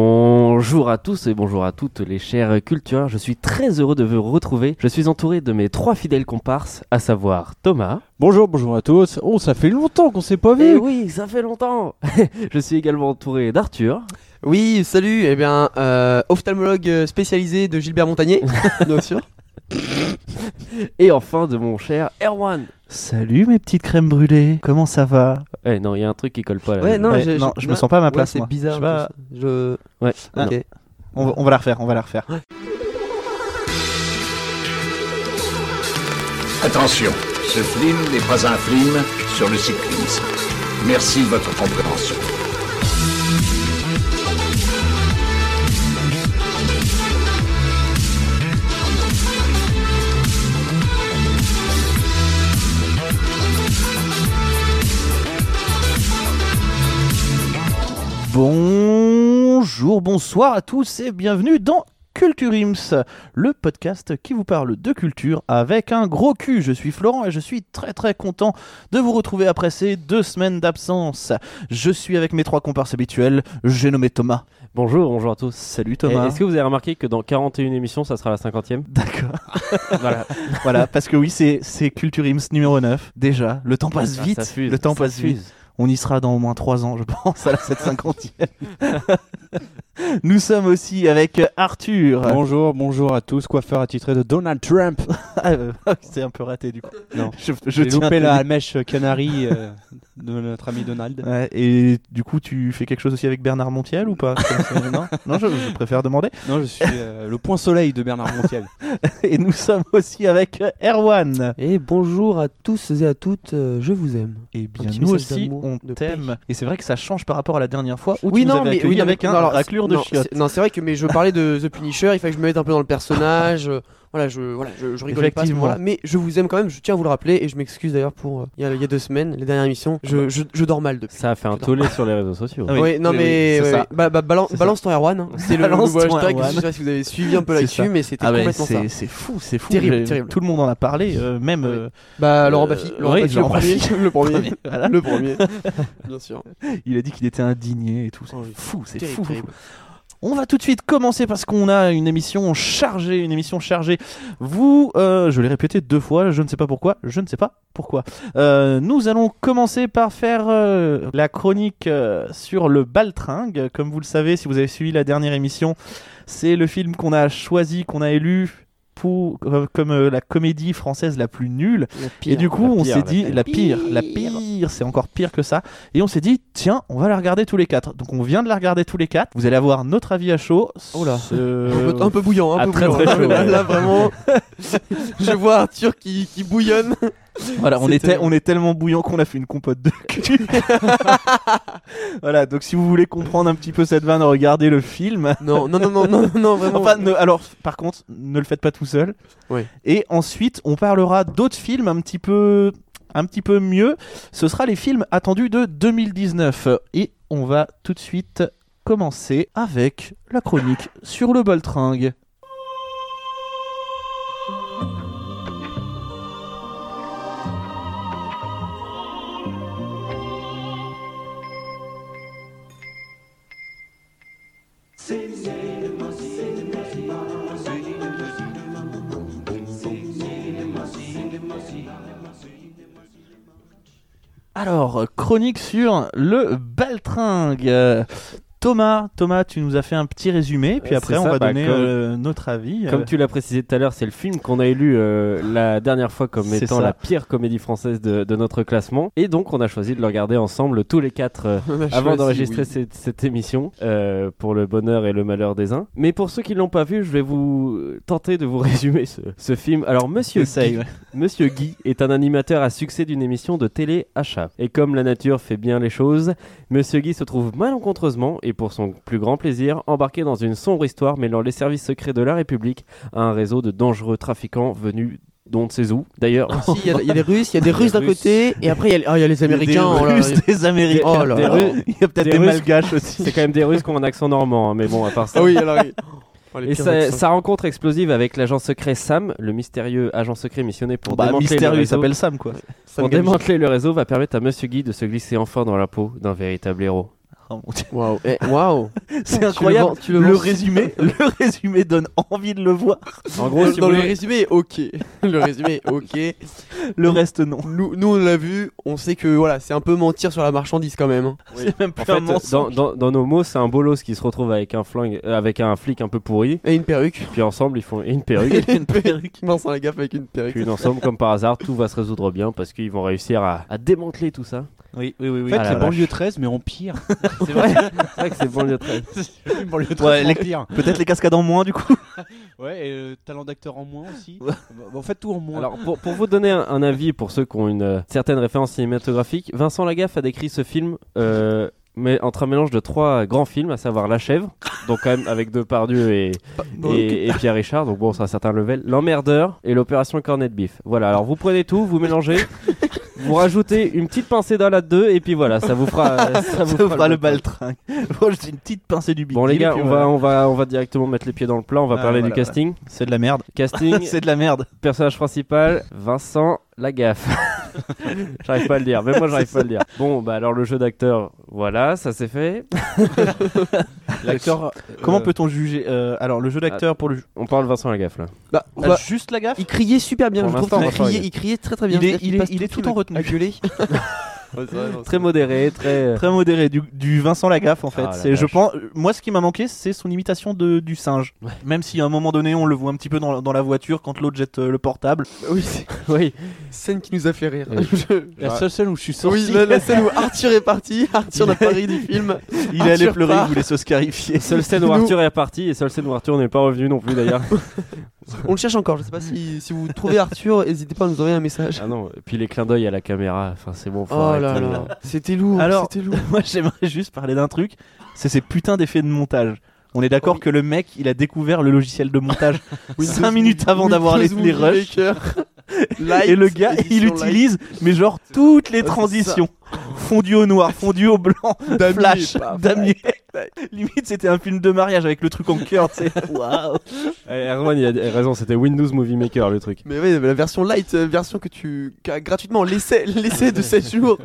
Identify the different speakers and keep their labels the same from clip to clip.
Speaker 1: Bonjour à tous et bonjour à toutes les chères cultures. Je suis très heureux de vous retrouver. Je suis entouré de mes trois fidèles comparses, à savoir Thomas.
Speaker 2: Bonjour, bonjour à tous. Oh, ça fait longtemps qu'on s'est pas
Speaker 3: Ah
Speaker 1: Eh
Speaker 2: vu.
Speaker 1: oui, ça fait longtemps. je suis également entouré d'Arthur.
Speaker 4: Oui, salut, eh bien, euh, ophtalmologue spécialisé de Gilbert Montagnier, bien sûr.
Speaker 1: Et enfin de mon cher Erwan.
Speaker 3: Salut mes petites crèmes brûlées, comment ça va
Speaker 1: Eh non, il y a un truc qui colle pas là.
Speaker 4: Ouais, non,
Speaker 3: Bah Ouais,
Speaker 4: je,
Speaker 3: non, je me sens pas à ma place,
Speaker 4: Ouais,
Speaker 3: moi.
Speaker 4: c'est bizarre.
Speaker 3: Je sais pas.
Speaker 4: tout ça. Je...
Speaker 1: Ouais.
Speaker 3: Ah.
Speaker 4: ok.
Speaker 3: on, va- on va la refaire, on va la refaire.
Speaker 5: Attention, ce film n'est pas un film sur le cyclisme. Merci de votre compréhension.
Speaker 3: Bonjour, bonsoir à tous et bienvenue dans Culture Ims, le podcast qui vous parle de culture avec un gros cul. Je suis Florent et je suis très très content de vous retrouver après ces deux semaines d'absence. Je suis avec mes trois comparses habituels, j'ai nommé Thomas.
Speaker 1: Bonjour, bonjour à tous.
Speaker 3: Salut
Speaker 1: Eh, Est-ce que vous avez remarqué que dans 41 émissions, ça sera la 50e
Speaker 3: D'accord.
Speaker 1: Voilà.
Speaker 3: voilà, parce que oui, c'est c'est Culture Ims numéro 9. Déjà, le temps passe
Speaker 1: Ah,
Speaker 3: vite.
Speaker 1: ça fuse,
Speaker 3: le temps
Speaker 1: ça
Speaker 3: passe vite.
Speaker 1: fuse.
Speaker 3: On y sera dans au moins 3 ans, je pense, à la 750e. Nous sommes aussi avec Arthur.
Speaker 2: Bonjour, bonjour à tous. Coiffeur attitré de Donald Trump.
Speaker 3: Ah, euh, C'est un peu raté du coup.
Speaker 2: Non.
Speaker 3: je, je
Speaker 2: J'ai
Speaker 3: tiens à
Speaker 2: loupé
Speaker 3: te
Speaker 2: la
Speaker 3: dire.
Speaker 2: mèche canari euh, de notre ami Donald.
Speaker 3: Ouais, et du coup, tu fais quelque chose aussi avec Bernard Montiel ou pas Comme ça, Non, non je, je préfère demander.
Speaker 2: Non, je suis euh, le point soleil de Bernard Montiel.
Speaker 3: Et nous sommes aussi avec Erwan.
Speaker 4: Et bonjour à tous et à toutes, euh, je vous aime.
Speaker 3: Et bien,
Speaker 4: Un petit
Speaker 3: nous
Speaker 4: message
Speaker 3: aussi,
Speaker 4: d'amour,
Speaker 3: on
Speaker 4: de
Speaker 3: t'aime. Et c'est vrai que ça change par rapport à la dernière fois où
Speaker 4: oui,
Speaker 3: tu
Speaker 4: non,
Speaker 3: nous avais
Speaker 4: mais,
Speaker 3: accueillis
Speaker 4: oui, non, mais-
Speaker 3: avec
Speaker 4: non,
Speaker 3: un
Speaker 4: alors,
Speaker 3: raclure de
Speaker 4: non,
Speaker 3: chiottes.
Speaker 4: c'est- Non, c'est vrai que mais je parlais de The Punisher, il fallait que je me mette un peu dans le personnage. euh, voilà, je, voilà, je, je rigolais pas à ce
Speaker 3: Effectivement.
Speaker 4: moment-là, Mais je vous aime quand même, je tiens à vous le rappeler et je m'excuse d'ailleurs pour euh, il y, a- il y a deux semaines, les dernières émissions. Je, je, je dors mal depuis.
Speaker 1: Ça a fait un tollé sur les réseaux sociaux.
Speaker 3: Ah oui.
Speaker 4: Oui, non
Speaker 3: oui,
Speaker 4: mais
Speaker 3: c'est
Speaker 4: ouais,
Speaker 3: ça.
Speaker 4: ouais. Bah, bah, balance,
Speaker 3: C'est ça.
Speaker 4: balance ton Erwan, hein. c'est le
Speaker 3: Balance
Speaker 4: nouveau
Speaker 3: ton
Speaker 4: hashtag,
Speaker 3: Erwan.
Speaker 4: je sais pas si vous avez suivi un peu
Speaker 3: C'est
Speaker 4: l'actu
Speaker 3: ça.
Speaker 4: mais c'était
Speaker 3: Ah bah,
Speaker 4: complètement ça.
Speaker 3: c'est c'est fou, c'est fou.
Speaker 4: Terrible,
Speaker 3: J'ai-
Speaker 4: terrible.
Speaker 3: Tout le monde en a parlé, euh, même.
Speaker 4: Oui.
Speaker 3: euh,
Speaker 4: Bah Laurent
Speaker 3: Euh,
Speaker 4: Baffy, Laurent
Speaker 3: oui,
Speaker 4: Baffy,
Speaker 3: Laurent
Speaker 4: le premier, le premier,
Speaker 3: voilà.
Speaker 4: le premier, bien sûr.
Speaker 3: Il a dit qu'il était indigné et tout. C'est
Speaker 4: Oh oui.
Speaker 3: fou, c'est
Speaker 4: Terrible,
Speaker 3: fou.
Speaker 4: terrible.
Speaker 3: On va tout de suite commencer parce qu'on a une émission chargée, une émission chargée. Vous, euh, je l'ai répété deux fois, je ne sais pas pourquoi, je ne sais pas pourquoi. Euh, nous allons commencer par faire euh, la chronique euh, sur le Baltringue. Comme vous le savez, si vous avez suivi la dernière émission, c'est le film qu'on a choisi, qu'on a élu pour euh, comme euh, la comédie française la plus nulle.
Speaker 4: La
Speaker 3: Et
Speaker 4: pire.
Speaker 3: du coup,
Speaker 1: la
Speaker 3: on
Speaker 1: pire,
Speaker 3: s'est
Speaker 1: la
Speaker 3: dit
Speaker 1: pire.
Speaker 3: la pire, la pire, c'est encore pire que ça. Et on s'est dit, tiens, on va la regarder tous les quatre. Donc on vient de la regarder tous les quatre. Vous allez avoir notre avis à chaud.
Speaker 4: Oh là.
Speaker 3: Ce-
Speaker 4: Un peu- un peu bouillant, un
Speaker 1: Ah,
Speaker 4: peu
Speaker 1: très,
Speaker 4: bouillant.
Speaker 1: très chaud,
Speaker 4: là,
Speaker 1: ouais.
Speaker 4: là, vraiment, je vois Arthur qui, qui bouillonne.
Speaker 3: Voilà, on
Speaker 4: C'était-
Speaker 3: était, on est tellement bouillant qu'on a fait une compote de cul. voilà, donc si vous voulez comprendre un petit peu cette vanne, regardez le film.
Speaker 4: Non, non, non, non, non, non, vraiment.
Speaker 3: Enfin, ne- alors, par contre, ne le faites pas tout seul.
Speaker 4: Oui.
Speaker 3: Et ensuite, on parlera d'autres films un petit peu, un petit peu mieux. Ce sera les films attendus de 2019. Et on va tout de suite commencer avec la chronique sur le Boltringue. Alors, chronique sur le Baltringue. Euh, Thomas, Thomas, tu nous as fait un petit résumé, puis
Speaker 1: Euh,
Speaker 3: après
Speaker 1: c'est
Speaker 3: on
Speaker 1: ça,
Speaker 3: va
Speaker 1: bah,
Speaker 3: donner
Speaker 1: comme-
Speaker 3: euh, notre avis.
Speaker 1: Comme tu l'as précisé tout à l'heure, c'est le film qu'on a élu euh, la dernière fois comme
Speaker 3: C'est
Speaker 1: étant
Speaker 3: ça.
Speaker 1: la pire comédie française de, de notre classement. Et donc, on a choisi de le regarder ensemble tous les quatre euh,
Speaker 4: On a
Speaker 1: avant
Speaker 4: choisi,
Speaker 1: d'enregistrer
Speaker 4: oui.
Speaker 1: cette, cette émission euh, pour le bonheur et le malheur des uns. Mais pour ceux qui ne l'ont pas vu, je vais vous tenter de vous résumer ce, ce film. Alors, Monsieur Guy,
Speaker 3: Essaye, ouais.
Speaker 1: Monsieur Guy est un animateur à succès d'une émission de télé achat. Et comme la nature fait bien les choses, Monsieur Guy se trouve malencontreusement et pour son plus grand plaisir embarqué dans une sombre histoire mêlant les services secrets de la République à un réseau de dangereux trafiquants venus d'on ne sait où. D'ailleurs,
Speaker 4: Si, il y a- il y, a des Russes, il y a des Russes d'un
Speaker 1: Russes.
Speaker 4: côté, et après il y a les- ah, il y a les
Speaker 3: Il y a
Speaker 4: Américains.
Speaker 3: des
Speaker 4: oh là là,
Speaker 3: Russes,
Speaker 4: il y a-
Speaker 3: des Américains.
Speaker 4: Oh là
Speaker 1: là.
Speaker 3: Il y a peut-être
Speaker 1: Des
Speaker 3: des,
Speaker 1: Russes.
Speaker 3: Malgaches aussi.
Speaker 1: c'est quand même des Russes qui ont un accent normand, hein, mais bon, à part ça.
Speaker 4: Ah oui, alors. oui. Oh, les
Speaker 1: Et
Speaker 4: pires
Speaker 1: sa,
Speaker 4: accents.
Speaker 1: sa rencontre explosive avec l'agent secret Sam, le mystérieux agent secret missionné pour
Speaker 3: Bah,
Speaker 1: démanteler le
Speaker 3: mystérieux, il
Speaker 1: réseau-
Speaker 3: s'appelle Sam quoi.
Speaker 4: Ça
Speaker 1: pour
Speaker 4: me gâche.
Speaker 1: démanteler le réseau, va permettre à Monsieur Guy de se glisser enfin dans la peau d'un véritable héros.
Speaker 3: Oh mon Dieu.
Speaker 4: Waouh, eh, waouh. Tu
Speaker 3: C'est
Speaker 4: le
Speaker 3: incroyable.
Speaker 4: vends- Tu
Speaker 3: Le,
Speaker 4: le, vends-
Speaker 3: résumé, le résumé donne envie de le voir.
Speaker 1: En gros, si
Speaker 4: dans
Speaker 1: vous
Speaker 4: le
Speaker 1: voulez-
Speaker 4: résumé, ok. Le résumé, ok.
Speaker 3: Le reste non.
Speaker 4: Nous, nous, on l'a vu, on sait que voilà, c'est un peu mentir sur la marchandise quand même. hein.
Speaker 3: C'est même plus
Speaker 1: En
Speaker 3: un
Speaker 1: fait,
Speaker 3: mensonge.
Speaker 1: dans, dans- dans nos mots, c'est un bolos qui se retrouve avec un flingue, euh, avec un flic un peu pourri.
Speaker 4: Et une perruque.
Speaker 1: Puis ensemble, ils font une perruque.
Speaker 3: Il a une perruque.
Speaker 4: Mince, hein, la gaffe avec une perruque.
Speaker 1: puis ensemble, comme par hasard, tout va se résoudre bien parce qu'ils vont réussir à, à démanteler tout ça.
Speaker 3: Oui, oui, oui.
Speaker 2: En
Speaker 3: oui.
Speaker 2: fait,
Speaker 1: Ah, la
Speaker 2: c'est
Speaker 1: vache.
Speaker 2: banlieue 13, mais en pire.
Speaker 1: C'est vrai, c'est vrai que c'est banlieue 13.
Speaker 2: banlieue 13
Speaker 3: Ouais,
Speaker 2: en
Speaker 3: les-
Speaker 2: pire.
Speaker 3: Peut-être les cascades en moins du coup.
Speaker 2: Ouais, et euh, talent d'acteur en moins aussi.
Speaker 3: Ouais.
Speaker 2: Bah, en fait, tout en moins.
Speaker 1: Alors, pour, pour vous donner un, un avis, pour ceux qui ont une euh, certaine référence cinématographique, Vincent Lagaffe a décrit ce film euh, mais entre un mélange de trois grands films, à savoir La Chèvre, donc quand même avec Depardieu et, et, et Pierre Richard, donc bon, c'est un certain level, L'Emmerdeur et l'Opération Cornet de Bif. Voilà, alors vous prenez tout, vous mélangez, vous rajoutez une petite pincée d'un là deux, et puis voilà, ça vous fera, euh, ça vous fera le bal.
Speaker 3: baltringue. Moi, j'ai une petite pincée du big
Speaker 1: Bon, les
Speaker 3: Deal,
Speaker 1: gars,
Speaker 3: puis
Speaker 1: on va,
Speaker 3: voilà.
Speaker 1: on, va, on va directement mettre les pieds dans le plat, on va
Speaker 3: Ah,
Speaker 1: parler
Speaker 3: voilà,
Speaker 1: du casting.
Speaker 3: C'est de la merde.
Speaker 1: Euh, Casting,
Speaker 3: C'est de la merde.
Speaker 1: Personnage principal, Vincent Lagaffe. j'arrive pas à le dire, même moi j'arrive pas à le dire. Bon, bah alors le jeu d'acteur, voilà, ça c'est fait.
Speaker 2: L'acteur.
Speaker 3: Comment peut-on juger euh, Alors, le jeu d'acteur pour le. ju-
Speaker 1: On parle Vincent Lagaffe là.
Speaker 4: Bah,
Speaker 3: Ah,
Speaker 4: bah,
Speaker 3: juste la gaffe
Speaker 4: il criait super bien,
Speaker 1: Pour
Speaker 4: je trouve
Speaker 1: l'instant,
Speaker 4: qu'il
Speaker 1: on va
Speaker 4: criait,
Speaker 1: pas-
Speaker 4: il criait très très bien.
Speaker 3: Il est-
Speaker 4: C'est-à-dire qu'il
Speaker 3: il est-
Speaker 4: passe
Speaker 3: il est
Speaker 4: tout
Speaker 3: tout Ah, en
Speaker 4: le-
Speaker 3: retenue.
Speaker 4: à gueuler.
Speaker 1: Très modéré,
Speaker 4: euh,
Speaker 1: très.
Speaker 3: Très modéré, du, du Vincent Lagaffe en fait.
Speaker 1: Ah, la
Speaker 3: c'est, je
Speaker 1: vache.
Speaker 3: pense, moi ce qui m'a manqué, c'est son imitation de, du singe. Même si à un moment donné, on le voit un petit peu dans, la- dans la voiture quand l'autre jette euh, le portable.
Speaker 4: Oui, c'est
Speaker 1: oui,
Speaker 4: scène qui nous a fait rire.
Speaker 1: Oui.
Speaker 4: Je-
Speaker 2: La seule scène où je suis sorti.
Speaker 4: Oui, la, la scène où Arthur est parti, Arthur n'a pas ri du film.
Speaker 3: Il est allé
Speaker 4: Arthur
Speaker 3: pleurer, il
Speaker 4: part.
Speaker 3: voulait se scarifier.
Speaker 1: seule scène où
Speaker 4: Nous-
Speaker 1: Arthur est parti et seule scène où Arthur n'est pas revenu non plus d'ailleurs.
Speaker 4: On le cherche encore, je sais pas si, si vous trouvez Arthur, n'hésitez pas à nous envoyer un message.
Speaker 1: ah non, et puis les clins d'œil à la caméra, enfin c'est bon, faut
Speaker 4: Oh là
Speaker 1: arrêter.
Speaker 4: là, c'était lourd,
Speaker 3: Alors-
Speaker 4: c'était lourd.
Speaker 3: Moi, j'aimerais juste parler d'un truc, c'est ces putains d'effets de montage. On est d'accord
Speaker 4: Oui.
Speaker 3: que le mec, il a découvert le logiciel de montage 5
Speaker 4: Windows
Speaker 3: minutes avant d'avoir les,
Speaker 4: Windows
Speaker 3: les
Speaker 4: Movie
Speaker 3: rushs.
Speaker 4: Maker. Light,
Speaker 3: Et le gars, il
Speaker 4: édition light.
Speaker 3: utilise, mais genre, toutes les
Speaker 4: ça.
Speaker 3: transitions. Fondu au noir, fondu au blanc,
Speaker 4: Damier,
Speaker 3: flash,
Speaker 4: paf.
Speaker 3: damier. Limite, c'était un film de mariage avec le truc en cœur, tu sais. Waouh.
Speaker 1: Eh, Erwan, il a raison, c'était Windows Movie Maker le truc.
Speaker 4: Mais ouais, mais la version light, euh, version que tu. qu'a- gratuitement, l'essai l'essai de 7 jours,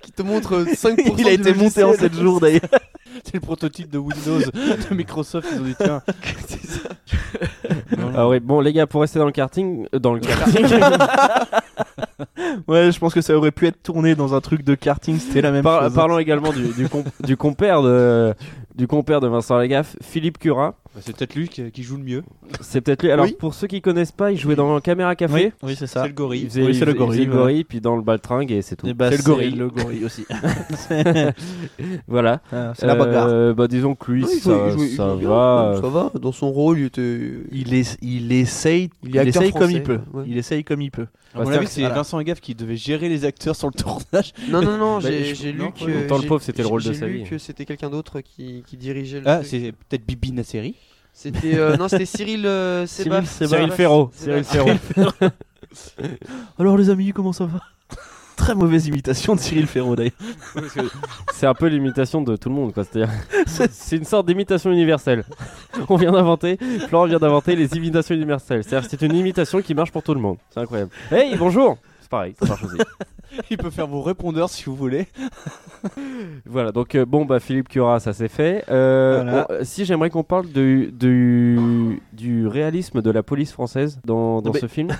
Speaker 4: qui te montre euh, 5%
Speaker 3: Il a
Speaker 4: du
Speaker 3: été monté en
Speaker 4: logiciel.
Speaker 3: 7 jours d'ailleurs.
Speaker 2: C'est le prototype de Windows de Microsoft. Ils ont dit tiens.
Speaker 1: Ah oui, bon les gars, pour rester dans le karting, euh, dans le karting,
Speaker 3: Ouais, je pense que ça aurait pu être tourné dans un truc de karting, c'était la même
Speaker 1: par-
Speaker 3: chose.
Speaker 1: parlons également du, du, com- du compère de du compère de Vincent Lagaffe, Philippe Cura.
Speaker 2: Bah, c'est peut-être lui qui, qui joue le mieux.
Speaker 1: C'est peut-être lui. Alors
Speaker 4: Oui.
Speaker 1: pour ceux qui connaissent pas, il jouait dans Caméra Café.
Speaker 3: Oui, oui, c'est ça.
Speaker 2: C'est le gorille.
Speaker 1: Il faisait,
Speaker 3: Oui,
Speaker 1: il
Speaker 3: c'est
Speaker 1: faisait-
Speaker 3: le
Speaker 1: il faisait
Speaker 3: gorille, voilà.
Speaker 1: gorille, puis dans le baltringue et c'est tout.
Speaker 3: Eh ben,
Speaker 2: C'est le gorille.
Speaker 3: Le gorille aussi.
Speaker 1: Voilà.
Speaker 3: c'est la bagarre.
Speaker 1: Euh, bah, disons que lui,
Speaker 4: Oui, il
Speaker 1: ça,
Speaker 4: jouait- il jouait-
Speaker 1: ça
Speaker 4: il jouait
Speaker 1: va.
Speaker 4: bien, Ça va, dans son rôle, il était.
Speaker 3: Il, es- il essaye,
Speaker 4: Il
Speaker 3: il
Speaker 4: est acteur
Speaker 3: essaye comme il peut.
Speaker 4: français, ouais.
Speaker 3: Il essaye comme il peut.
Speaker 2: À mon
Speaker 1: Bah,
Speaker 2: avis, c'est
Speaker 3: voilà.
Speaker 2: Vincent Lagaffe qui devait gérer les acteurs sur le tournage.
Speaker 4: Non, non, non,
Speaker 2: Bah,
Speaker 4: j'ai
Speaker 2: je-
Speaker 4: j'ai lu
Speaker 2: non,
Speaker 4: que.
Speaker 1: autant le
Speaker 4: j'ai-
Speaker 1: pauvre, c'était le
Speaker 4: j'ai-
Speaker 1: rôle de
Speaker 4: j'ai
Speaker 1: sa
Speaker 4: lu
Speaker 1: vie.
Speaker 4: que c'était quelqu'un d'autre qui, qui dirigeait le.
Speaker 2: Ah,
Speaker 4: truc.
Speaker 2: c'est peut-être Bibi Nasseri.
Speaker 4: C'était. euh, non, c'était Cyril euh, Seba.
Speaker 3: Cyril
Speaker 1: Cyril
Speaker 4: Seba-
Speaker 1: Ferro.
Speaker 4: Seba-
Speaker 1: Cyril Ferro.
Speaker 3: Alors les amis, comment ça va Très mauvaise imitation de Cyril Ferro d'ailleurs.
Speaker 1: c'est un peu l'imitation de tout le monde, quoi. C'est-à-dire, c'est une sorte d'imitation universelle. On vient d'inventer, Florent vient d'inventer les imitations universelles. C'est-à-dire, que c'est une imitation qui marche pour tout le monde. C'est incroyable. Hey, bonjour. C'est pareil, ça marche aussi.
Speaker 2: Il peut faire vos répondeurs si vous voulez.
Speaker 1: Voilà, donc euh, bon, bah Philippe Cura, ça c'est fait. Euh,
Speaker 3: Voilà.
Speaker 1: on- euh, si j'aimerais qu'on parle du, du, du réalisme de la police française dans, dans
Speaker 3: Mais-
Speaker 1: ce film,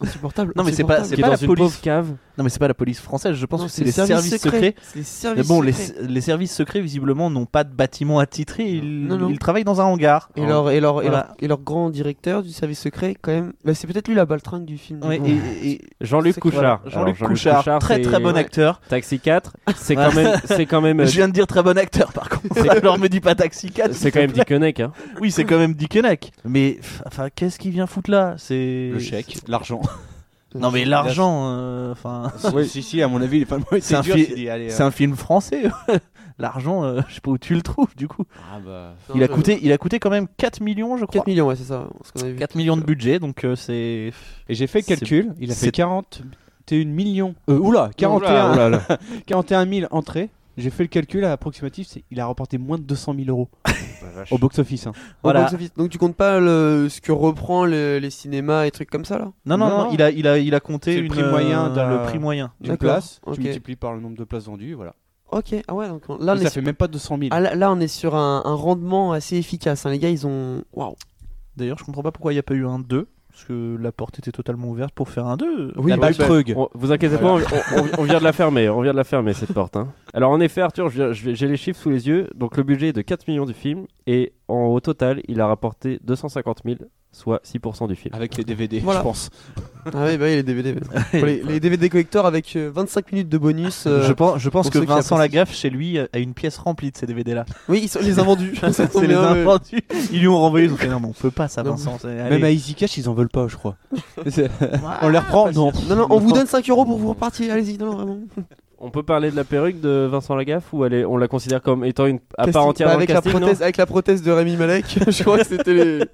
Speaker 4: Insupportable.
Speaker 3: Non, mais c'est pas-
Speaker 4: insupportable.
Speaker 1: qui est
Speaker 3: la
Speaker 1: dans une
Speaker 3: police.
Speaker 1: pauvre cave.
Speaker 3: Non mais c'est pas la police française, je pense
Speaker 4: Non,
Speaker 3: que c'est les services, secrets.
Speaker 4: C'est les
Speaker 3: Mais
Speaker 4: services
Speaker 3: bon, les,
Speaker 4: secrets.
Speaker 3: les services secrets visiblement n'ont pas de bâtiment attitré, ils,
Speaker 4: Non, non.
Speaker 3: ils travaillent dans un hangar.
Speaker 4: Et leur, et, leur, et,
Speaker 3: Voilà.
Speaker 4: leur, et leur grand directeur du service secret, quand même. Bah, c'est peut-être lui la baltringue du film. du
Speaker 3: Ouais,
Speaker 4: coup.
Speaker 3: et- et- et-
Speaker 1: Jean-Luc
Speaker 4: C'est-
Speaker 1: Couchard.
Speaker 3: voilà,
Speaker 1: Alors,
Speaker 3: Jean-Luc Couchard, très
Speaker 1: c'est
Speaker 3: très bon
Speaker 4: Ouais.
Speaker 3: acteur.
Speaker 1: Taxi 4, c'est quand même, c'est quand même, euh,
Speaker 3: Je viens de dire très bon acteur par contre. Alors me dis pas Taxi 4.
Speaker 1: c'est quand même Dick Honeck, hein.
Speaker 3: Oui, c'est quand même Dick Henneck. Mais pff, enfin, qu'est-ce qu'il vient foutre là C'est
Speaker 2: Le chèque, l'argent.
Speaker 3: Non mais l'argent, euh, enfin.
Speaker 1: Oui.
Speaker 2: si, si, à mon avis, il est pas mal.
Speaker 3: C'est un fi-
Speaker 2: euh,
Speaker 3: C'est un film français. L'argent, euh, je sais pas où tu le trouves du coup.
Speaker 2: Ah bah.
Speaker 4: Non,
Speaker 3: Il a
Speaker 4: je-
Speaker 3: coûté, il a coûté quand même 4 millions, je crois.
Speaker 4: 4 millions, ouais, c'est ça. Ce qu'on avait vu.
Speaker 3: 4 millions de budget, donc euh,
Speaker 2: Et
Speaker 3: c'est.
Speaker 2: j'ai fait le
Speaker 3: C'est-
Speaker 2: calcul, il a
Speaker 3: c'est-
Speaker 2: fait 41 millions. Euh, oula, 41,
Speaker 1: Oh là là.
Speaker 2: 41 000 entrées. J'ai fait le calcul à approximatif, c'est- il a rapporté moins de 200 000 euros au box-office. hein.
Speaker 4: Au
Speaker 3: Voilà.
Speaker 4: box-office. Donc tu comptes pas le- ce que reprend le- les cinémas et trucs comme ça là
Speaker 3: Non, non, non,
Speaker 2: Non.
Speaker 3: il a, il a, il a compté
Speaker 2: C'est le
Speaker 3: une,
Speaker 2: prix moyen
Speaker 3: euh,
Speaker 2: d'un-
Speaker 3: le prix moyen.
Speaker 2: D'une
Speaker 4: D'accord,
Speaker 2: place,
Speaker 4: ok.
Speaker 2: tu multiplies par le nombre de places vendues, voilà.
Speaker 4: Ok, ah ouais, donc on- là, on
Speaker 2: ça
Speaker 4: est
Speaker 2: fait
Speaker 4: sur...
Speaker 2: même pas 200 000.
Speaker 4: ah, là, là, on est sur un, un rendement assez efficace. hein. Les gars, ils ont. Waouh!
Speaker 3: D'ailleurs, je comprends pas pourquoi il n'y a pas eu un 2. Parce que la porte était totalement ouverte pour faire un 2.
Speaker 4: Oui,
Speaker 2: la
Speaker 4: oui,
Speaker 2: balle
Speaker 4: bah,
Speaker 2: Treug.
Speaker 1: On- vous inquiétez pas, on, on- on vient de la fermer, on vient de la fermer cette porte. hein. Alors en effet, Arthur, je- je- j'ai les chiffres sous les yeux. Donc le budget est de 4 millions du film et en, au total, il a rapporté 250 000, soit 6% du film.
Speaker 2: Avec les DVD,
Speaker 4: Voilà.
Speaker 2: je pense.
Speaker 4: Ah ouais, bah oui, les DVD. Pour les, les DVD collecteurs avec euh, 25 minutes de bonus. euh,
Speaker 3: je pense, je pense
Speaker 4: pour
Speaker 3: que
Speaker 4: ceux qui
Speaker 3: Vincent
Speaker 4: apprécient.
Speaker 3: Lagaffe, chez lui, euh, a une pièce remplie de ces DVD-là.
Speaker 4: Oui, ils sont, les invendus. Ça tombe
Speaker 3: C'est les
Speaker 4: bien, ouais.
Speaker 3: invendus. Ils lui ont renvoyé, ils ont fait non, mais on peut pas ça,
Speaker 4: Non.
Speaker 3: Vincent. c'est-
Speaker 2: Même à
Speaker 3: allez.
Speaker 2: Easy Cash, ils en veulent pas, je crois. C'est- on les reprend Non.
Speaker 4: Non, non, on vous donne 5 euros pour que vous repartir. Allez-y, non, non, vraiment.
Speaker 1: On peut parler de la perruque de Vincent Lagaffe ou elle est- on la considère comme étant une, à
Speaker 4: Casting-
Speaker 1: part entière
Speaker 4: bah,
Speaker 1: dans le
Speaker 4: avec,
Speaker 1: casting
Speaker 4: la
Speaker 1: non
Speaker 4: prothèse, avec la prothèse de Rémi Malek, je crois que c'était les.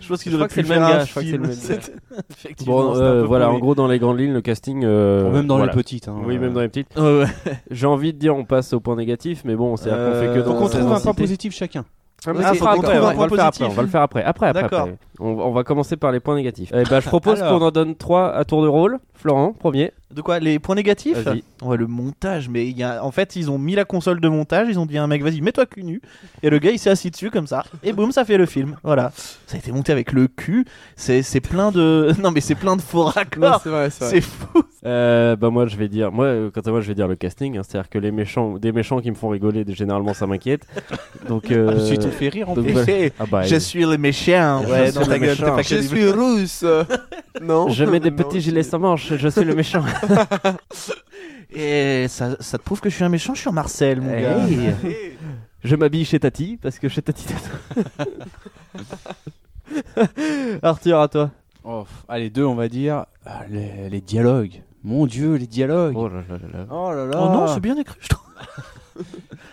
Speaker 3: Je pense qu'ils
Speaker 1: Je crois
Speaker 3: auraient
Speaker 1: que c'est
Speaker 3: pu
Speaker 1: le même
Speaker 3: faire
Speaker 1: gars.
Speaker 3: un
Speaker 1: je crois que c'est le
Speaker 3: film.
Speaker 1: même gars.
Speaker 3: Effectivement,
Speaker 1: Bon,
Speaker 3: c'était un
Speaker 1: euh,
Speaker 3: peu
Speaker 1: voilà, en
Speaker 3: paumé.
Speaker 1: gros, dans les grandes lignes, le casting. euh,
Speaker 2: Même dans
Speaker 1: voilà.
Speaker 2: les petites. hein.
Speaker 1: Oui, même dans les petites.
Speaker 3: Ouais, Euh, ouais.
Speaker 1: J'ai envie de dire, on passe au point négatif, mais bon, c'est à qu'on fait que
Speaker 3: Euh,
Speaker 1: dans
Speaker 2: Donc on
Speaker 1: sa
Speaker 2: trouve un point
Speaker 1: densité.
Speaker 2: positif chacun.
Speaker 1: Ah, mais ça
Speaker 4: Ok,
Speaker 1: sera
Speaker 4: on
Speaker 1: après,
Speaker 4: trouve un
Speaker 1: on va
Speaker 3: point
Speaker 1: le faire
Speaker 3: positif.
Speaker 1: après, on va le faire après. Après, après,
Speaker 3: D'accord.
Speaker 1: après. On, on va commencer par les points négatifs. Eh ben, je propose
Speaker 2: Alors.
Speaker 1: qu'on en donne 3 à tour de rôle. Florent, premier.
Speaker 3: De quoi Les points négatifs
Speaker 1: Vas-y.
Speaker 3: Ouais, le montage, mais il y a... en fait, ils ont mis la console de montage, ils ont dit à un mec, vas-y, mets-toi cul nu. Et le gars, il s'est assis dessus comme ça, et boum, ça fait le film. Voilà. Ça a été monté avec le cul, c'est c'est plein de. Non, mais c'est plein de faux
Speaker 4: Non,
Speaker 3: raccords.
Speaker 4: c'est vrai, c'est vrai.
Speaker 3: C'est fou.
Speaker 1: Euh, bah, moi, je vais dire, moi, euh, quant à moi, je vais dire le casting. hein, C'est-à-dire que les méchants, des méchants qui me font rigoler, généralement, ça m'inquiète. Donc, euh,
Speaker 4: Ah,
Speaker 2: Je suis tout fait rire en
Speaker 1: donc,
Speaker 2: plus.
Speaker 1: voilà.
Speaker 3: Hé,
Speaker 1: ah bah,
Speaker 3: Je
Speaker 1: euh,
Speaker 3: suis le méchant.
Speaker 1: Je
Speaker 3: Ouais,
Speaker 1: suis
Speaker 3: dans ta
Speaker 1: le
Speaker 3: gueule, t'es
Speaker 1: méchant.
Speaker 3: pas
Speaker 4: Je
Speaker 3: que des-
Speaker 4: suis rousse Non.
Speaker 1: je mets des
Speaker 4: Non,
Speaker 1: petits
Speaker 4: je-
Speaker 1: gilets sans manches, je suis le méchant.
Speaker 3: Et ça, ça te prouve que je suis un méchant, je suis un Marcel, mon
Speaker 1: Hey.
Speaker 3: gars.
Speaker 1: Je m'habille chez Tati, parce que chez Tati.
Speaker 3: Arthur, à toi.
Speaker 2: Oh, pff, allez, deux, on va dire. Ah, Les, les dialogues. Mon dieu, les dialogues.
Speaker 1: Oh là là là là.
Speaker 2: Oh là là.
Speaker 3: Oh non, c'est bien écrit, je trouve.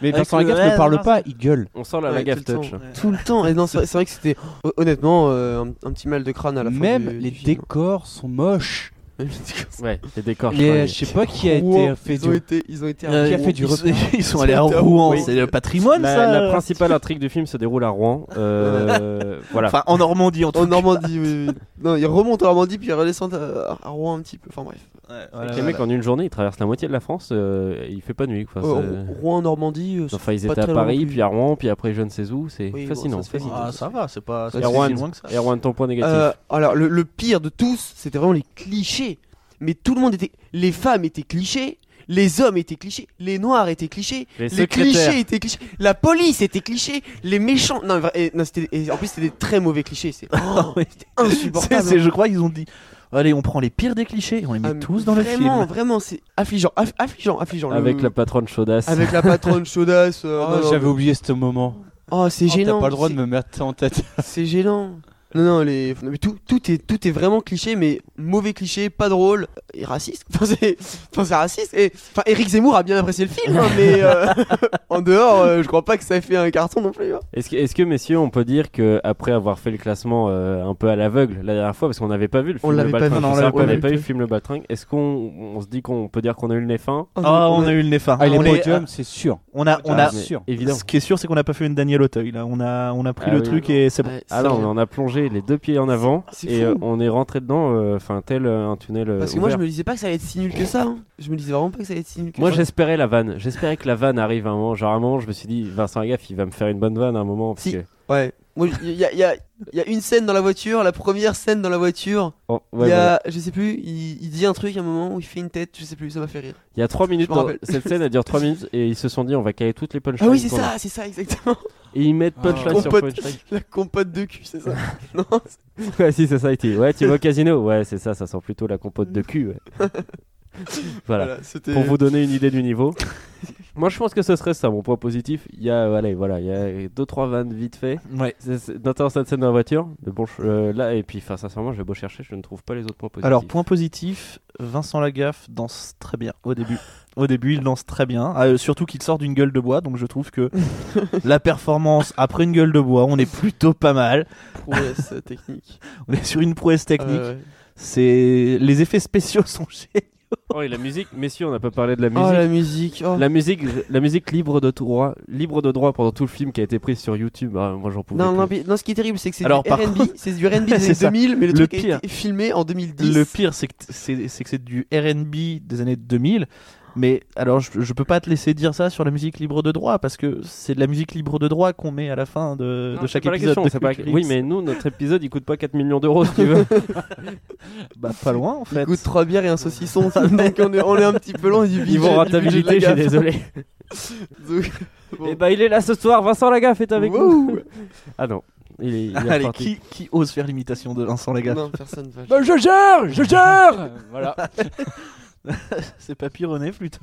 Speaker 2: Mais
Speaker 3: Avec
Speaker 2: Vincent
Speaker 3: le
Speaker 2: Lagaffe ne
Speaker 3: reste,
Speaker 2: parle
Speaker 3: Vincent-
Speaker 2: pas, il gueule.
Speaker 1: On sent la
Speaker 4: Ouais,
Speaker 1: Lagaffe
Speaker 4: tout le
Speaker 1: touch.
Speaker 4: temps. Tout le temps. Et non, c'est vrai- c'est vrai que c'était. hon- Honnêtement, euh, un, un petit mal de crâne à la fin.
Speaker 2: Même
Speaker 4: du-
Speaker 2: les
Speaker 4: du film.
Speaker 2: décors sont moches.
Speaker 4: Même les décors.
Speaker 1: Ah, Ouais, les décors.
Speaker 2: Les-
Speaker 1: fringues.
Speaker 2: je sais pas qui a
Speaker 4: Rouen,
Speaker 2: été fait
Speaker 4: ils ont
Speaker 2: du.
Speaker 4: été, ils ont été
Speaker 2: Euh,
Speaker 4: à
Speaker 2: Qui a
Speaker 4: Rouen.
Speaker 2: fait du
Speaker 3: ils,
Speaker 2: repas
Speaker 3: ils sont allés à
Speaker 4: C'était à
Speaker 3: Rouen,
Speaker 4: Rouen.
Speaker 3: c'est le patrimoine,
Speaker 1: la,
Speaker 3: ça.
Speaker 1: la principale intrigue du film se déroule à Rouen. euh, voilà.
Speaker 3: Enfin, en Normandie, en tout
Speaker 4: en
Speaker 3: cas.
Speaker 4: Oh, Normandie. oui, oui. Non, ils remontent en Normandie puis ils redescendent à, à Rouen un petit peu. Enfin bref.
Speaker 3: Ouais,
Speaker 1: Les
Speaker 3: voilà,
Speaker 1: mecs, en une journée, ils traversent la moitié de la France. euh, il fait pas nuit. Quoi.
Speaker 4: Euh,
Speaker 1: C'est-
Speaker 4: Rouen, Normandie. euh,
Speaker 1: enfin, ils
Speaker 4: pas
Speaker 1: étaient à
Speaker 4: très loin
Speaker 1: Paris,
Speaker 4: non plus.
Speaker 1: puis à Rouen, puis après je ne sais où. C'est
Speaker 4: Oui, bon,
Speaker 1: fascinant.
Speaker 4: ça se fait.
Speaker 3: Ah, ça va, c'est pas, c'est
Speaker 1: Et
Speaker 3: pas
Speaker 1: Rouen.
Speaker 3: si loin que ça.
Speaker 1: Erwan, ton point négatif.
Speaker 4: Euh, alors, le, le pire de tous, c'était vraiment les clichés. Mais tout le monde était. Les femmes étaient clichés, les hommes étaient clichés, les noirs étaient clichés,
Speaker 1: Les
Speaker 4: les,
Speaker 1: secrétaires.
Speaker 4: clichés étaient clichés, la police était clichés, les méchants. Non, vra- et- non, c'était- et en plus, c'était des très mauvais clichés. C'est oh,
Speaker 3: oui.
Speaker 4: c'était
Speaker 3: C'est,
Speaker 4: insupportable.
Speaker 3: c'est- je crois qu'ils ont dit Allez, on prend les pires des clichés et on les met
Speaker 4: Ah,
Speaker 3: tous dans le
Speaker 4: vraiment,
Speaker 3: film.
Speaker 4: Vraiment, c'est affligeant, aff- affligeant, affligeant. Le-
Speaker 1: Avec la patronne chaudasse.
Speaker 4: avec la patronne chaudasse. euh, non,
Speaker 2: Oh,
Speaker 4: non,
Speaker 2: J'avais oublié ce moment.
Speaker 4: Oh, c'est
Speaker 2: Oh,
Speaker 4: gênant.
Speaker 2: T'as pas le droit
Speaker 4: c'est-
Speaker 2: de me mettre ça en tête.
Speaker 4: C'est gênant. Non, non, les... non, mais tout, tout, est, tout est vraiment cliché, mais mauvais cliché, pas drôle et raciste. Enfin, c'est enfin, c'est raciste. Et... Enfin, Eric Zemmour a bien apprécié le film, hein, mais euh, en dehors, euh, je crois pas que ça ait fait un carton non plus. hein.
Speaker 1: Est-ce que, est-ce que, messieurs, on peut dire que après avoir fait le classement euh, un peu à l'aveugle la dernière fois, parce qu'on n'avait pas vu le film
Speaker 4: l'avait
Speaker 1: Le
Speaker 4: pas
Speaker 1: Baltringue,
Speaker 4: vu,
Speaker 1: faut
Speaker 4: on
Speaker 1: savoir
Speaker 4: l'avait
Speaker 1: qu'on
Speaker 4: pas
Speaker 1: n'avait
Speaker 4: vu.
Speaker 1: pas vu le film Le Baltringue, est-ce qu'on on se dit qu'on peut dire qu'on a eu le nez fin
Speaker 4: Oh,
Speaker 3: Ah, on a eu le nez fin.
Speaker 2: Ah, les
Speaker 3: on, est-
Speaker 2: podiums, c'est sûr.
Speaker 3: on a, on a.
Speaker 2: Ah, sûr.
Speaker 1: Évidemment.
Speaker 3: Ce qui est sûr, c'est qu'on n'a pas fait une Daniel Auteuil. Là, on a, on a pris
Speaker 1: Ah
Speaker 3: le
Speaker 1: oui,
Speaker 3: truc
Speaker 4: non.
Speaker 3: et c'est bon.
Speaker 4: Ouais,
Speaker 1: Ah
Speaker 4: c'est
Speaker 1: non,
Speaker 4: vrai.
Speaker 1: on en a plongé les deux pieds en avant
Speaker 4: C'est- c'est
Speaker 1: et
Speaker 4: fou.
Speaker 1: euh, on est rentré dedans, euh, enfin tel euh, un tunnel. euh,
Speaker 4: Parce que moi, je
Speaker 1: ouvert.
Speaker 4: me disais pas que ça allait être si nul que ça. hein. Je me disais vraiment pas que ça allait être si nul que
Speaker 1: Moi
Speaker 4: ça.
Speaker 1: j'espérais la vanne, j'espérais que la vanne arrive à un moment. Genre à un moment, je me suis dit, Vincent Lagaffe, il va me faire une bonne vanne à un moment. Parce
Speaker 4: Si.
Speaker 1: que-
Speaker 4: Ouais. Moi, il y a, y a- y a une scène dans la voiture, la première scène dans la voiture.
Speaker 1: Oh,
Speaker 4: Il
Speaker 1: ouais,
Speaker 4: y a,
Speaker 1: voilà.
Speaker 4: je sais plus, il, il dit un truc à un moment où il fait une tête, je sais plus, ça m'a fait rire.
Speaker 1: Il y a 3 minutes,
Speaker 4: me
Speaker 1: dans-
Speaker 4: rappelle.
Speaker 1: cette scène elle dure 3 minutes et ils se sont dit, on va caler toutes les punchlines.
Speaker 4: Ah oui, c'est
Speaker 1: qu'on a.
Speaker 4: ça, c'est ça, exactement.
Speaker 1: Et ils mettent punchline
Speaker 4: Oh,
Speaker 1: sur
Speaker 4: pote.
Speaker 1: punchline.
Speaker 4: La compote de cul, c'est ça. non,
Speaker 1: ouais, si, c'est ça, il dit, ouais, tu vas au casino Ouais, c'est ça, ça sent plutôt la compote de cul. ouais. voilà.
Speaker 4: Voilà, c'était-
Speaker 1: pour vous donner une idée du niveau. Moi, je pense que ce serait ça, mon point positif. Il y a, euh, allez, voilà, il y a deux trois vannes vite fait.
Speaker 3: Ouais.
Speaker 1: C'est- c'est- Notamment cette scène dans la voiture. Mais bon, je- euh, là et puis, enfin, sincèrement, j'ai beau chercher, je ne trouve pas les autres points positifs.
Speaker 3: Alors, point positif, Vincent Lagaffe danse très bien au début. Au début, il danse très bien. Ah, euh, surtout qu'il sort d'une gueule de bois, donc je trouve que la performance après une gueule de bois, on est plutôt pas mal.
Speaker 4: prouesse euh, technique.
Speaker 3: On est sur une prouesse technique.
Speaker 4: Euh, ouais.
Speaker 3: C'est les effets spéciaux sont géniaux.
Speaker 1: Oh, et la musique, messieurs, on n'a pas parlé de la musique.
Speaker 4: Oh
Speaker 1: la...
Speaker 4: la musique. oh.
Speaker 1: musique, la musique libre de droit, libre de droit pendant tout le film qui a été prise sur YouTube. Ah, moi, j'en pouvais
Speaker 4: Non, non,
Speaker 1: plus.
Speaker 4: mais- non, ce qui est terrible, c'est que c'est du
Speaker 3: Alors, par
Speaker 4: RB, c'est du RB des
Speaker 3: C'est
Speaker 4: années
Speaker 3: ça.
Speaker 4: 2000, mais le,
Speaker 3: Le
Speaker 4: truc
Speaker 3: pire.
Speaker 4: a été filmé en 2010.
Speaker 3: Le pire, c'est que c'est c'est que c'est du RB des années 2000 Mais alors, je, je peux pas te laisser dire ça sur la musique libre de droit parce que c'est de la musique libre de droit qu'on met à la fin de,
Speaker 1: Non,
Speaker 3: de
Speaker 1: c'est
Speaker 3: chaque
Speaker 1: pas la
Speaker 3: épisode.
Speaker 1: question,
Speaker 3: de
Speaker 1: c'est pas la-
Speaker 3: Culture
Speaker 1: Oui,
Speaker 3: X.
Speaker 1: mais nous, notre épisode, il coûte pas 4 millions d'euros, si tu veux.
Speaker 3: bah pas loin en fait.
Speaker 4: Écoute, trois bières et un saucisson, ça, donc on est, on est un petit peu loin du budget.
Speaker 1: Ils vont
Speaker 4: du budget de
Speaker 1: rentabilité, je
Speaker 4: la
Speaker 1: suis
Speaker 4: gaffe.
Speaker 1: désolé.
Speaker 4: Donc, bon.
Speaker 1: Et bah, il est là ce soir, Vincent Lagaffe est avec nous.
Speaker 4: Wouh.
Speaker 1: Ah non, il est, il est
Speaker 3: Allez,
Speaker 1: reparti.
Speaker 3: qui, qui ose faire l'imitation de Vincent Lagaffe
Speaker 4: Non, personne va.
Speaker 2: je gère Je gère Voilà.
Speaker 3: C'est papyronné plutôt.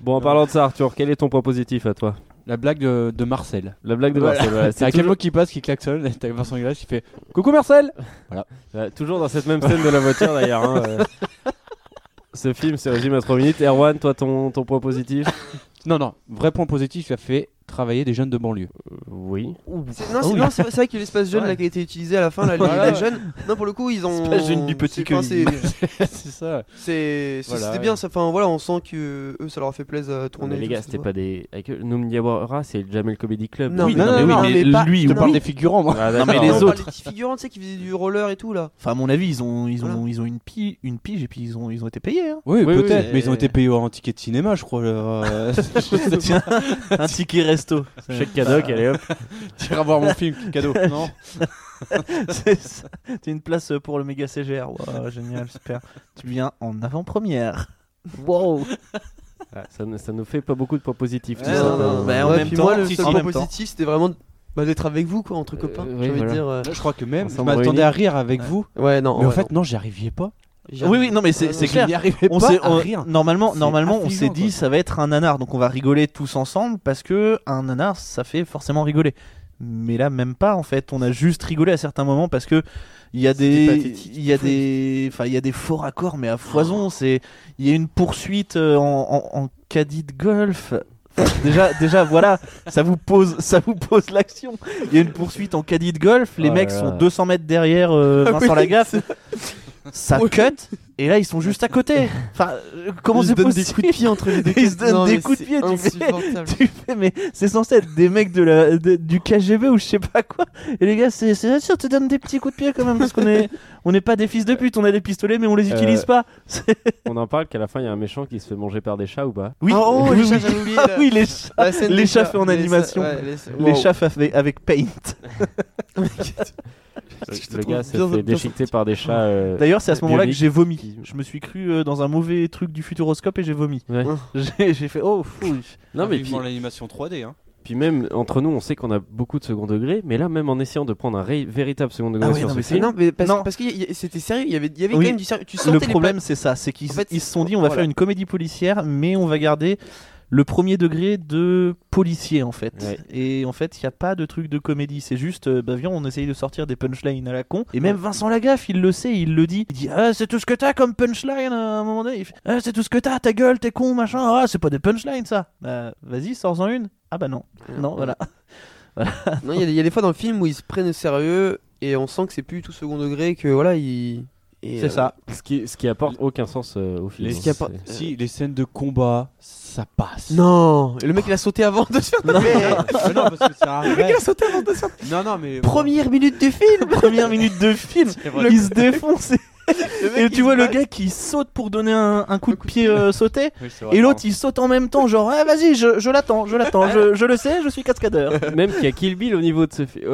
Speaker 1: Bon, en parlant de ça, Arthur, quel est ton point positif à toi
Speaker 2: La blague de, de Marcel.
Speaker 1: La blague de
Speaker 4: Voilà.
Speaker 1: Marcel, voilà.
Speaker 2: C'est
Speaker 1: C'est
Speaker 2: un
Speaker 1: toujours,
Speaker 2: camion qui passe, qui klaxonne, et t'as Vincent Glass qui fait Coucou Marcel
Speaker 1: euh, toujours dans cette même scène de la voiture, d'ailleurs. hein, euh. Ce film se résume à 3 minutes. Erwan, toi, ton, ton point positif
Speaker 2: Non, non, vrai point positif, ça fait travailler des jeunes de banlieue.
Speaker 1: Oui.
Speaker 4: C'est- Non, c'est non, c'est vrai- c'est vrai que l'espace jeune
Speaker 3: Ouais.
Speaker 4: là, qui a été utilisé à la fin, là, les,
Speaker 2: Voilà.
Speaker 4: les jeunes. Non, pour le coup, ils ont.
Speaker 3: L'espace jeune du petit
Speaker 4: c'est- enfin,
Speaker 3: cueilli.
Speaker 4: c'est-
Speaker 2: c'est ça.
Speaker 4: C'est c'est-
Speaker 2: Voilà,
Speaker 4: c'était
Speaker 2: ouais.
Speaker 4: bien, ça- enfin voilà, on sent que eux ça leur a fait plaisir à
Speaker 1: Ah,
Speaker 4: tourner.
Speaker 1: mais les
Speaker 4: tout
Speaker 1: gars,
Speaker 4: ça,
Speaker 1: c'était
Speaker 4: ça.
Speaker 1: pas des. Avec eux, Noum Diawara, c'est le Jamel Comedy Club.
Speaker 4: Non,
Speaker 3: Oui,
Speaker 4: mais non,
Speaker 3: non, mais
Speaker 4: non,
Speaker 3: oui,
Speaker 4: mais
Speaker 3: mais
Speaker 4: pas-
Speaker 3: lui,
Speaker 2: Je te
Speaker 3: on
Speaker 4: non,
Speaker 2: parle
Speaker 4: mais-
Speaker 2: des figurants, moi.
Speaker 1: Ah,
Speaker 3: Non, mais
Speaker 1: d'accord.
Speaker 3: les
Speaker 4: non, on parle
Speaker 3: autres.
Speaker 4: des petits figurants, tu sais, qui faisaient du roller et tout là.
Speaker 3: Enfin, à mon avis, ils ont, ils ont,
Speaker 4: Voilà.
Speaker 3: ils ont une, pige, une pige et puis ils ont, ils ont été payés. hein.
Speaker 2: Oui,
Speaker 1: oui,
Speaker 2: peut-être,
Speaker 1: oui.
Speaker 2: mais ils ont été payés en ticket de cinéma, je crois. alors, euh, je sais
Speaker 3: Tiens, un ticket resto.
Speaker 1: Chaque cadoc, allez hop.
Speaker 2: pas, J'irai voir mon film, cadeau. Non
Speaker 3: C'est ça. T'as une place euh, pour le méga CGR. Wow, génial, super. Tu viens en avant-première. Wow.
Speaker 1: Ah, ça, ne- ça nous fait pas beaucoup de points positifs.
Speaker 3: Ouais,
Speaker 1: tout
Speaker 3: non,
Speaker 1: ça.
Speaker 3: non,
Speaker 1: Euh,
Speaker 3: bah, en
Speaker 4: Ouais, ben,
Speaker 3: même
Speaker 4: puis
Speaker 3: temps,
Speaker 4: moi, le
Speaker 3: si,
Speaker 4: seul
Speaker 3: si, en
Speaker 4: point
Speaker 3: même temps.
Speaker 4: positif, c'était vraiment bah, d'être avec vous, quoi, entre copains.
Speaker 1: oui,
Speaker 4: j'ai envie
Speaker 1: voilà.
Speaker 4: de dire. euh,
Speaker 2: Je crois que même, je
Speaker 1: Ensemble,
Speaker 2: m'attendais
Speaker 1: oui.
Speaker 2: à rire avec vous.
Speaker 4: Ouais, non.
Speaker 2: Mais en
Speaker 4: ouais,
Speaker 2: fait, non, j'y arrivais pas.
Speaker 4: non.
Speaker 3: Oui, oui, non, mais c'est
Speaker 4: Ah,
Speaker 3: c'est
Speaker 2: Je
Speaker 3: clair.
Speaker 2: n'y arrivais
Speaker 3: On
Speaker 2: pas
Speaker 3: s'est-
Speaker 2: à
Speaker 3: on-
Speaker 2: rire.
Speaker 3: normalement,
Speaker 2: C'est
Speaker 3: normalement, on
Speaker 2: affligeant,
Speaker 3: s'est dit
Speaker 2: quoi.
Speaker 3: ça va être un nanar, donc on va rigoler tous ensemble parce que un nanar, ça fait forcément rigoler. Mais là, même pas en fait. On a juste rigolé à certains moments parce que il y a
Speaker 4: C'était
Speaker 3: des,
Speaker 4: pathétique.
Speaker 3: il y a des, enfin, il y a des faux raccords, mais à foison. C'est, il y a une poursuite euh, en, en, en caddie de golf. déjà, déjà, voilà, ça vous pose, ça vous pose l'action. Il y a une poursuite en caddie de golf. Les
Speaker 1: Oh
Speaker 3: mecs
Speaker 1: là
Speaker 3: sont
Speaker 1: là.
Speaker 3: 200 mètres derrière euh,
Speaker 4: Ah oui,
Speaker 3: Vincent Lagaffe. Ça cut. Et là, ils sont juste à côté. Enfin, euh, comment
Speaker 4: Ils se
Speaker 3: c'est
Speaker 4: donnent des
Speaker 3: possible
Speaker 4: coups de pied entre les deux
Speaker 3: Ils se
Speaker 4: têtes.
Speaker 3: donnent
Speaker 4: Non,
Speaker 3: des
Speaker 4: mais
Speaker 3: coups de
Speaker 4: c'est
Speaker 3: pied, tu fais-
Speaker 4: insupportable.
Speaker 3: tu fais, mais c'est censé être des mecs de la, de- du KGB ou je sais pas quoi. Et les gars, c'est c'est sûr, te donne des petits coups de pied quand même parce qu'on est, on n'est pas des fils de pute, on a des pistolets mais on les
Speaker 1: Euh,
Speaker 3: utilise pas. C'est-
Speaker 1: On en parle qu'à la fin, il y a un méchant qui se fait manger par des chats ou pas
Speaker 3: Oui,
Speaker 4: Ah, oh,
Speaker 3: oui,
Speaker 4: les chats,
Speaker 3: oui.
Speaker 4: j'avais oublié,
Speaker 3: Ah
Speaker 4: là.
Speaker 3: oui, les chats,
Speaker 4: La scène des
Speaker 3: Les chats
Speaker 4: chats.
Speaker 3: faits en
Speaker 4: Les
Speaker 3: animation.
Speaker 4: ouais, les-
Speaker 3: les
Speaker 4: wow. Euh,
Speaker 3: chats avec, avec paint.
Speaker 1: Le-
Speaker 4: Je te
Speaker 1: Euh, Le
Speaker 4: trouve
Speaker 1: gars se
Speaker 4: bien-
Speaker 1: fait
Speaker 4: bien-
Speaker 1: déchiqueter par des chats. euh,
Speaker 3: D'ailleurs, c'est à ce moment-là que
Speaker 1: Bionique.
Speaker 3: j'ai vomi. Je me suis cru euh, dans un mauvais truc du futuroscope et j'ai vomi.
Speaker 1: ouais.
Speaker 3: J'ai j'ai fait oh fou.
Speaker 1: Non, mais puis,
Speaker 2: Vivement l'animation 3D, hein.
Speaker 1: puis même entre nous, on sait qu'on a beaucoup de second degré, mais là, même en essayant de prendre un ré- véritable second degré
Speaker 3: Ah ouais,
Speaker 1: sur
Speaker 3: non,
Speaker 1: ce
Speaker 3: mais
Speaker 4: Mais
Speaker 1: film,
Speaker 4: non, mais parce,
Speaker 3: Non.
Speaker 4: parce que y- y- c'était sérieux, il y avait, il y avait
Speaker 3: Oui.
Speaker 4: quand même du sérieux. Tu sentais
Speaker 3: Le
Speaker 4: les
Speaker 3: problème, c'est ça, c'est qu'ils
Speaker 4: En fait,
Speaker 3: ils se sont dit on va
Speaker 4: voilà.
Speaker 3: faire une comédie policière, mais on va garder le premier degré de policier en fait.
Speaker 1: Ouais.
Speaker 3: Et en fait, il n'y a pas de truc de comédie, c'est juste, euh, bah viens, on essaye de sortir des punchlines à la con. Et même Vincent Lagaffe, il le sait, il le dit. Il dit, ah, c'est tout ce que t'as comme punchline à un moment donné. Il fait, ah, c'est tout ce que t'as, ta gueule, t'es con, machin. Ah, c'est pas des punchlines ça. Bah vas-y, sors-en une. Ah bah non,
Speaker 4: Ouais.
Speaker 3: non, voilà.
Speaker 4: Non, il y, a des- il y a des fois dans le film où ils se prennent au sérieux et on sent que c'est plus tout second degré que voilà, ils. et,
Speaker 3: C'est
Speaker 4: euh,
Speaker 3: ça.
Speaker 1: ce, qui, ce qui apporte aucun sens euh, au film.
Speaker 2: Les-
Speaker 1: hein,
Speaker 4: qui a
Speaker 1: c'est-
Speaker 4: pas-
Speaker 2: Si, les scènes de combat, ça passe.
Speaker 4: Non, et le mec il a sauté avant de se faire
Speaker 2: non, mais euh, non, parce que c'est un vrai.
Speaker 4: Il a sauté avant de se faire
Speaker 2: Non, non, mais.
Speaker 4: Première minute du film
Speaker 3: Première minute de film, il se défonce. Et tu vois le gars qui saute pour donner un, un coup de pied euh, sauté.
Speaker 2: Oui, c'est vrai,
Speaker 3: Et l'autre il saute en même temps, genre ah, vas-y, je, je l'attends, je l'attends, je, je le sais, je suis cascadeur.
Speaker 1: Même qu'il y a Kill Bill au niveau de ce film.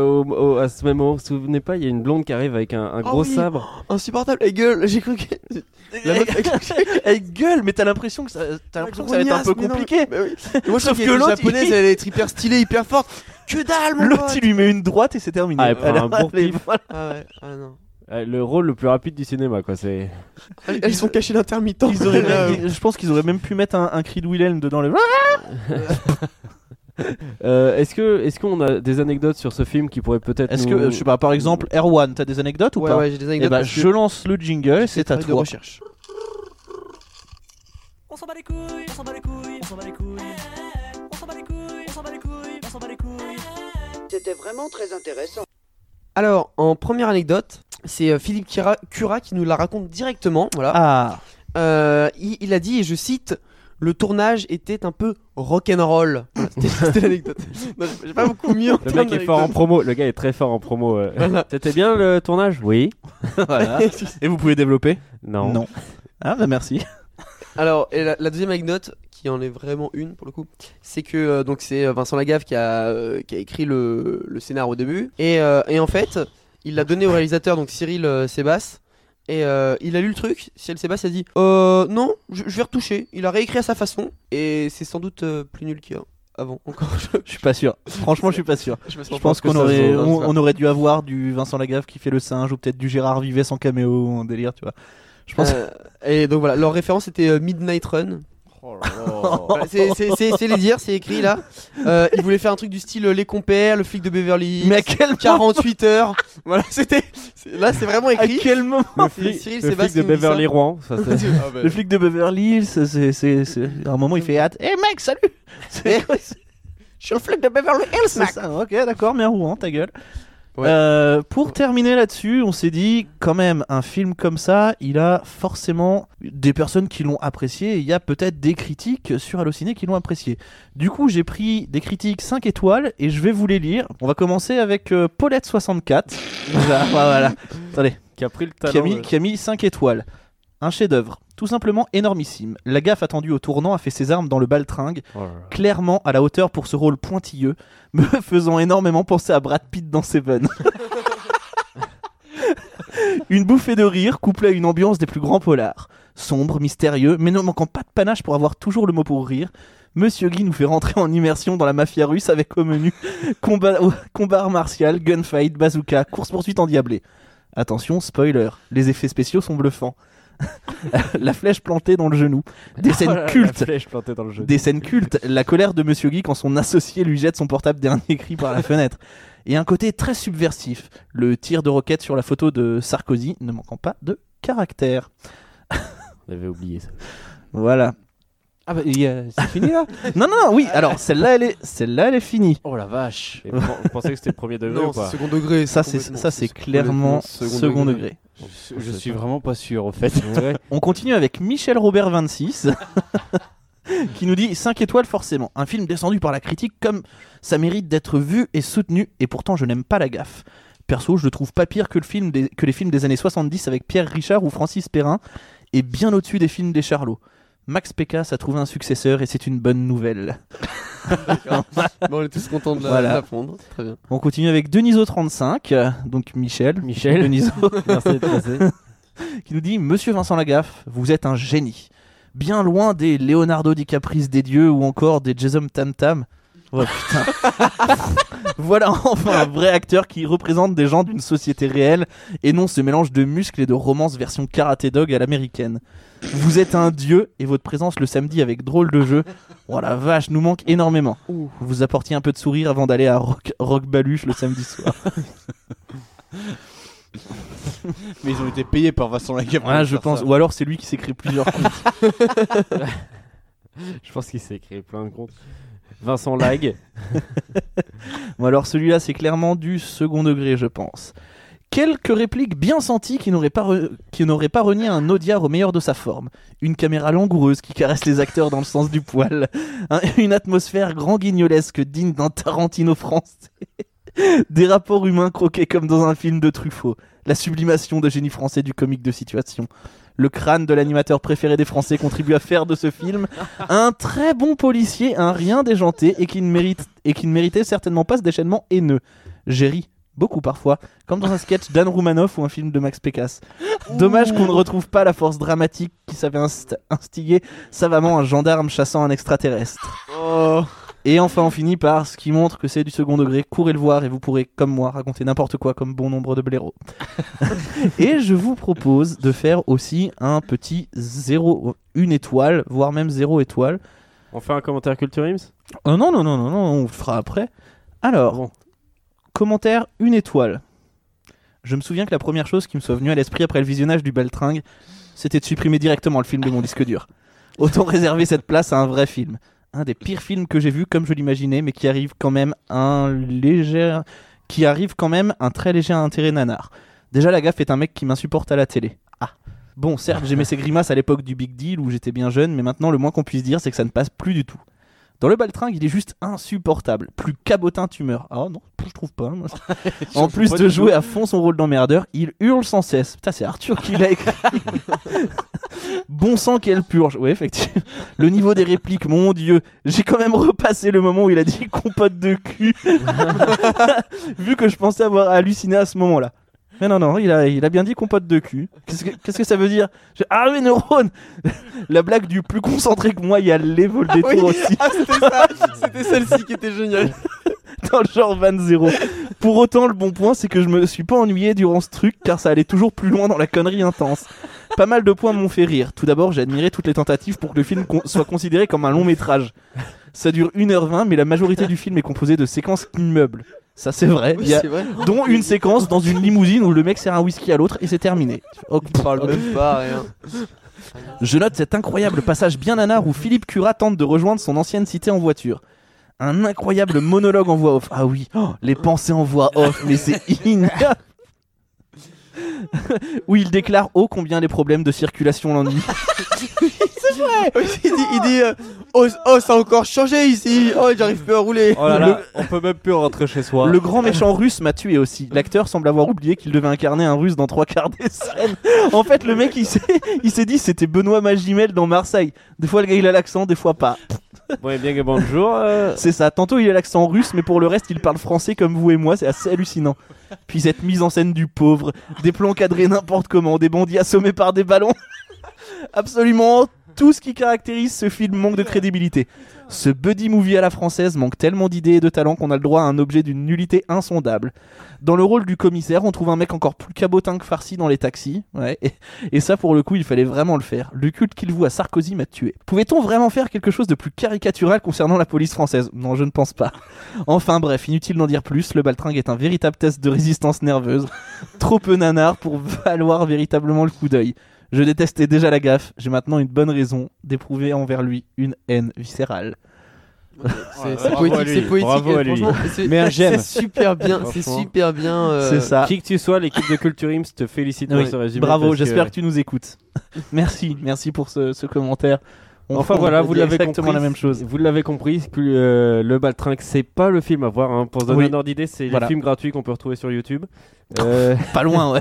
Speaker 1: à ce même moment, vous vous souvenez pas, il y a une blonde qui arrive avec un, un
Speaker 4: Oh
Speaker 1: gros
Speaker 4: oui.
Speaker 1: sabre.
Speaker 4: Insupportable, et gueule, j'ai cru que. La meuf avec le
Speaker 3: Elle gueule, mais t'as l'impression que ça, t'as l'impression que ça va être un peu
Speaker 4: Mais non, mais-
Speaker 3: compliqué.
Speaker 4: mais oui. Et Moi je
Speaker 3: Sauf
Speaker 4: trouve
Speaker 3: que
Speaker 4: que la
Speaker 3: l'autre,
Speaker 4: japonaise
Speaker 3: il-
Speaker 4: elle est hyper stylée, hyper forte. Que dalle mon
Speaker 3: L'autre
Speaker 4: pote
Speaker 3: il lui met une droite et c'est terminé.
Speaker 1: Ah, elle prend
Speaker 3: Elle-
Speaker 1: un bon
Speaker 3: elle-
Speaker 1: pif.
Speaker 3: voilà.
Speaker 4: Ah ouais, ah non.
Speaker 1: Euh, Le rôle le plus rapide du cinéma, quoi. C'est.
Speaker 4: Elles elles sont cachées l'intermittent.
Speaker 3: Ils auraient même- je pense qu'ils auraient même pu mettre un, un cri de Wilhelm dedans le.
Speaker 1: Euh, est-ce que, est-ce qu'on a des anecdotes sur ce film qui pourraient peut-être.
Speaker 3: Est-ce
Speaker 1: nous-
Speaker 3: que je sais pas, par exemple, Erwan, t'as des anecdotes ou
Speaker 4: Ouais,
Speaker 3: pas
Speaker 4: ouais, j'ai des
Speaker 3: Et
Speaker 4: anecdotes.
Speaker 3: bah
Speaker 4: parce que
Speaker 3: je lance le jingle, c'est à
Speaker 4: travail de
Speaker 3: toi.
Speaker 4: recherche.
Speaker 6: On s'en bat les couilles, on s'en bat les couilles, on s'en bat les couilles. On s'en bat les couilles, on s'en bat les couilles, on s'en bat les couilles.
Speaker 7: C'était vraiment très intéressant.
Speaker 4: Alors, en première anecdote, c'est euh, Philippe Cura, Cura qui nous la raconte directement. Voilà.
Speaker 3: Ah,
Speaker 4: Euh, il, il a dit, et je cite, le tournage était un peu rock'n'roll. Voilà, C'était c'était l'anecdote. Non, j'ai- J'ai pas beaucoup mieux. en
Speaker 1: Le
Speaker 4: termes
Speaker 1: mec est fort hein. en
Speaker 4: d'anecdotes.
Speaker 1: promo. Le gars est très fort en promo. euh. C'était bien le tournage Oui.
Speaker 3: voilà. Et vous pouvez développer
Speaker 1: Non.
Speaker 3: Ah bah merci.
Speaker 4: Alors, et la, la deuxième anecdote, qui en est vraiment une pour le coup, c'est que euh, donc c'est euh, Vincent Lagaffe qui a, euh, qui a écrit le, le scénar au début. Et, euh, et en fait, il l'a donné au réalisateur, donc Cyril euh, Sébas. Et euh, il a lu le truc, Cyril Sébas a dit euh, Non, je, je vais retoucher. Il a réécrit à sa façon. Et c'est sans doute euh, plus nul qu'avant. Avant, encore. Je,
Speaker 3: Je suis pas sûr. Franchement, je suis pas sûr.
Speaker 4: me sens
Speaker 3: Je
Speaker 4: pas
Speaker 3: pense
Speaker 4: que
Speaker 3: qu'on
Speaker 4: ça se
Speaker 3: aurait,
Speaker 4: voit,
Speaker 3: on,
Speaker 4: ça.
Speaker 3: on aurait dû avoir du Vincent Lagaffe qui fait le singe ou peut-être du Gérard Vivet sans caméo en délire, tu vois. Je pense.
Speaker 4: Euh, et donc voilà, leur référence était euh, Midnight Run.
Speaker 1: Oh
Speaker 4: Voilà, c'est- c'est c'est- c'est les dire, c'est écrit là. Euh, ils voulaient faire un truc du style euh, Les Compères, le flic de Beverly Hills,
Speaker 3: Mais à quel,
Speaker 4: 48 heures. voilà, c'était. c'est- Là, c'est vraiment
Speaker 3: à
Speaker 4: écrit.
Speaker 3: quel moment
Speaker 1: Le flic,
Speaker 4: Cyril
Speaker 1: le
Speaker 4: Sébastien
Speaker 1: flic de
Speaker 4: nous dit
Speaker 1: Beverly
Speaker 4: ça.
Speaker 1: Rouen. ça, c'est-
Speaker 4: Ah bah.
Speaker 3: Le flic de Beverly Hills, c'est, c'est- c'est- à un moment il fait hâte. Eh mec, salut
Speaker 4: Eh,
Speaker 3: C'est quoi c'est-
Speaker 4: Je suis le flic de Beverly Hills,
Speaker 3: c'est
Speaker 4: mec.
Speaker 3: ça Ok, d'accord, mais à Rouen, ta gueule.
Speaker 4: Ouais.
Speaker 3: Euh, pour terminer là-dessus, on s'est dit quand même un film comme ça, il a forcément des personnes qui l'ont apprécié. et Il y a peut-être des critiques sur Allociné qui l'ont apprécié. Du coup, j'ai pris des critiques 5 étoiles et je vais vous les lire. On va commencer avec euh, Paulette 64. voilà, voilà. Attendez
Speaker 1: Qui a pris le talent.
Speaker 3: qui a, mis,
Speaker 1: euh,
Speaker 3: qui a mis 5 étoiles. Un chef-d'œuvre, tout simplement énormissime. La gaffe attendue au tournant a fait ses armes dans le baltringue,
Speaker 1: oh là là.
Speaker 3: clairement à la hauteur pour ce rôle pointilleux, me faisant énormément penser à Brad Pitt dans Seven. une bouffée de rire couplée à une ambiance des plus grands polars. Sombre, mystérieux, mais ne manquant pas de panache pour avoir toujours le mot pour rire, Monsieur Guy nous fait rentrer en immersion dans la mafia russe avec au menu combat, combat art martial, gunfight, bazooka, course-poursuite endiablée. Attention, spoiler, les effets spéciaux sont bluffants. la flèche plantée dans le genou,
Speaker 1: Oh
Speaker 3: des
Speaker 1: là
Speaker 3: scènes
Speaker 1: là,
Speaker 3: cultes
Speaker 1: La flèche plantée dans le jeu.
Speaker 3: des scènes cultes, la colère de Monsieur Guy quand son associé lui jette son portable dernier cri par la fenêtre, et un côté très subversif, le tir de roquette sur la photo de Sarkozy ne manquant pas de caractère.
Speaker 1: On avait oublié ça.
Speaker 3: Voilà.
Speaker 2: Ah bah, il y a- c'est fini là
Speaker 3: Non, non, non, oui, alors celle-là, elle est, celle-là, elle est finie.
Speaker 2: Oh la vache
Speaker 1: Et vous vous pensez que c'était premier degré
Speaker 4: Non,
Speaker 1: ou
Speaker 4: c'est
Speaker 1: pas
Speaker 4: second degré.
Speaker 3: Ça, c'est, ça, c'est clairement second degré.
Speaker 2: Je, je suis vraiment pas sûr au fait.
Speaker 1: Ouais.
Speaker 3: On continue avec Michel Robert 26 qui nous dit 5 étoiles forcément. Un film descendu par la critique comme ça mérite d'être vu et soutenu et pourtant je n'aime pas la gaffe. Perso, je le trouve pas pire que, le film des- que les films des années 70 avec Pierre Richard ou Francis Perrin et bien au-dessus des films des Charlots. Max Pécasse a trouvé un successeur et c'est une bonne nouvelle.
Speaker 4: Bon, on est tous contents de la,
Speaker 3: Voilà.
Speaker 4: de la prendre. C'est Très bien.
Speaker 3: On continue avec Deniso35, euh, donc Michel.
Speaker 1: Michel.
Speaker 3: Deniso.
Speaker 1: Merci d'être passé.
Speaker 3: qui nous dit Monsieur Vincent Lagaffe, vous êtes un génie. Bien loin des Leonardo DiCaprio des dieux ou encore des Jason Tam Tam. Oh putain. voilà enfin un vrai acteur qui représente des gens d'une société réelle et non ce mélange de muscles et de romance version karaté dog à l'américaine. Vous êtes un dieu et votre présence le samedi avec drôle de jeu. Oh la vache, nous manque énormément.
Speaker 4: Ouh.
Speaker 3: Vous apportiez un peu de sourire avant d'aller à Rock, Rock Baluche le samedi soir.
Speaker 2: Mais ils ont été payés par Vincent Lagaffe.
Speaker 3: Ouais, Ah, je pense. Ou alors c'est lui qui s'écrit plusieurs
Speaker 1: Je pense qu'il s'est créé plein de comptes. Vincent Lag.
Speaker 3: Bon, alors celui-là, c'est clairement du second degré, je pense. Quelques répliques bien senties qui n'auraient pas, re- qui n'auraient pas renié un Audiard au meilleur de sa forme. Une caméra langoureuse qui caresse les acteurs dans le sens du poil. Un- une atmosphère grand guignolesque digne d'un Tarantino français. Des rapports humains croqués comme dans un film de Truffaut. La sublimation de génie français du comique de situation. Le crâne de l'animateur préféré des Français contribue à faire de ce film un très bon policier, un rien déjanté et qui ne, mérite, et qui ne méritait certainement pas ce déchaînement haineux. J'ai ri, beaucoup parfois, comme dans un sketch d'Anne Roumanoff ou un film de Max Pécasse. Dommage qu'on ne retrouve pas la force dramatique qui savait inst- instiller savamment un gendarme chassant un extraterrestre. Et enfin, on finit par ce qui montre que c'est du second degré. Courez le voir et vous pourrez, comme moi, raconter n'importe quoi comme bon nombre de blaireaux. et je vous propose de faire aussi un petit 0, une étoile, voire même 0 étoile.
Speaker 1: On fait un commentaire culture Ims
Speaker 3: Oh non, non, non, non, non, on le fera après. Alors,
Speaker 1: Bon.
Speaker 3: commentaire une étoile. Je me souviens que la première chose qui me soit venue à l'esprit après le visionnage du Baltringue, c'était de supprimer directement le film de mon disque dur. Autant réserver cette place à un vrai film. Un des pires films que j'ai vu, comme je l'imaginais, mais qui arrive quand même à un léger. qui arrive quand même à un très léger intérêt nanar. Déjà, la gaffe est un mec qui m'insupporte à la télé. Ah. Bon, certes, j'aimais ses grimaces à l'époque du Big Deal où j'étais bien jeune, mais maintenant, le moins qu'on puisse dire, c'est que ça ne passe plus du tout. Dans le baltringue, il est juste insupportable. Plus cabotin, tu meurs. Ah non, je trouve pas. moi. en plus de jouer à fond son rôle d'emmerdeur, il hurle sans cesse. Putain, c'est Arthur qui l'a écrit. bon sang, quelle purge. Ouais, effectivement. Le niveau des répliques, mon dieu. J'ai quand même repassé le moment où il a dit compote de cul. Vu que je pensais avoir halluciné à ce moment-là. Mais non, non, il a, il a bien dit compote de cul. Qu'est-ce que, qu'est-ce que ça veut dire Je- Ah, mes neurones La blague du plus concentré que moi, il y a les Voldemort
Speaker 4: oui.
Speaker 3: aussi.
Speaker 4: Ah, c'était ça C'était celle-ci qui était géniale.
Speaker 3: dans le genre 20-0. Pour autant, le bon point, c'est que je me suis pas ennuyé durant ce truc, car ça allait toujours plus loin dans la connerie intense. Pas mal de points m'ont fait rire. Tout d'abord, j'ai admiré toutes les tentatives pour que le film con- soit considéré comme un long métrage. Ça dure 1h20, mais la majorité du film est composée de séquences immeubles. Ça, c'est vrai.
Speaker 4: Oui,
Speaker 3: Il y a-
Speaker 4: c'est vrai.
Speaker 3: dont une séquence dans une limousine où le mec sert un whisky à l'autre et c'est terminé. Ok,
Speaker 4: parle
Speaker 3: ok.
Speaker 4: même pas, rien.
Speaker 3: Je note cet incroyable passage bien nanar où Philippe Cura tente de rejoindre son ancienne cité en voiture. Un incroyable monologue en voix off. Ah oui, oh, les pensées en voix off, mais c'est ignoble. où il déclare ô combien les problèmes de circulation l'ennuient.
Speaker 4: Oui, il dit, il dit, euh, oh, oh, ça a encore changé ici. Oh, j'arrive plus à rouler.
Speaker 1: Oh là là, on peut même plus rentrer chez soi.
Speaker 3: Le grand méchant russe m'a tué aussi. L'acteur semble avoir oublié qu'il devait incarner un russe dans trois quarts des scènes. En fait, le mec, il s'est, il s'est dit c'était Benoît Magimel dans Marseille. Des fois, le gars, il a l'accent, des fois pas.
Speaker 1: Bon, et bien que bonjour. euh,
Speaker 3: C'est ça. Tantôt il a l'accent russe, mais pour le reste il parle français comme vous et moi. C'est assez hallucinant. Puis cette mise en scène du pauvre, des plans cadrés n'importe comment, des bandits assommés par des ballons. Absolument tout ce qui caractérise ce film manque de crédibilité. Ce buddy movie à la française manque tellement d'idées et de talent qu'on a le droit à un objet d'une nullité insondable. Dans le rôle du commissaire, on trouve un mec encore plus cabotin que farci dans les taxis. Ouais. Et, et ça, pour le coup, il fallait vraiment le faire. Le culte qu'il voue à Sarkozy m'a tué. Pouvait-on vraiment faire quelque chose de plus caricatural concernant la police française Non, je ne pense pas. Enfin bref, inutile d'en dire plus, le baltringue est un véritable test de résistance nerveuse. Trop peu nanar pour valoir véritablement le coup d'œil. Je détestais déjà la gaffe, j'ai maintenant une bonne raison d'éprouver envers lui une haine viscérale.
Speaker 4: C'est
Speaker 1: Bravo à lui,
Speaker 4: poétique, c'est poétique.
Speaker 1: bravo à
Speaker 4: et
Speaker 1: lui.
Speaker 4: franchement, c'est-
Speaker 2: Mais un j'aime.
Speaker 4: C'est super bien, c'est
Speaker 1: Franchement.
Speaker 4: super bien. euh,
Speaker 3: C'est ça.
Speaker 1: Qui que tu sois, l'équipe de Culture Ims te félicite
Speaker 3: Oui.
Speaker 1: pour ce résumé.
Speaker 3: Bravo,
Speaker 1: parce
Speaker 3: j'espère que... tu nous écoutes. merci, merci pour ce, ce commentaire. On-
Speaker 1: Enfin
Speaker 3: on
Speaker 1: voilà,
Speaker 3: dit
Speaker 1: vous l'avez
Speaker 3: exactement
Speaker 1: compris.
Speaker 3: la même chose.
Speaker 1: Vous l'avez compris, que, euh, le Baltringue, c'est pas le film à voir. hein. Pour se donner
Speaker 3: Oui.
Speaker 1: un ordre d'idée, c'est
Speaker 3: Voilà.
Speaker 1: les films gratuits qu'on peut retrouver sur YouTube. Euh,
Speaker 3: Pas loin, ouais.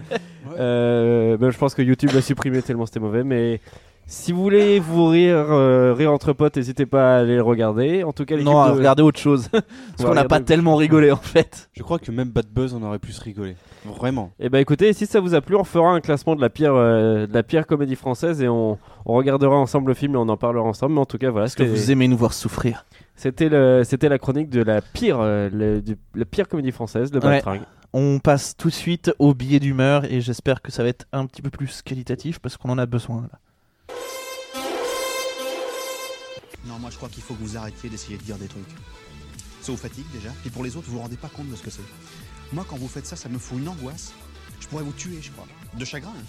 Speaker 1: Euh, ben, je pense que YouTube l'a supprimé tellement c'était mauvais, mais si vous voulez vous rire, euh, rire entre potes, n'hésitez pas à aller le regarder. En tout cas, l'équipe
Speaker 3: non,
Speaker 1: de-
Speaker 3: regardez autre chose. Parce qu'on n'a
Speaker 1: regarder
Speaker 3: pas
Speaker 1: autre
Speaker 3: tellement rigolé en fait.
Speaker 2: Je crois que même Bad Buzz, on aurait pu se rigoler. Vraiment.
Speaker 1: Eh ben écoutez, si ça vous a plu, on fera un classement de la pire, euh, de la pire comédie française et on, on regardera ensemble le film et on en parlera ensemble. Mais en tout cas, voilà,
Speaker 3: Parce que
Speaker 1: c'était
Speaker 3: vous aimez nous voir souffrir.
Speaker 1: c'était le- c'était la chronique de la pire, euh, le- du- la pire comédie française, le
Speaker 3: Ouais.
Speaker 1: Baltringue.
Speaker 3: On passe tout de suite au billet d'humeur et j'espère que ça va être un petit peu plus qualitatif parce qu'on en a besoin là.
Speaker 8: Non, moi je crois qu'il faut que vous arrêtiez d'essayer de dire des trucs. Ça vous fatigue déjà, puis pour les autres, vous vous rendez pas compte de ce que c'est. Moi, quand vous faites ça, ça me fout une angoisse. Je pourrais vous tuer, je crois. De chagrin. hein.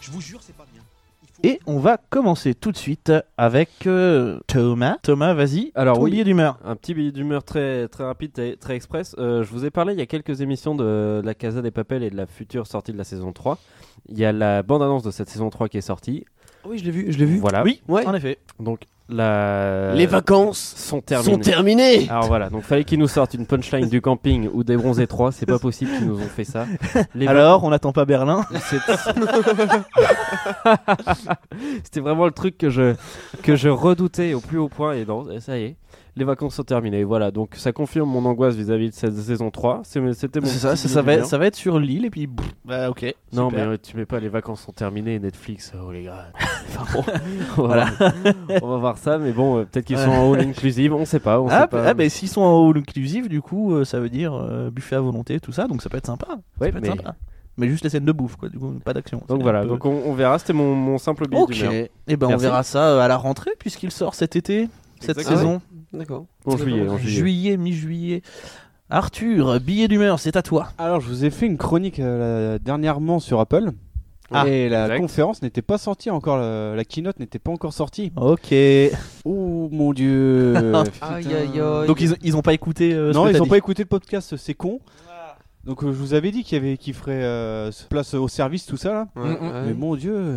Speaker 8: Je vous jure, c'est pas bien. Il faut-
Speaker 3: Et on va commencer tout de suite avec euh, Thomas. Thomas, vas-y.
Speaker 1: Alors
Speaker 3: ton
Speaker 1: oui.
Speaker 3: billet d'humeur.
Speaker 1: Un petit billet d'humeur très, très rapide, très, très express. Euh, je vous ai parlé il y a quelques émissions de La Casa des Papels et de la future sortie de la saison 3. Il y a la bande-annonce de cette saison 3 qui est sortie.
Speaker 4: Oui, je l'ai vu, je l'ai vu.
Speaker 1: Voilà.
Speaker 3: Oui,
Speaker 4: Ouais.
Speaker 3: en effet.
Speaker 1: Donc la...
Speaker 4: Les vacances
Speaker 1: sont
Speaker 4: sont
Speaker 1: terminées.
Speaker 4: terminées.
Speaker 1: Euh, Alors voilà, donc fallait qu'ils nous sortent une punchline du camping ou des bronzés 3. C'est pas possible qu'ils nous ont fait ça. Les
Speaker 3: Alors, on n'attend pas Berlin.
Speaker 1: C'était vraiment le truc que je, que je redoutais au plus haut point. Et non, et ça y est, les vacances sont terminées. Voilà, donc ça confirme mon angoisse vis-à-vis de cette saison 3. C'est- C'était mon
Speaker 3: C'est ça,
Speaker 1: petit
Speaker 3: ça,
Speaker 1: billet
Speaker 3: ça va,
Speaker 1: d'humeur.
Speaker 3: ça va être sur l'île et puis. pff, Bah, ok.
Speaker 1: Non,
Speaker 3: super.
Speaker 1: mais euh, tu mets pas les vacances sont terminées, Netflix, oh les gars. on, va
Speaker 3: Voilà.
Speaker 1: voir, on va voir ça, mais bon, euh, peut-être qu'ils sont en all inclusive, on sait pas. On
Speaker 3: Ah,
Speaker 1: sait pas.
Speaker 3: bah, ah, bah, s'ils sont en all inclusive, du coup, euh, ça veut dire euh, buffet à volonté, tout ça, donc ça peut être sympa. Ça
Speaker 1: Ouais,
Speaker 3: peut être
Speaker 1: mais-
Speaker 3: sympa. Mais juste les scènes de bouffe, quoi, du coup, pas d'action.
Speaker 1: Donc
Speaker 3: C'est un
Speaker 1: voilà,
Speaker 3: peu-
Speaker 1: donc on, on verra, c'était mon, mon simple billet
Speaker 3: Ok,
Speaker 1: d'humeur.
Speaker 3: et ben on
Speaker 1: Merci.
Speaker 3: verra ça euh, à la rentrée puisqu'il sort cet été, cette
Speaker 1: Exactement.
Speaker 3: saison,
Speaker 4: D'accord.
Speaker 1: En juillet, en juillet.
Speaker 3: juillet, mi-juillet. Arthur, billet d'humeur, c'est à toi.
Speaker 2: Alors, je vous ai fait une chronique euh, la- dernièrement sur Apple.
Speaker 1: Ah,
Speaker 2: et la
Speaker 1: exact.
Speaker 2: conférence n'était pas sortie encore, la, la keynote n'était pas encore sortie.
Speaker 3: Ok.
Speaker 2: Oh mon dieu
Speaker 4: Aïe aïe aïe.
Speaker 3: Donc ils, ils ont pas écouté. euh, ce
Speaker 2: Non,
Speaker 3: que
Speaker 2: ils
Speaker 3: t'as
Speaker 2: n'ont
Speaker 3: dit.
Speaker 2: pas écouté le podcast, c'est con. Donc euh, je vous avais dit qu'il y avait qui ferait euh, place au service tout ça là. Ah
Speaker 4: Ouais, ouais.
Speaker 2: Mais mon dieu,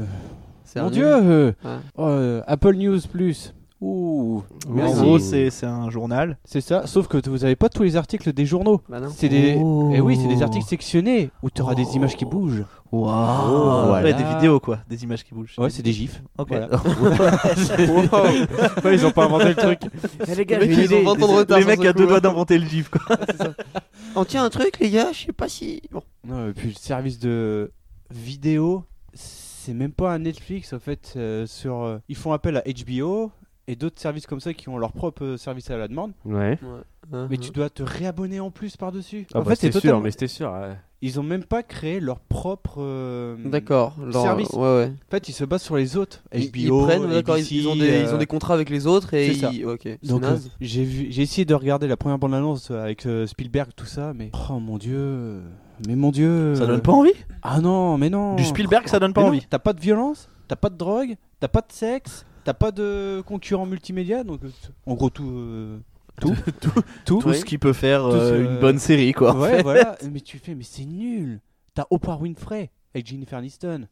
Speaker 4: C'est
Speaker 2: mon
Speaker 4: un
Speaker 2: dieu, euh,
Speaker 4: Ouais.
Speaker 2: oh, euh, Apple News Plus,
Speaker 3: Ouh. Mais en
Speaker 1: Merci.
Speaker 3: gros, c'est c'est un journal.
Speaker 2: C'est ça, sauf que t- vous avez pas tous les articles des journaux.
Speaker 4: Bah non.
Speaker 2: C'est des.
Speaker 3: Oh.
Speaker 2: Eh oui, c'est des articles sectionnés où tu auras
Speaker 4: Oh.
Speaker 2: des images qui bougent.
Speaker 3: Waouh.
Speaker 2: Voilà.
Speaker 3: Ouais, des vidéos quoi, des images qui bougent.
Speaker 2: Ouais, c'est des gifs.
Speaker 3: Ok.
Speaker 1: Ouais, ils ont pas inventé le truc.
Speaker 3: les
Speaker 4: Les mecs, ils ont 20 ans de retard
Speaker 3: les
Speaker 4: sur
Speaker 3: mecs
Speaker 4: ce
Speaker 3: à deux
Speaker 4: coup. hein.
Speaker 3: doigts d'inventer le gif quoi.
Speaker 4: On tient un truc, les gars, je sais pas si. Bon.
Speaker 2: Non, et puis le service de vidéo, c'est même pas un Netflix en fait. euh, sur, euh, ils font appel à HBO et d'autres services comme ça qui ont leur propre euh, service à la demande.
Speaker 1: Ouais.
Speaker 4: Ah,
Speaker 2: Mais
Speaker 4: Uh-huh.
Speaker 2: tu dois te réabonner en plus par-dessus.
Speaker 1: Ah
Speaker 2: en
Speaker 1: bah,
Speaker 2: fait, c'est
Speaker 1: c'était sûr,
Speaker 2: totalement-
Speaker 1: mais c'était sûr. ouais.
Speaker 2: Ils ont même pas créé leur propre. euh,
Speaker 4: D'accord. leur-
Speaker 2: Service.
Speaker 4: Ouais, ouais.
Speaker 2: En fait, ils se basent sur les autres. HBO,
Speaker 4: Ils- ils prennent, d'accord, ils,
Speaker 2: ABC,
Speaker 4: ils ont des, ils ont
Speaker 2: euh,
Speaker 4: des contrats avec les autres et
Speaker 2: c'est ça.
Speaker 4: ils. Ok. c'est
Speaker 2: Donc euh,
Speaker 4: naze.
Speaker 2: j'ai vu, j'ai essayé de regarder la première bande annonce avec euh, Spielberg tout ça, mais oh mon dieu, mais mon dieu.
Speaker 3: Ça donne pas envie
Speaker 2: Ah non, mais non.
Speaker 3: Du Spielberg, ça donne
Speaker 2: Mais
Speaker 3: pas
Speaker 2: non,
Speaker 3: envie.
Speaker 2: T'as pas de violence, t'as pas de drogue, t'as pas de sexe, t'as pas de concurrent multimédia, donc euh, en gros tout, euh, tout, tout, tout,
Speaker 3: Tout ce qui peut faire
Speaker 2: Tout ce-
Speaker 3: euh, une bonne série quoi. en
Speaker 2: Ouais,
Speaker 3: fait.
Speaker 2: voilà. Mais tu fais, mais c'est nul. T'as Oprah Winfrey avec Jennifer Aniston.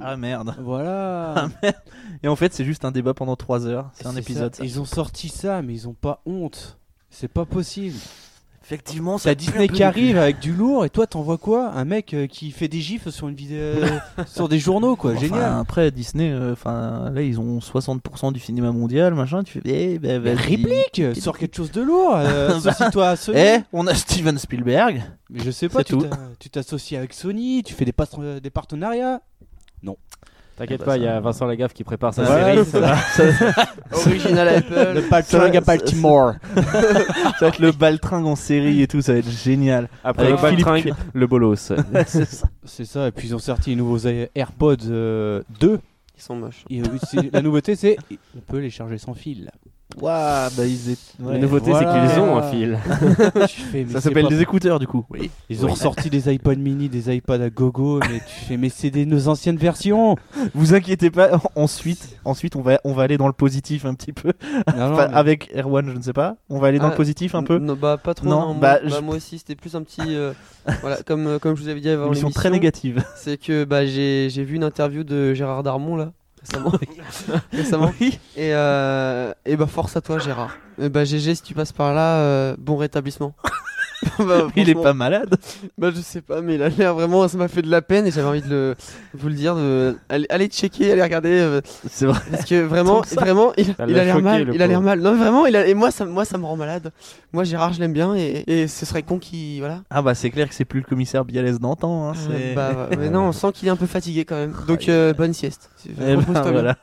Speaker 3: Ah merde.
Speaker 2: Voilà.
Speaker 3: Et en fait, c'est juste un débat pendant 3 heures. Ah, C'est un
Speaker 2: ça.
Speaker 3: épisode. ça.
Speaker 2: Ils ont sorti ça, mais ils ont pas honte. C'est pas possible.
Speaker 3: Effectivement,
Speaker 2: T'as
Speaker 3: ça pue un
Speaker 2: Disney qui
Speaker 3: peu le cul.
Speaker 2: arrive avec du lourd et toi t'envoies quoi Un mec euh, qui fait des gifs sur une vidéo, sur des journaux quoi,
Speaker 3: Enfin,
Speaker 2: génial.
Speaker 3: Après Disney, euh, enfin là ils ont 60% du cinéma mondial, machin. Tu fais, eh ben
Speaker 2: Mais
Speaker 3: vas-y.
Speaker 2: Réplique, sors quelque chose de lourd, euh, associe-toi à Sony.
Speaker 3: Eh, on a Steven Spielberg.
Speaker 2: Mais je sais pas,
Speaker 3: c'est
Speaker 2: tu
Speaker 3: tout.
Speaker 2: t'a- tu t'associes avec Sony, tu fais des, pas- des partenariats.
Speaker 1: T'inquiète
Speaker 3: Ah bah
Speaker 1: pas, il y
Speaker 3: ça-
Speaker 1: a Vincent Lagaffe qui prépare sa
Speaker 3: Ouais,
Speaker 1: série.
Speaker 3: c'est
Speaker 1: ça va.
Speaker 4: Original Apple.
Speaker 2: Baltringue à Baltimore.
Speaker 3: Ça va être le baltringue en série et tout, ça va être génial.
Speaker 1: Après
Speaker 3: Avec
Speaker 1: le baltringue,
Speaker 3: Philippe
Speaker 1: le bolos.
Speaker 3: C'est ça.
Speaker 2: C'est ça, et puis ils ont sorti les nouveaux Air- AirPods euh, 2.
Speaker 4: Ils sont moches.
Speaker 2: Et, euh, c'est- la nouveauté c'est on peut les charger sans fil.
Speaker 3: Waouh, bah ils étaient.
Speaker 1: La nouveauté,
Speaker 2: Voilà.
Speaker 1: c'est qu'ils ont hein, un fil.
Speaker 2: Tu fais, mais
Speaker 3: Ça
Speaker 2: c'est
Speaker 3: s'appelle
Speaker 2: pas
Speaker 3: des écouteurs du coup. Oui.
Speaker 2: Ils ont ressorti des iPod mini, des iPads à gogo, mais tu fais mais c'est des nos anciennes versions.
Speaker 3: Vous inquiétez pas. Ensuite, ensuite on va on va aller dans le positif un petit peu.
Speaker 2: Non, non,
Speaker 3: Enfin,
Speaker 2: mais-
Speaker 3: Avec Erwan, je ne sais pas. On va aller dans
Speaker 4: Ah,
Speaker 3: le positif un peu.
Speaker 4: Non, bah pas trop.
Speaker 3: Non,
Speaker 4: Non,
Speaker 3: bah,
Speaker 4: moi,
Speaker 3: je-
Speaker 4: bah, moi aussi, c'était plus un petit. euh, voilà, comme, euh, comme je vous avais dit avant
Speaker 3: Ils
Speaker 4: l'émission.
Speaker 3: sont très négative.
Speaker 4: C'est que bah, j'ai j'ai vu une interview de Gérard Darmon là. Récemment. récemment. Et, euh, et bah force à toi Gérard. Et bah GG si tu passes par là, euh, bon rétablissement. Bah,
Speaker 3: Il est
Speaker 4: franchement,
Speaker 3: pas malade.
Speaker 4: Bah je sais pas, mais il a l'air vraiment, ça m'a fait de la peine et j'avais envie de le, vous le dire, de, allez, allez checker, allez regarder, euh,
Speaker 3: C'est vrai.
Speaker 4: parce que vraiment,
Speaker 3: Tant que ça.
Speaker 4: vraiment, il,
Speaker 1: Ça
Speaker 4: il
Speaker 1: l'a
Speaker 4: a l'air
Speaker 1: choqué,
Speaker 4: mal,
Speaker 1: le
Speaker 4: il a l'air
Speaker 1: pauvre.
Speaker 4: mal. Non mais vraiment, il a, et moi ça, moi ça me rend malade. Moi Gérard je l'aime bien et, et ce serait con qui, voilà.
Speaker 3: Ah bah c'est clair que c'est plus le commissaire Bialès d'antan. hein, c'est-
Speaker 4: Euh, bah, mais non, on sent qu'il est un peu fatigué quand même. Donc euh, bonne sieste.
Speaker 3: Eh ben,
Speaker 4: Repose-toi bien.
Speaker 3: voilà.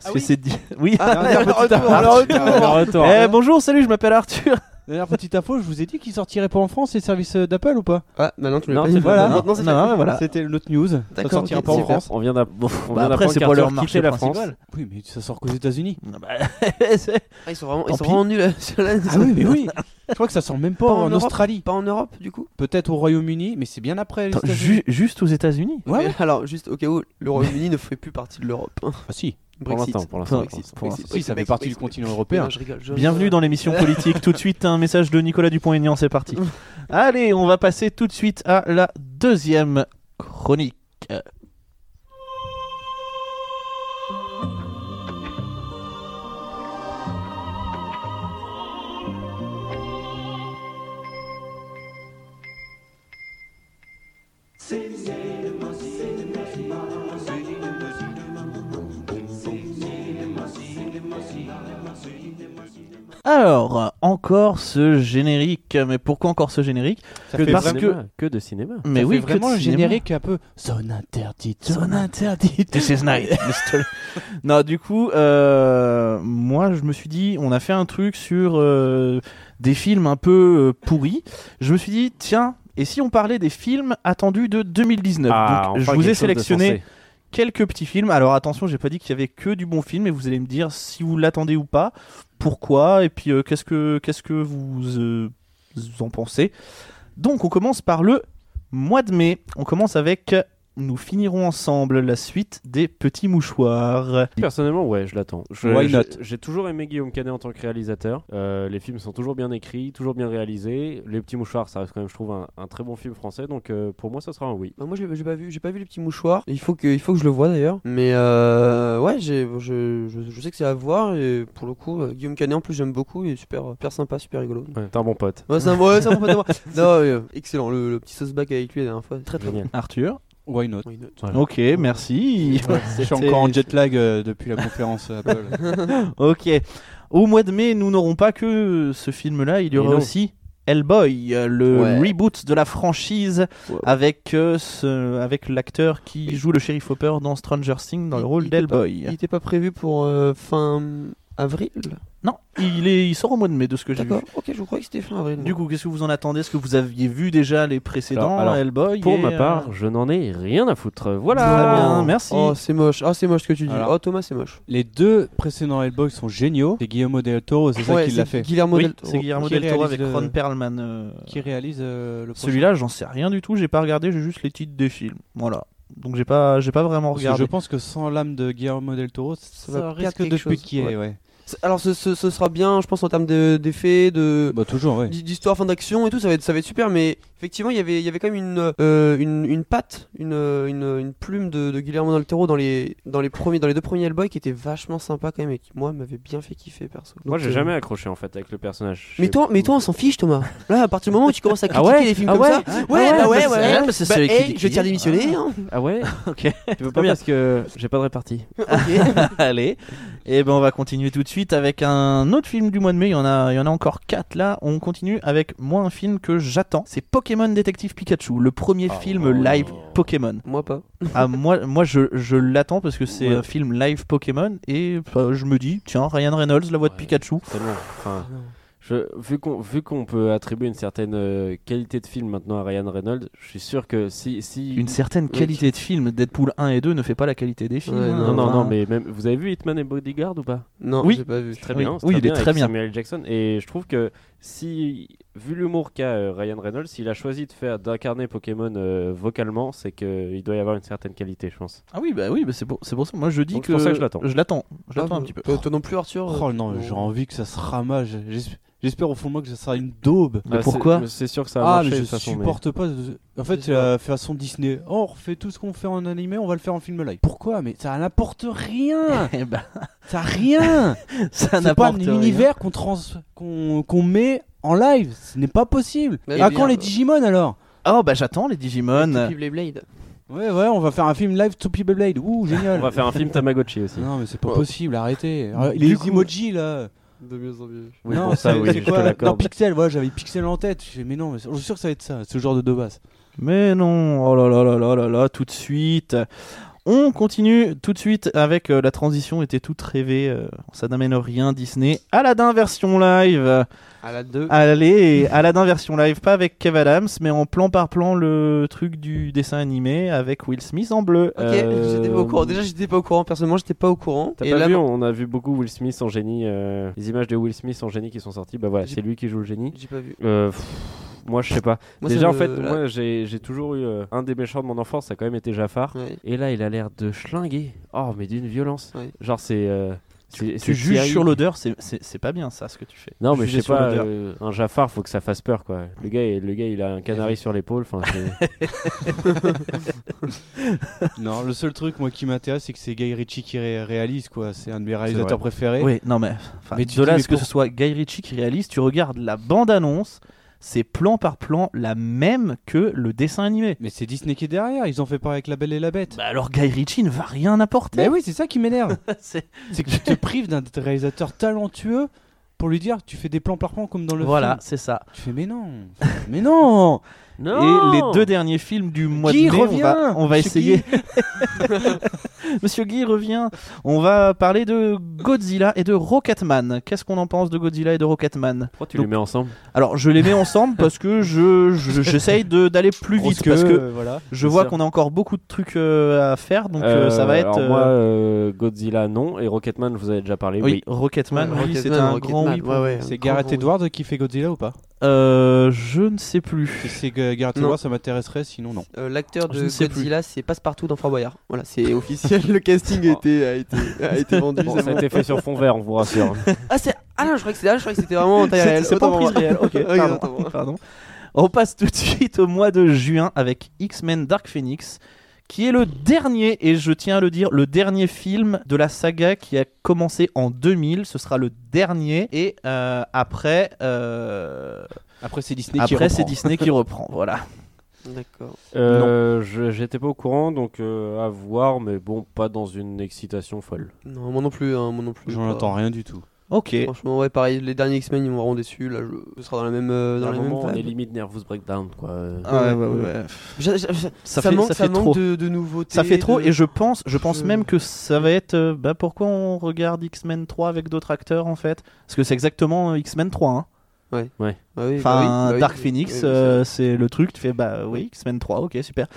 Speaker 3: Parce que c'est dit. Oui.
Speaker 4: Ah,
Speaker 2: dernière
Speaker 4: le
Speaker 2: petite
Speaker 4: retour,
Speaker 2: info.
Speaker 4: le retour.
Speaker 1: Alors, retour.
Speaker 3: Eh, bonjour, salut, je m'appelle Arthur.
Speaker 2: Dernière petite info, je vous ai dit qu'ils sortiraient pas en France les services euh, d'Apple ou pas
Speaker 4: Ah, maintenant tu
Speaker 1: Non,
Speaker 4: l'as pas
Speaker 1: c'est
Speaker 4: dit.
Speaker 1: pas-
Speaker 4: Voilà.
Speaker 3: non,
Speaker 4: Maintenant,
Speaker 3: non,
Speaker 4: c'est
Speaker 3: non,
Speaker 4: fait.
Speaker 3: mais
Speaker 1: Ah.
Speaker 3: voilà.
Speaker 2: C'était notre news. Ça
Speaker 4: D'accord,
Speaker 2: sortira
Speaker 4: ok,
Speaker 2: pas en
Speaker 4: super.
Speaker 2: France.
Speaker 1: On vient d'app- on
Speaker 3: Bah,
Speaker 1: vient
Speaker 3: après,
Speaker 1: d'apprendre
Speaker 3: c'est pas leur
Speaker 1: qu'Arthur
Speaker 3: marché
Speaker 1: quittait la France.
Speaker 3: principal.
Speaker 2: Oui, mais ça sort qu'aux États-Unis.
Speaker 3: Ah bah, c'est-
Speaker 4: Ah, ils sont vraiment,
Speaker 3: Tant
Speaker 4: ils sont
Speaker 3: pis.
Speaker 4: vraiment nuls. ceux-là.
Speaker 2: Ah oui, mais oui. Je crois que ça sort même pas,
Speaker 4: Pas en
Speaker 2: en,
Speaker 4: Europe.
Speaker 2: Australie.
Speaker 4: Pas en Europe du coup.
Speaker 2: Peut-être au Royaume-Uni, mais c'est bien après. les
Speaker 3: Attends,
Speaker 2: États-Unis.
Speaker 3: ju- juste aux États-Unis.
Speaker 2: Ouais,
Speaker 4: Mais
Speaker 2: ouais.
Speaker 4: Alors juste au cas où, le Royaume-Uni ne fait plus partie de l'Europe. hein.
Speaker 2: Ah, si.
Speaker 1: Pour
Speaker 4: Brexit.
Speaker 1: l'instant, pour l'instant.
Speaker 4: Brexit,
Speaker 1: pour l'instant.
Speaker 4: Brexit.
Speaker 2: Si, ça fait
Speaker 4: Brexit,
Speaker 2: partie du
Speaker 4: Brexit.
Speaker 2: continent
Speaker 4: Mais
Speaker 2: européen.
Speaker 4: non, je rigole, je-
Speaker 3: Bienvenue dans l'émission politique. Tout de suite, un message de Nicolas Dupont-Aignan, c'est parti. Allez, on va passer tout de suite à la deuxième chronique. Alors, encore ce générique. Mais pourquoi encore ce générique
Speaker 2: Ça
Speaker 1: Que
Speaker 2: fait
Speaker 1: de
Speaker 3: parce
Speaker 2: vraiment,
Speaker 1: cinéma. Que de cinéma.
Speaker 3: Mais
Speaker 2: ça
Speaker 3: oui,
Speaker 2: fait
Speaker 3: que
Speaker 2: vraiment
Speaker 3: de
Speaker 2: le
Speaker 3: cinéma.
Speaker 2: générique un peu zone interdite.
Speaker 3: Zone interdite. This is night. non, du coup, euh, moi, je me suis dit, on a fait un truc sur euh, des films un peu euh, pourris. Je me suis dit, tiens, et si on parlait des films attendus de 2019
Speaker 1: Ah,
Speaker 3: Donc,
Speaker 1: enfin,
Speaker 3: je vous
Speaker 1: quelque
Speaker 3: ai
Speaker 1: chose de
Speaker 3: sélectionné
Speaker 1: sensé.
Speaker 3: quelques petits films. Alors, attention, j'ai pas dit qu'il y avait que du bon film, et vous allez me dire si vous l'attendez ou pas, pourquoi, et puis euh, qu'est-ce que qu'est-ce que vous, euh, vous en pensez. Donc, on commence par le mois de mai. On commence avec nous finirons ensemble la suite des petits mouchoirs.
Speaker 1: Personnellement, ouais, je l'attends. Je-
Speaker 3: Why
Speaker 1: je-
Speaker 3: not
Speaker 1: J'ai toujours aimé Guillaume Canet en tant que réalisateur. Euh, les films sont toujours bien écrits, toujours bien réalisés. Les Petits Mouchoirs, ça reste quand même, je trouve, un, un très bon film français. Donc euh, pour moi, ça sera un oui.
Speaker 4: Bah, moi j'ai j'ai pas vu j'ai pas vu les petits mouchoirs il faut que il faut que je le vois d'ailleurs mais euh, ouais j'ai je, je, je sais que c'est à voir et pour le coup euh, Guillaume Canet en plus j'aime beaucoup il est super euh, super sympa super rigolo
Speaker 1: Ouais, T'es un bon pote.
Speaker 4: ouais, c'est un ouais, c'est un bon pote à moi. non euh, excellent le, le petit sauceback avec lui la dernière fois très très
Speaker 1: Génial.
Speaker 3: Arthur
Speaker 2: Why not
Speaker 4: Oui,
Speaker 3: Ok, merci.
Speaker 2: Je suis encore en jet lag euh, depuis la conférence Apple.
Speaker 3: Ok. Au mois de mai, nous n'aurons pas que ce film-là, il y
Speaker 1: Et
Speaker 3: aura
Speaker 1: non.
Speaker 3: aussi Hellboy, euh, le
Speaker 4: Ouais.
Speaker 3: reboot de la franchise
Speaker 4: Ouais.
Speaker 3: avec, euh, ce- avec l'acteur qui joue le shérif Hopper dans Stranger Things dans le
Speaker 4: Il- il
Speaker 3: rôle
Speaker 4: était pas-
Speaker 3: d'Hellboy.
Speaker 4: Il était pas prévu pour euh, fin avril
Speaker 3: Non, il, est, il sort au mois de mai de ce que j'ai vu.
Speaker 4: D'accord, ok, je crois que c'était fin avril.
Speaker 3: Du coup, qu'est-ce que vous en attendez Est-ce que vous aviez vu déjà les précédents
Speaker 1: Alors, alors,
Speaker 3: Hellboy
Speaker 1: Pour
Speaker 3: et,
Speaker 1: ma
Speaker 3: euh,
Speaker 1: part, je n'en ai rien à foutre.
Speaker 3: Très
Speaker 1: Voilà.
Speaker 3: bien, merci.
Speaker 4: Oh, c'est moche, oh, c'est moche ce que tu dis.
Speaker 2: Alors.
Speaker 4: Oh, Thomas, c'est moche.
Speaker 2: Les deux précédents Hellboy sont géniaux. C'est Guillermo del Toro, c'est ça
Speaker 4: Ouais,
Speaker 2: qui l'a
Speaker 4: c'est
Speaker 2: fait.
Speaker 4: Guillermo
Speaker 3: Oui,
Speaker 4: del Toro.
Speaker 3: c'est Guillermo
Speaker 2: Qui
Speaker 3: del Toro
Speaker 2: réalise
Speaker 3: avec
Speaker 2: le-
Speaker 3: Ron Perlman. euh,
Speaker 2: Qui réalise euh, le prochain.
Speaker 3: Celui-là, j'en sais rien du tout. J'ai pas regardé, j'ai juste les titres des films. Voilà. Donc j'ai pas, j'ai pas vraiment
Speaker 2: Parce que je
Speaker 3: regardé.
Speaker 2: pense que sans l'âme de Guillermo del Toro, ça,
Speaker 4: va perdre
Speaker 2: risque de
Speaker 4: quelque chose,
Speaker 2: piquer. Ouais.
Speaker 4: ouais. C'est- Alors, ce, ce- ce sera bien, je pense, en termes de- d'effets, de.
Speaker 2: Bah toujours, ouais.
Speaker 4: d- d'histoire fin d'action et tout ça va être ça va être super mais effectivement il y avait il y avait quand même une euh, une, une patte une, euh, une une plume de, de Guillermo del Toro dans les dans les premiers dans les deux premiers Hellboy qui était vachement sympa quand même et qui moi m'avait bien fait kiffer perso
Speaker 1: Moi,
Speaker 4: Donc,
Speaker 1: j'ai
Speaker 4: euh,
Speaker 1: jamais accroché en fait avec le personnage.
Speaker 4: mais
Speaker 1: J'ai-
Speaker 4: toi, mais toi, on s'en fiche, Thomas. Là, à partir du moment où tu commences à
Speaker 1: Ah
Speaker 4: critiquer
Speaker 1: ouais
Speaker 4: les films
Speaker 1: Ah
Speaker 4: comme
Speaker 1: ouais
Speaker 4: ça,
Speaker 1: Ah
Speaker 4: ouais,
Speaker 1: ouais,
Speaker 4: bah ouais,
Speaker 1: bah
Speaker 4: ouais,
Speaker 1: c'est-
Speaker 4: bah,
Speaker 3: bah, c'est celui
Speaker 4: hey,
Speaker 3: qui dit-
Speaker 4: je tiens à démissionner. hein.
Speaker 1: Ah ouais.
Speaker 3: Ok.
Speaker 1: tu veux pas
Speaker 3: bien.
Speaker 1: parce que j'ai pas de répartie.
Speaker 4: Ok.
Speaker 3: Allez, et ben on va continuer tout de suite avec un autre film du mois de mai. Il y en a, il y en a encore quatre là. On continue avec moi un film que j'attends. C'est Pokémon Détective Pikachu, le premier
Speaker 1: Ah
Speaker 3: film live Pokémon.
Speaker 4: Moi pas.
Speaker 3: ah moi, moi je, je l'attends parce que c'est
Speaker 1: Ouais.
Speaker 3: un film live Pokémon et bah, je me dis tiens Ryan Reynolds la voix de
Speaker 1: Ouais.
Speaker 3: Pikachu.
Speaker 1: Tellement. Enfin, je, vu qu'on vu qu'on peut attribuer une certaine euh, qualité de film maintenant à Ryan Reynolds, je suis sûr que si si
Speaker 3: Une certaine
Speaker 4: Oui.
Speaker 3: qualité de film. Deadpool 1 et 2 ne fait pas la qualité des films.
Speaker 4: Ouais,
Speaker 3: hein.
Speaker 1: non, non,
Speaker 3: Enfin,
Speaker 1: non, mais même. Vous avez vu Hitman et Bodyguard ou pas
Speaker 4: Non,
Speaker 3: Oui.
Speaker 4: j'ai pas vu.
Speaker 1: Très
Speaker 3: Oui.
Speaker 1: bien. c'est
Speaker 3: Oui, il est
Speaker 1: avec
Speaker 3: très bien.
Speaker 1: Samuel L. Jackson. Et je trouve que si, vu l'humour qu'a euh, Ryan Reynolds, s'il a choisi de faire d'incarner Pokémon euh, vocalement, c'est qu'il doit y avoir une certaine qualité, je pense.
Speaker 3: Ah oui bah oui bah, c'est pour c'est pour ça. Moi je dis
Speaker 1: Donc, c'est
Speaker 3: que
Speaker 1: pour ça que je l'attends. Euh,
Speaker 3: Je l'attends. Je l'attends
Speaker 4: Ah,
Speaker 3: un petit peu.
Speaker 4: Toi, toi non plus, Arthur.
Speaker 2: Oh non, j'ai envie que ça se ramage. J'esp- J'espère au fond de moi que ça sera une daube.
Speaker 3: Mais
Speaker 1: Ah,
Speaker 3: pourquoi
Speaker 1: c'est- mais C'est sûr que ça va
Speaker 2: Ah,
Speaker 1: marcher
Speaker 2: mais
Speaker 1: de
Speaker 2: je
Speaker 1: toute façon. mais-
Speaker 2: supporte pas. de- En fait,
Speaker 4: Je
Speaker 2: c'est
Speaker 4: sais
Speaker 2: la façon Disney. Oh, on refait tout ce qu'on fait en animé, on va le faire en film live. Pourquoi Mais ça n'apporte rien
Speaker 3: Eh ben,
Speaker 2: Ça a rien
Speaker 3: ça
Speaker 2: C'est pas un
Speaker 3: n'apporte rien.
Speaker 2: univers qu'on trans... qu'on qu'on met en live. Ce n'est pas possible.
Speaker 4: Mais
Speaker 2: à
Speaker 4: bien,
Speaker 2: quand les
Speaker 4: euh,
Speaker 2: Digimon alors
Speaker 3: Oh bah j'attends les Digimon.
Speaker 4: Blade Blade.
Speaker 2: Ouais, ouais, on va faire un film live Toupie Beyblade. Ouh,
Speaker 1: On
Speaker 2: génial
Speaker 1: va faire un film Tamagotchi aussi.
Speaker 2: Non, mais c'est pas
Speaker 4: Ouais.
Speaker 2: possible, arrêtez. Euh,
Speaker 3: Du
Speaker 2: Les
Speaker 3: coup-
Speaker 2: emojis là.
Speaker 4: De mieux en mieux.
Speaker 1: Oui,
Speaker 2: non,
Speaker 1: pour ça,
Speaker 2: c'est-
Speaker 1: oui,
Speaker 2: c'est
Speaker 1: je te
Speaker 2: quoi Dans
Speaker 1: l'accorde.
Speaker 2: Pixel, voilà, j'avais Pixel en tête. Je fais, mais non, mais je suis sûr que ça va être ça, ce genre de deux basses.
Speaker 3: Mais non, oh là là là là là là, tout de suite. On continue tout de suite avec euh, la transition était toute rêvée. euh, ça n'amène rien Disney. Aladdin version live.
Speaker 4: À la 2.
Speaker 3: Allez, Aladdin version live, pas avec Kev Adams, mais en plan par plan le truc du dessin animé avec Will Smith en bleu.
Speaker 4: Ok, j'étais pas au courant. Déjà, j'étais pas au courant. Personnellement, j'étais pas au courant.
Speaker 1: T'as
Speaker 4: Et
Speaker 1: pas
Speaker 4: là,
Speaker 1: vu, on a vu beaucoup Will Smith en génie, euh, les images de Will Smith en génie qui sont sorties, bah voilà,
Speaker 4: J'ai-
Speaker 1: c'est lui qui joue le génie.
Speaker 4: j'ai pas vu.
Speaker 1: Euh, pff, moi je sais pas.
Speaker 4: Moi, ça
Speaker 1: Déjà en
Speaker 4: me- Ah.
Speaker 1: fait,
Speaker 4: là-
Speaker 1: moi j'ai j'ai toujours eu euh, un des méchants de mon enfance, ça a quand même été Jafar.
Speaker 4: Ouais.
Speaker 1: Et là, il a l'air de schlinguer. Oh, mais d'une violence.
Speaker 4: Ouais.
Speaker 1: Genre, c'est. euh, c'est- c'est
Speaker 3: Tu juges
Speaker 1: Thierry.
Speaker 3: sur l'odeur, c'est- c'est c'est pas bien ça ce que tu fais.
Speaker 1: Non, mais je
Speaker 3: Juger
Speaker 1: sais
Speaker 3: sur
Speaker 1: pas,
Speaker 3: l'odeur.
Speaker 1: euh, un Jafar, faut que ça fasse peur, quoi. Le gars, il- le gars il a un canari sur l'épaule. Enfin, c'est-
Speaker 2: Non, le seul truc moi qui m'intéresse, c'est que c'est Guy Ritchie qui ré- réalise quoi. C'est un de mes
Speaker 1: C'est
Speaker 2: réalisateurs
Speaker 1: vrai.
Speaker 2: préférés.
Speaker 3: Oui, non mais, enfin,
Speaker 2: Mais tu
Speaker 3: de
Speaker 2: dis,
Speaker 3: là à
Speaker 2: mais
Speaker 3: ce que ce
Speaker 2: pour-
Speaker 3: soit Guy Ritchie qui réalise, tu regardes la bande-annonce, c'est plan par plan la même que le dessin animé.
Speaker 2: Mais c'est Disney qui est derrière. Ils ont fait pareil avec La Belle et la Bête.
Speaker 3: Bah alors Guy Ritchie ne va rien apporter.
Speaker 2: Mais oui, c'est ça qui m'énerve.
Speaker 3: C'est-
Speaker 2: c'est que tu te prives d'un réalisateur talentueux pour lui dire tu fais des plans par plan comme dans le
Speaker 3: voilà,
Speaker 2: film.
Speaker 3: c'est ça.
Speaker 2: Tu fais mais non, mais non.
Speaker 3: Et les deux derniers films du mois
Speaker 2: Guy
Speaker 3: de mai, on va,
Speaker 2: revient
Speaker 3: on va
Speaker 2: Monsieur
Speaker 3: essayer. Monsieur Guy revient. On va parler de Godzilla et de Rocketman. Qu'est-ce qu'on en pense de Godzilla et de Rocketman
Speaker 1: Pourquoi tu
Speaker 3: Donc-
Speaker 1: les mets ensemble
Speaker 3: Alors je les mets ensemble parce que je je- j'essaye de- d'aller plus
Speaker 2: Parce
Speaker 3: vite parce que
Speaker 2: euh, voilà.
Speaker 3: Je
Speaker 1: Bien
Speaker 3: vois
Speaker 1: sûr.
Speaker 3: qu'on a encore beaucoup de trucs euh, à faire, donc euh,
Speaker 1: Euh,
Speaker 3: ça va être.
Speaker 1: alors
Speaker 3: euh,
Speaker 1: moi, euh, Godzilla, non. Et Rocketman, je vous avais déjà parlé.
Speaker 3: oui,
Speaker 1: Oui.
Speaker 3: Rocketman,
Speaker 4: Ouais,
Speaker 3: oui, c'est
Speaker 4: Rocketman,
Speaker 3: un
Speaker 4: Rocketman,
Speaker 3: grand oui.
Speaker 4: ouais, ouais, un
Speaker 2: C'est
Speaker 4: grand,
Speaker 2: Gareth
Speaker 4: grand oui.
Speaker 2: Edwards qui fait Godzilla ou pas
Speaker 3: Euh, je ne sais plus.
Speaker 2: C'est euh, Gareth
Speaker 4: Non.
Speaker 2: Edwards, ça m'intéresserait, sinon non.
Speaker 4: Euh, L'acteur
Speaker 3: Je
Speaker 4: de
Speaker 3: ne sais plus.
Speaker 4: Godzilla, c'est Passepartout dans Fort Boyard. Voilà, c'est officiel. le casting a
Speaker 3: Oh.
Speaker 4: été, a été, a été vendu.
Speaker 1: Bon,
Speaker 4: c'est
Speaker 1: ça a
Speaker 4: bon.
Speaker 1: été fait sur fond vert, on vous rassure.
Speaker 4: Ah, c'est. Ah non, je croyais que c'était ah, je croyais que c'était vraiment en taille
Speaker 3: C'est-
Speaker 4: réelle.
Speaker 3: C'est pas
Speaker 4: Autant
Speaker 3: en prise
Speaker 4: pour moi.
Speaker 3: réelle, ok,
Speaker 4: Ok,
Speaker 3: pardon,
Speaker 4: autant pour moi.
Speaker 3: pardon. On passe tout de suite au mois de juin avec X-Men Dark Phoenix, qui est le dernier, et je tiens à le dire, le dernier film de la saga qui a commencé en 2000. Ce sera le dernier, et euh, après, euh,
Speaker 2: Après, c'est Disney qui
Speaker 3: après c'est
Speaker 2: reprend.
Speaker 3: Disney qui reprend. Voilà.
Speaker 4: D'accord.
Speaker 1: Euh, je- J'étais pas au courant, donc euh, à voir, mais bon, pas dans une excitation folle.
Speaker 4: Non, moi non plus, hein, moi non plus.
Speaker 2: J'en
Speaker 4: pas.
Speaker 2: entends rien du tout.
Speaker 3: Ok.
Speaker 4: Franchement, ouais, pareil, les derniers X-Men ils m'auront déçu. Là, je, ce sera dans la même. euh,
Speaker 1: Dans
Speaker 4: dans la même
Speaker 1: moment, on
Speaker 4: vibe.
Speaker 1: est limite nervous breakdown, quoi. Euh,
Speaker 4: Ah ouais, ouais, ouais. J'a- j'a- j'a-
Speaker 3: Ça,
Speaker 4: Ça,
Speaker 3: fait,
Speaker 4: manque,
Speaker 3: ça
Speaker 4: ça
Speaker 3: fait
Speaker 4: manque
Speaker 3: trop.
Speaker 4: De, de nouveautés.
Speaker 3: Ça fait trop
Speaker 4: de-
Speaker 3: et je pense, je pense
Speaker 4: Je-
Speaker 3: même que ça va être euh, bah pourquoi on regarde X-Men 3 avec d'autres acteurs en fait parce que c'est exactement euh, X-Men 3 hein.
Speaker 4: Ah oui, bah oui,
Speaker 3: Enfin,
Speaker 4: bah oui,
Speaker 3: Dark
Speaker 4: oui,
Speaker 3: Phoenix,
Speaker 4: oui, oui,
Speaker 3: euh, c'est le truc, tu fais bah oui, X-Men 3, ok, super.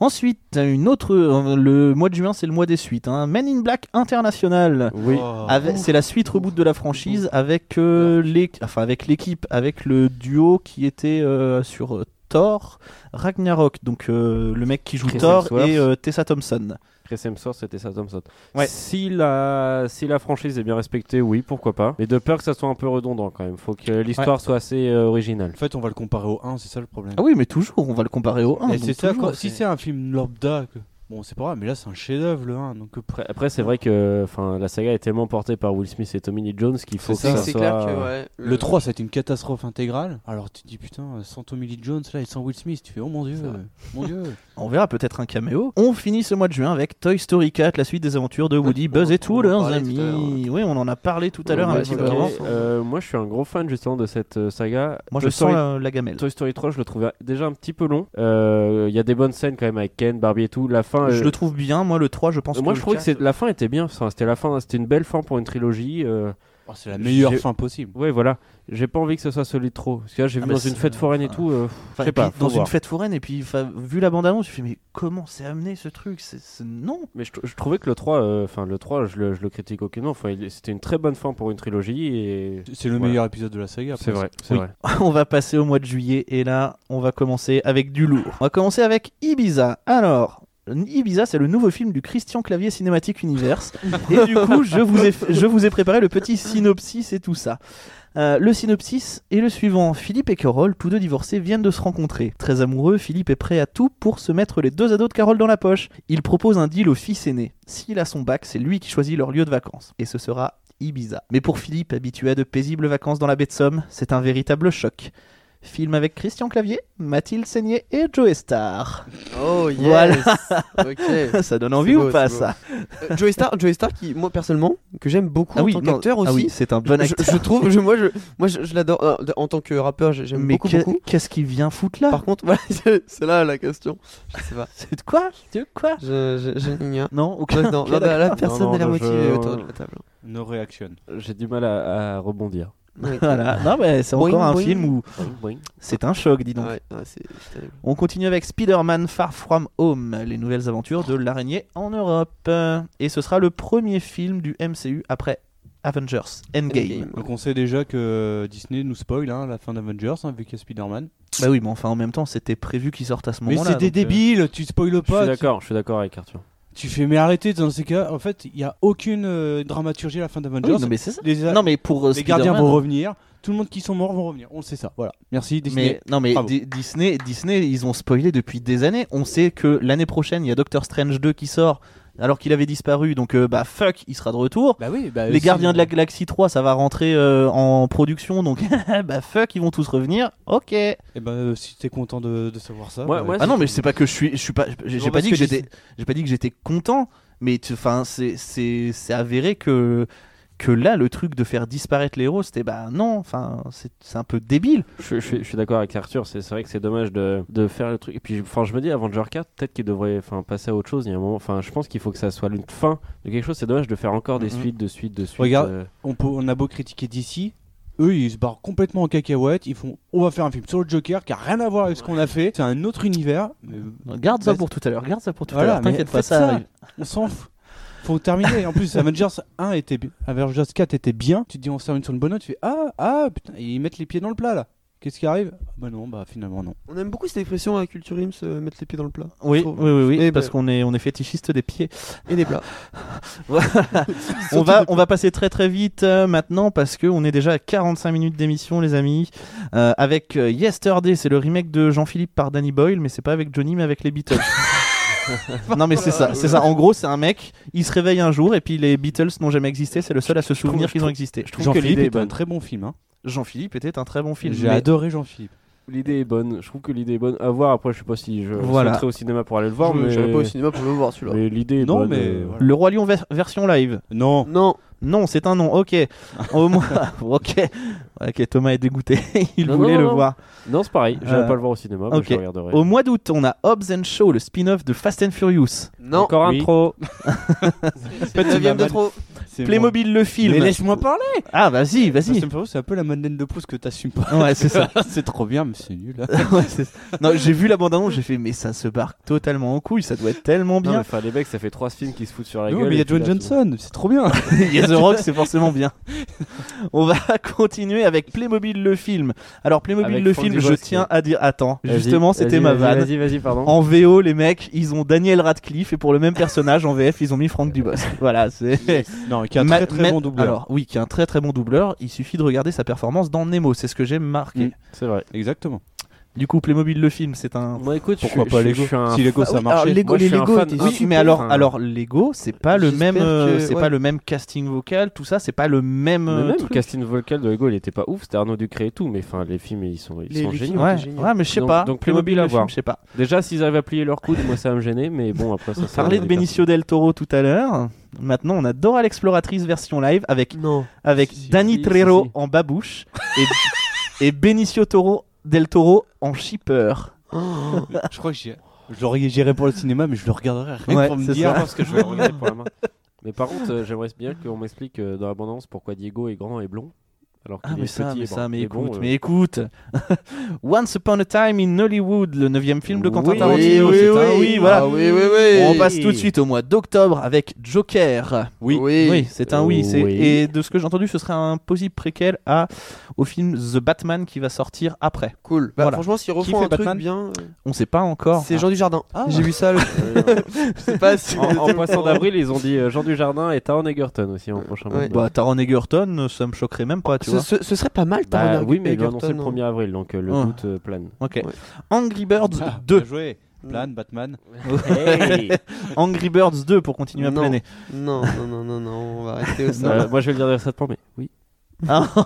Speaker 3: Ensuite, une autre, euh, le mois de juin, c'est le mois des suites. Hein. Men in Black International,
Speaker 1: Oui.
Speaker 3: Ah.
Speaker 4: Oh.
Speaker 3: avec- c'est la suite reboot de la franchise avec euh, les, enfin avec l'équipe, avec le duo qui était euh, sur euh, Thor, Ragnarok, donc euh, le mec qui joue
Speaker 1: Chris
Speaker 3: Thor
Speaker 1: Hemsworth.
Speaker 3: et euh, Tessa Thompson.
Speaker 1: Chris Hemsworth, c'était ça, Thompson.
Speaker 3: Ouais.
Speaker 1: Si, la, si la franchise est bien respectée, oui, pourquoi pas. Mais de peur que ça soit un peu redondant quand même. Faut que l'histoire soit assez euh, originale.
Speaker 2: En fait, on va le comparer au 1, c'est ça le problème.
Speaker 3: Ah oui, mais toujours, on va le comparer au 1.
Speaker 2: Et c'est ça, quand- si c'est un film lambda, que- bon, c'est pas grave, mais là, c'est un chef-d'œuvre le 1. Donc,
Speaker 1: Après, après, c'est vrai que enfin, la saga est tellement portée par Will Smith et Tommy Lee Jones qu'il faut que
Speaker 2: C'est
Speaker 1: ça,
Speaker 4: oui.
Speaker 2: ça.
Speaker 4: C'est
Speaker 1: soit.
Speaker 4: clair que. Ouais,
Speaker 2: Le 3, ça a été une catastrophe intégrale. Alors tu te dis putain, sans Tommy Lee Jones là et sans Will Smith, tu fais oh mon dieu,
Speaker 4: Ça va.
Speaker 2: mon dieu.
Speaker 3: On verra peut-être un caméo. On finit ce mois de juin avec Toy Story 4, la suite des aventures de Woody,
Speaker 4: On
Speaker 3: Buzz
Speaker 4: en- on
Speaker 3: et
Speaker 4: en
Speaker 3: tous leurs
Speaker 4: parlait
Speaker 3: amis.
Speaker 4: tout à l'heure,
Speaker 3: Oui, on en a parlé tout à l'heure
Speaker 4: Ouais,
Speaker 3: un
Speaker 4: ouais,
Speaker 3: petit peu
Speaker 4: c'est
Speaker 3: avant.
Speaker 4: vrai.
Speaker 1: Euh, moi, je suis un gros fan justement de cette euh, saga.
Speaker 3: Moi, je
Speaker 1: Toy
Speaker 3: sens euh,
Speaker 1: Story
Speaker 3: la, la gamelle.
Speaker 1: Toy Story 3, je le trouvais déjà un petit peu long. Euh, Il y a des bonnes scènes quand même avec Ken, Barbie et tout. La fin.
Speaker 3: Je
Speaker 1: euh,
Speaker 3: le trouve bien, moi le 3, je pense
Speaker 1: moi,
Speaker 3: que
Speaker 1: je trouvais que
Speaker 3: le
Speaker 1: c'est- la fin était bien. Enfin, c'était la fin. C'était une belle fin pour une trilogie. euh,
Speaker 2: Oh, c'est la meilleure
Speaker 1: J'ai-
Speaker 2: fin possible.
Speaker 1: Ouais, voilà. J'ai pas envie que ce soit solide trop. Parce que là, j'ai
Speaker 3: Ah,
Speaker 1: vu
Speaker 3: mais
Speaker 1: dans une
Speaker 3: c'est-
Speaker 1: fête foraine et
Speaker 3: enfin,
Speaker 1: tout. euh, pff,
Speaker 3: Enfin,
Speaker 1: je sais
Speaker 3: et puis,
Speaker 1: pas. faut
Speaker 3: dans
Speaker 1: voir.
Speaker 3: une fête foraine, et puis enfin, vu la bande-annonce, je fais mais comment c'est amené ce truc C'est c'est- Non
Speaker 1: Mais je, tr- je trouvais que le 3, euh, enfin, le 3, je le, je le critique aucunement. Enfin, il- c'était une très bonne fin pour une trilogie. Et...
Speaker 2: C'est le
Speaker 1: Voilà.
Speaker 2: meilleur épisode de la saga.
Speaker 1: C'est
Speaker 2: presque.
Speaker 1: vrai, c'est
Speaker 2: Oui.
Speaker 1: vrai.
Speaker 3: On va passer au mois de juillet, et là, on va commencer avec du lourd. On va commencer avec Ibiza. Alors. Ibiza, c'est le nouveau film du Christian Clavier Cinématique Universe. Et du coup, je vous, ai, je vous ai préparé le petit synopsis et tout ça. Euh, le synopsis est le suivant. Philippe et Carole, tous deux divorcés, viennent de se rencontrer. Très amoureux, Philippe est prêt à tout pour se mettre les deux ados de Carole dans la poche. Il propose un deal au fils aîné. S'il a son bac, c'est lui qui choisit leur lieu de vacances. Et ce sera Ibiza. Mais pour Philippe, habitué à de paisibles vacances dans la baie de Somme, c'est un véritable choc. Film avec Christian Clavier, Mathilde Seigné et Joe Star.
Speaker 4: Oh yes. ok. Euh,
Speaker 3: ça donne
Speaker 4: C'est
Speaker 3: envie
Speaker 4: beau,
Speaker 3: ou pas
Speaker 4: c'est beau.
Speaker 3: ça
Speaker 4: Joey Star, Joey Star qui moi personnellement que j'aime beaucoup en tant
Speaker 3: non,
Speaker 4: qu'acteur aussi.
Speaker 3: ah oui, c'est un bon
Speaker 4: Je-
Speaker 3: acteur.
Speaker 4: Je, trouve, je- moi je, moi je, je l'adore. Euh, En tant que rappeur, j'ai- j'aime
Speaker 3: Mais
Speaker 4: beaucoup,
Speaker 3: que-
Speaker 4: beaucoup.
Speaker 3: qu'est-ce qui vient foutre là
Speaker 4: Par contre, voilà, c'est c'est là la question. Je sais pas.
Speaker 3: C'est de quoi De quoi
Speaker 4: Je, je, je n'ignore.
Speaker 3: Non, ok.
Speaker 4: Non, non, là, là,
Speaker 1: Non,
Speaker 4: personne
Speaker 1: non,
Speaker 4: n'a l'air
Speaker 1: je-
Speaker 4: motivé autour de la table.
Speaker 2: No reaction.
Speaker 1: J'ai du mal à, à rebondir.
Speaker 4: Ouais.
Speaker 3: Voilà. Non, mais c'est encore
Speaker 4: Boing,
Speaker 3: un
Speaker 4: boing.
Speaker 3: film où c'est un choc, dis donc.
Speaker 4: Ouais, ouais, c'est c'est terrible.
Speaker 3: On continue avec Spider-Man Far From Home, les nouvelles aventures de l'araignée en Europe. Euh, Et ce sera le premier film du MCU après Avengers Endgame.
Speaker 4: Endgame.
Speaker 2: Donc on sait déjà que Disney nous spoil hein, la fin d'Avengers hein, vu qu'il y a Spider-Man.
Speaker 3: Bah oui, mais enfin en même temps, c'était prévu qu'il sorte à ce
Speaker 2: Mais
Speaker 3: moment-là.
Speaker 2: c'est des
Speaker 3: donc, euh,
Speaker 2: débiles, tu spoiles
Speaker 1: Je suis
Speaker 2: pas. Tu,
Speaker 1: d'accord, je suis d'accord avec Arthur.
Speaker 2: tu fais mais arrêtez dans ces cas. En fait, il y a aucune euh, dramaturgie à la fin
Speaker 3: Ah oui,
Speaker 2: d'Avengers.
Speaker 3: non, mais c'est ça.
Speaker 2: les,
Speaker 3: Non, mais pour euh,
Speaker 2: les gardiens
Speaker 3: Spider-Man,
Speaker 2: vont revenir. Tout le monde qui sont morts vont revenir. On le sait ça. Voilà. Merci Disney.
Speaker 3: Mais non mais
Speaker 2: Bravo.
Speaker 3: Di- Disney, Disney, ils ont spoilé depuis des années. On sait que l'année prochaine, il y a Doctor Strange 2 qui sort, alors qu'il avait disparu. Donc euh, bah fuck, il sera de retour.
Speaker 2: Bah oui. bah,
Speaker 3: Les
Speaker 2: si-
Speaker 3: Gardiens de la Galaxie 3, ça va rentrer euh, en production, donc bah fuck, ils vont tous revenir. Ok.
Speaker 2: Eh ben, euh, si t'es content de, de savoir ça.
Speaker 1: Ouais,
Speaker 2: bah,
Speaker 1: ouais,
Speaker 3: Ah non, mais c'est pas que je suis, je suis pas, j'ai
Speaker 2: Non,
Speaker 3: j'ai pas
Speaker 2: parce
Speaker 3: dit que
Speaker 2: que
Speaker 3: j'étais, j'ai pas dit que j'étais content, mais enfin c'est, c'est, c'est avéré que que là le truc de faire disparaître les héros, c'était bah non, enfin c'est, c'est un peu débile.
Speaker 1: Je, je suis- je suis d'accord avec Arthur, c'est c'est vrai que c'est dommage de, de faire le truc. Et puis, enfin, je me dis, Avenger 4, peut-être qu'il devrait enfin, passer à autre chose. Il y a un moment, enfin, je pense qu'il faut que ça soit une fin de quelque chose. C'est dommage de faire encore des
Speaker 3: Mm-hmm.
Speaker 2: Mhm.
Speaker 1: suites, de suites, de suites.
Speaker 2: Regarde.
Speaker 1: euh.
Speaker 2: on, peut- on a beau critiquer d'ici, eux ils se barrent complètement en cacahuète. Ils font on va faire un film sur le Joker qui a rien à voir avec ce qu'on a fait. C'est un autre univers. mais
Speaker 3: Garde ça
Speaker 2: Bah,
Speaker 3: pour tout à l'heure, garde ça pour tout
Speaker 2: voilà,
Speaker 3: à l'heure.
Speaker 2: mais
Speaker 3: T'inquiète pas,
Speaker 2: faites
Speaker 3: ça,
Speaker 2: ça.
Speaker 3: arrive.
Speaker 2: on s'en fout. Faut terminer. En plus, Avengers 1 était, bi- Avengers 4 était bien. Tu te dis on se termine sur une bonne note. Tu fais ah ah putain et ils mettent les pieds dans le plat là. Qu'est-ce qui arrive Bah non, bah finalement non.
Speaker 4: On aime beaucoup cette expression à Culture Ims, euh, mettre les pieds dans le plat.
Speaker 3: Oui,
Speaker 4: Je
Speaker 3: oui,
Speaker 4: trouve.
Speaker 3: oui, oui,
Speaker 4: Et
Speaker 3: parce
Speaker 4: bah-
Speaker 3: qu'on est, on est fétichiste des pieds.
Speaker 4: Et des plats.
Speaker 3: on va, on va passer très très vite euh, maintenant parce que on est déjà à 45 minutes d'émission, les amis. Euh, avec euh, Yesterday, c'est le remake de Jean-Philippe par Danny Boyle, mais c'est pas avec Johnny, mais avec les Beatles. non mais c'est ça, c'est ça. En gros, c'est un mec, il se réveille un jour et puis les Beatles n'ont jamais existé. C'est le seul à se souvenir qu'ils ont existé.
Speaker 1: Je trouve que
Speaker 2: Jean-Philippe
Speaker 1: l'idée est
Speaker 2: est un
Speaker 1: bonne.
Speaker 2: très bon film. Hein.
Speaker 3: Jean-Philippe était un très bon film.
Speaker 2: J'ai
Speaker 3: mais-
Speaker 2: adoré Jean-Philippe.
Speaker 1: L'idée est bonne. Je trouve que l'idée est bonne. À voir. Après, je sais pas si je
Speaker 3: Voilà.
Speaker 1: serai au cinéma pour aller le voir,
Speaker 4: Je-
Speaker 1: mais
Speaker 4: J'allais pas au cinéma pour le voir celui-là.
Speaker 1: mais l'idée est
Speaker 2: Non,
Speaker 1: bonne.
Speaker 2: mais
Speaker 1: euh,
Speaker 2: voilà.
Speaker 3: Le roi lion ver- version live.
Speaker 2: Non.
Speaker 4: Non,
Speaker 3: Non, c'est un nom. Ok. Au moins. ok. Ok. Thomas est dégoûté. Il
Speaker 1: Non,
Speaker 3: voulait
Speaker 1: non,
Speaker 3: le
Speaker 1: non.
Speaker 3: voir.
Speaker 1: Non, c'est pareil. J'irai
Speaker 3: Euh,
Speaker 1: pas le voir au cinéma, mais
Speaker 3: ok.
Speaker 1: je le regarderai.
Speaker 3: Au mois d'août, on a Hobbs and Shaw, le spin-off de Fast and Furious.
Speaker 4: non.
Speaker 1: Encore un
Speaker 3: Oui.
Speaker 1: trop.
Speaker 4: C'est
Speaker 2: tu
Speaker 4: le neuvième
Speaker 2: m'as
Speaker 4: de
Speaker 3: Bah,
Speaker 2: mal-
Speaker 4: trop.
Speaker 2: C'est
Speaker 3: Playmobil le
Speaker 2: moi.
Speaker 3: film.
Speaker 2: Mais laisse-moi parler.
Speaker 3: Ah, vas-y, vas-y.
Speaker 2: Fast and Furious, c'est un peu la madeleine de Proust que t'assumes pas.
Speaker 3: Ouais, c'est ça.
Speaker 2: c'est trop bien, mais c'est nul. hein.
Speaker 3: Ouais, c'est- non, j'ai vu la bande-annonce, j'ai fait, mais ça se barque totalement en couille, ça doit être tellement
Speaker 1: Non, mais
Speaker 3: bien.
Speaker 1: enfin, les mecs, ça fait trois films qui se foutent sur la
Speaker 2: Non,
Speaker 1: gueule.
Speaker 2: mais il y
Speaker 1: et
Speaker 2: a
Speaker 1: puis
Speaker 2: John
Speaker 1: là,
Speaker 2: Johnson, c'est trop bien.
Speaker 3: Il y a The Rock, c'est forcément bien. On va continuer avec Playmobil le film. Alors, Playmobil
Speaker 1: Avec
Speaker 3: le
Speaker 1: Franck
Speaker 3: film, je
Speaker 1: Dubosc,
Speaker 3: tiens
Speaker 1: ouais.
Speaker 3: à dire, attends,
Speaker 1: Vas-y,
Speaker 3: justement, c'était
Speaker 1: vas-y,
Speaker 3: ma
Speaker 1: vas-y,
Speaker 3: vanne.
Speaker 1: Vas-y, vas-y, pardon.
Speaker 3: En VO, les mecs, ils ont Daniel Radcliffe et pour le même personnage, en VF, ils ont mis Franck Dubosc. Voilà, c'est.
Speaker 2: non, qui a un
Speaker 3: Ma-
Speaker 2: très très
Speaker 3: ma-
Speaker 2: bon doubleur.
Speaker 3: Alors, oui, qui est un très très bon doubleur. Il suffit de regarder sa performance dans Nemo, c'est ce que j'ai marqué.
Speaker 2: Mm.
Speaker 1: C'est vrai.
Speaker 2: Exactement.
Speaker 3: Du coup, Playmobil le film, c'est un.
Speaker 1: Moi, écoute,
Speaker 2: Pourquoi
Speaker 1: je,
Speaker 2: pas
Speaker 1: je-
Speaker 2: Lego
Speaker 1: je suis un
Speaker 2: Si Lego ça
Speaker 3: Alors,
Speaker 2: marchait.
Speaker 3: Lego,
Speaker 1: Moi, je
Speaker 3: les
Speaker 1: suis un
Speaker 3: Lego
Speaker 1: fan
Speaker 3: étaient
Speaker 1: insupportable.
Speaker 3: super. Mais alors,
Speaker 1: Enfin,
Speaker 3: alors Lego, c'est pas le
Speaker 4: J'espère
Speaker 3: même, euh,
Speaker 4: que-
Speaker 3: c'est
Speaker 4: ouais.
Speaker 3: pas le même casting vocal, tout ça, c'est pas le même.
Speaker 1: Mais
Speaker 3: euh,
Speaker 1: même
Speaker 3: truc.
Speaker 1: Casting Vocal de Lego, il était pas ouf, c'était Arnaud Ducré et tout, mais enfin les films ils sont, ils
Speaker 4: Les-
Speaker 1: sont
Speaker 4: les
Speaker 1: géniaux.
Speaker 4: films,
Speaker 3: Ouais,
Speaker 4: c'est génial.
Speaker 3: ouais, mais je sais
Speaker 1: Donc-
Speaker 3: pas.
Speaker 1: donc
Speaker 3: Playmobil,
Speaker 1: Playmobil
Speaker 3: le
Speaker 1: à
Speaker 3: film,
Speaker 1: voir.
Speaker 3: je sais pas.
Speaker 1: Déjà s'ils arrivent à plier leur coude, moi ça va me gêner, mais bon après ça. c'est
Speaker 3: Parler de
Speaker 1: un autre
Speaker 3: Benicio del Toro tout à l'heure. Maintenant, on a Dora l'exploratrice version live avec
Speaker 4: Non.
Speaker 3: avec
Speaker 1: Si, si,
Speaker 3: Danny
Speaker 1: si,
Speaker 3: Trejo
Speaker 1: si, si.
Speaker 3: en babouche et, et Benicio Toro del Toro en shipper.
Speaker 2: Je crois que j'ai- je l'aurais géré pour le cinéma, mais je le regarderais rien
Speaker 3: Ouais,
Speaker 2: pour me
Speaker 3: c'est
Speaker 1: Je
Speaker 2: dire.
Speaker 1: pense que je vais le regarder pour la main. Mais par contre, euh, j'aimerais bien qu'on m'explique euh, dans l'abondance pourquoi Diego est grand et blond. Alors qu'il
Speaker 3: Ah
Speaker 1: est
Speaker 3: mais ça,
Speaker 1: petit
Speaker 3: mais
Speaker 1: et brun.
Speaker 3: ça, mais
Speaker 1: Et bon,
Speaker 3: écoute,
Speaker 1: euh,
Speaker 3: mais écoute. Once Upon a Time in Hollywood, le neuvième film de Quentin
Speaker 1: Oui,
Speaker 3: Tarantino.
Speaker 4: oui,
Speaker 3: c'est un
Speaker 4: oui.
Speaker 3: voilà.
Speaker 4: Ah oui, oui, oui.
Speaker 3: On passe tout de suite au mois d'octobre avec Joker.
Speaker 4: Oui.
Speaker 3: Oui, c'est un oui. c'est-
Speaker 1: Oui.
Speaker 3: Et de ce que j'ai entendu, ce serait un possible préquel à, au film The Batman qui va sortir après.
Speaker 4: Cool. Bah,
Speaker 3: Voilà.
Speaker 4: Franchement, s'ils
Speaker 2: Qui
Speaker 4: refont
Speaker 2: fait
Speaker 4: un truc
Speaker 2: Batman
Speaker 4: bien, euh,
Speaker 3: On sait pas encore.
Speaker 4: c'est Jean Dujardin.
Speaker 2: Ah.
Speaker 4: J'ai vu ça. le-
Speaker 1: euh,
Speaker 4: Je sais pas si.
Speaker 1: en, en poisson d'avril, ils ont dit euh, Jean Dujardin et Taron Egerton aussi en prochain
Speaker 4: Ouais.
Speaker 1: moment.
Speaker 3: Bah, Taron Egerton, ça me choquerait même pas, tu
Speaker 4: Ce,
Speaker 3: vois.
Speaker 4: ce- ce serait pas mal,
Speaker 1: Bah,
Speaker 4: Taron
Speaker 1: oui, mais ils l'ont
Speaker 4: Egerton,
Speaker 1: annoncé le
Speaker 4: hein.
Speaker 1: 1er avril, donc euh, le
Speaker 3: Ah.
Speaker 1: doute euh, plane.
Speaker 3: Ok.
Speaker 4: Ouais.
Speaker 3: Angry Birds
Speaker 2: Ah, bien
Speaker 3: 2.
Speaker 2: joué. Plan, Batman.
Speaker 3: Angry Birds 2 pour continuer à
Speaker 4: Non.
Speaker 3: planer.
Speaker 4: Non, non, non, non, non, on va rester au
Speaker 1: Euh,
Speaker 3: Bah,
Speaker 4: sol.
Speaker 1: moi, je vais le dire ça de mais oui.
Speaker 3: Ah. oh,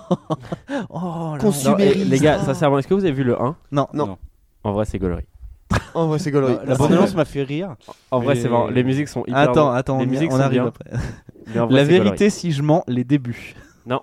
Speaker 3: la
Speaker 1: Non, eh,
Speaker 4: Consumériste.
Speaker 1: les gars, sincèrement, est-ce que vous avez vu le 1
Speaker 3: Non.
Speaker 4: Non.
Speaker 2: Non.
Speaker 1: En vrai, c'est gaulerie.
Speaker 4: En vrai, c'est
Speaker 3: bah,
Speaker 4: gaulerie.
Speaker 2: La bande annonce m'a fait rire.
Speaker 1: En vrai,
Speaker 2: Mais-
Speaker 1: c'est marrant. Les musiques sont hyper.
Speaker 3: Attends,
Speaker 1: bonnes.
Speaker 3: attends,
Speaker 1: les
Speaker 3: on, y-
Speaker 1: musiques
Speaker 3: on
Speaker 1: sont
Speaker 3: arrive
Speaker 1: bien,
Speaker 3: après.
Speaker 1: mais en vrai, c'est
Speaker 3: La
Speaker 1: gaulerie.
Speaker 3: vérité, si je mens, les débuts.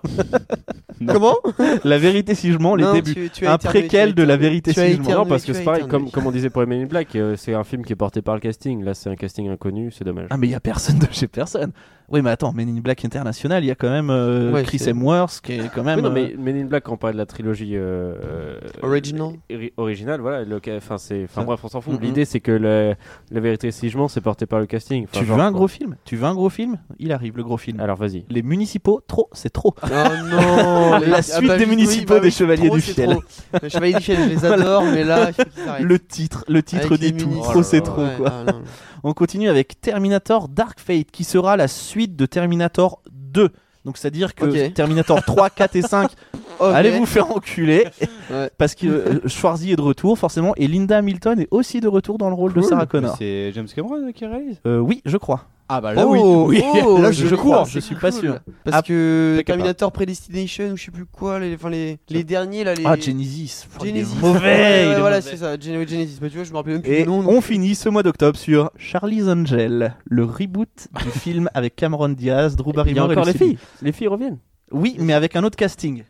Speaker 4: Comment
Speaker 3: La vérité, si je mens, les
Speaker 4: Non,
Speaker 3: débuts.
Speaker 4: tu- tu as
Speaker 3: Un
Speaker 4: éternué, tu as
Speaker 3: préquel de la
Speaker 4: éternué.
Speaker 3: vérité,
Speaker 4: Tu as
Speaker 3: si je mens.
Speaker 1: Non,
Speaker 4: éternué,
Speaker 1: parce
Speaker 4: tu
Speaker 1: que c'est
Speaker 4: as
Speaker 1: pareil,
Speaker 4: éternué.
Speaker 1: comme, comme on disait pour les Men in Black, euh, c'est un film qui est porté par le casting. Là, c'est un casting inconnu, c'est dommage.
Speaker 3: Ah, mais il y a personne de chez personne. Oui, mais attends, Men in Black International, il y a quand même euh,
Speaker 4: Ouais,
Speaker 3: Chris
Speaker 4: c'est-
Speaker 3: Hemsworth qui est quand même.
Speaker 1: Oui, non,
Speaker 3: euh,
Speaker 1: mais Men in Black, quand on parle de la trilogie euh, euh,
Speaker 4: Original.
Speaker 1: ori- originale, voilà. le ca- Enfin, c'est. Enfin,
Speaker 3: Ça-
Speaker 1: bref, on s'en fout.
Speaker 3: Mhm.
Speaker 1: L'idée, c'est que la, la vérité, si je mens, c'est porté par le casting. Enfin,
Speaker 3: Tu
Speaker 1: genre,
Speaker 3: veux un
Speaker 1: quoi.
Speaker 3: gros film Tu veux un gros film Il arrive, le gros film.
Speaker 4: Ah.
Speaker 1: Alors, vas-y.
Speaker 3: Les municipaux, trop, c'est trop.
Speaker 4: Oh non
Speaker 3: La suite des municipaux des Chevaliers du
Speaker 4: c'est
Speaker 3: Fiel.
Speaker 4: trop. Les Chevaliers du Fiel, je les adore, mais là, Ah, il faut qu'ils arrêtent.
Speaker 3: Le titre, le titre
Speaker 4: Avec les
Speaker 3: dit tout.
Speaker 4: municipaux.
Speaker 3: Trop, c'est
Speaker 4: Ouais,
Speaker 3: trop,
Speaker 4: ouais,
Speaker 3: quoi.
Speaker 4: ah, non, non.
Speaker 3: On continue avec Terminator Dark Fate qui sera la suite de Terminator 2. Donc c'est-à-dire que
Speaker 4: Ok.
Speaker 3: Terminator 3, 4 et 5,
Speaker 4: Ok.
Speaker 3: allez vous faire enculer
Speaker 4: Ouais.
Speaker 3: parce que euh, Schwarzy est de retour forcément et Linda Hamilton est aussi de retour dans le rôle de
Speaker 4: Cool.
Speaker 3: Sarah Connor.
Speaker 2: C'est James Cameron qui réalise.
Speaker 3: Euh, oui, je crois.
Speaker 2: Ah bah
Speaker 4: Oh, oh,
Speaker 3: Là, je,
Speaker 4: crois,
Speaker 3: cours,
Speaker 4: c'est
Speaker 3: je suis pas
Speaker 4: cool.
Speaker 3: sûr.
Speaker 4: Parce
Speaker 3: Ah,
Speaker 4: que
Speaker 3: peut-être pas.
Speaker 4: Terminator Predestination ou je sais plus quoi, les, enfin, les, les derniers là, les.
Speaker 3: Ah, Genesis. Oh, il est
Speaker 4: Genesis.
Speaker 3: Mauvais.
Speaker 4: Ouais, ouais,
Speaker 3: il est
Speaker 4: voilà,
Speaker 3: mauvais.
Speaker 4: c'est ça, Gen- Genesis. Bah, tu vois, je me rappelle même plus
Speaker 3: Et
Speaker 4: du nom. donc-
Speaker 3: on finit ce mois d'octobre sur Charlie's Angel, le reboot du film avec Cameron Diaz,
Speaker 1: Il
Speaker 3: Drew
Speaker 1: y a
Speaker 3: Barrymore et
Speaker 1: encore les
Speaker 3: Lucy Liu.
Speaker 1: filles. Les filles reviennent.
Speaker 3: Oui, mais avec un autre casting.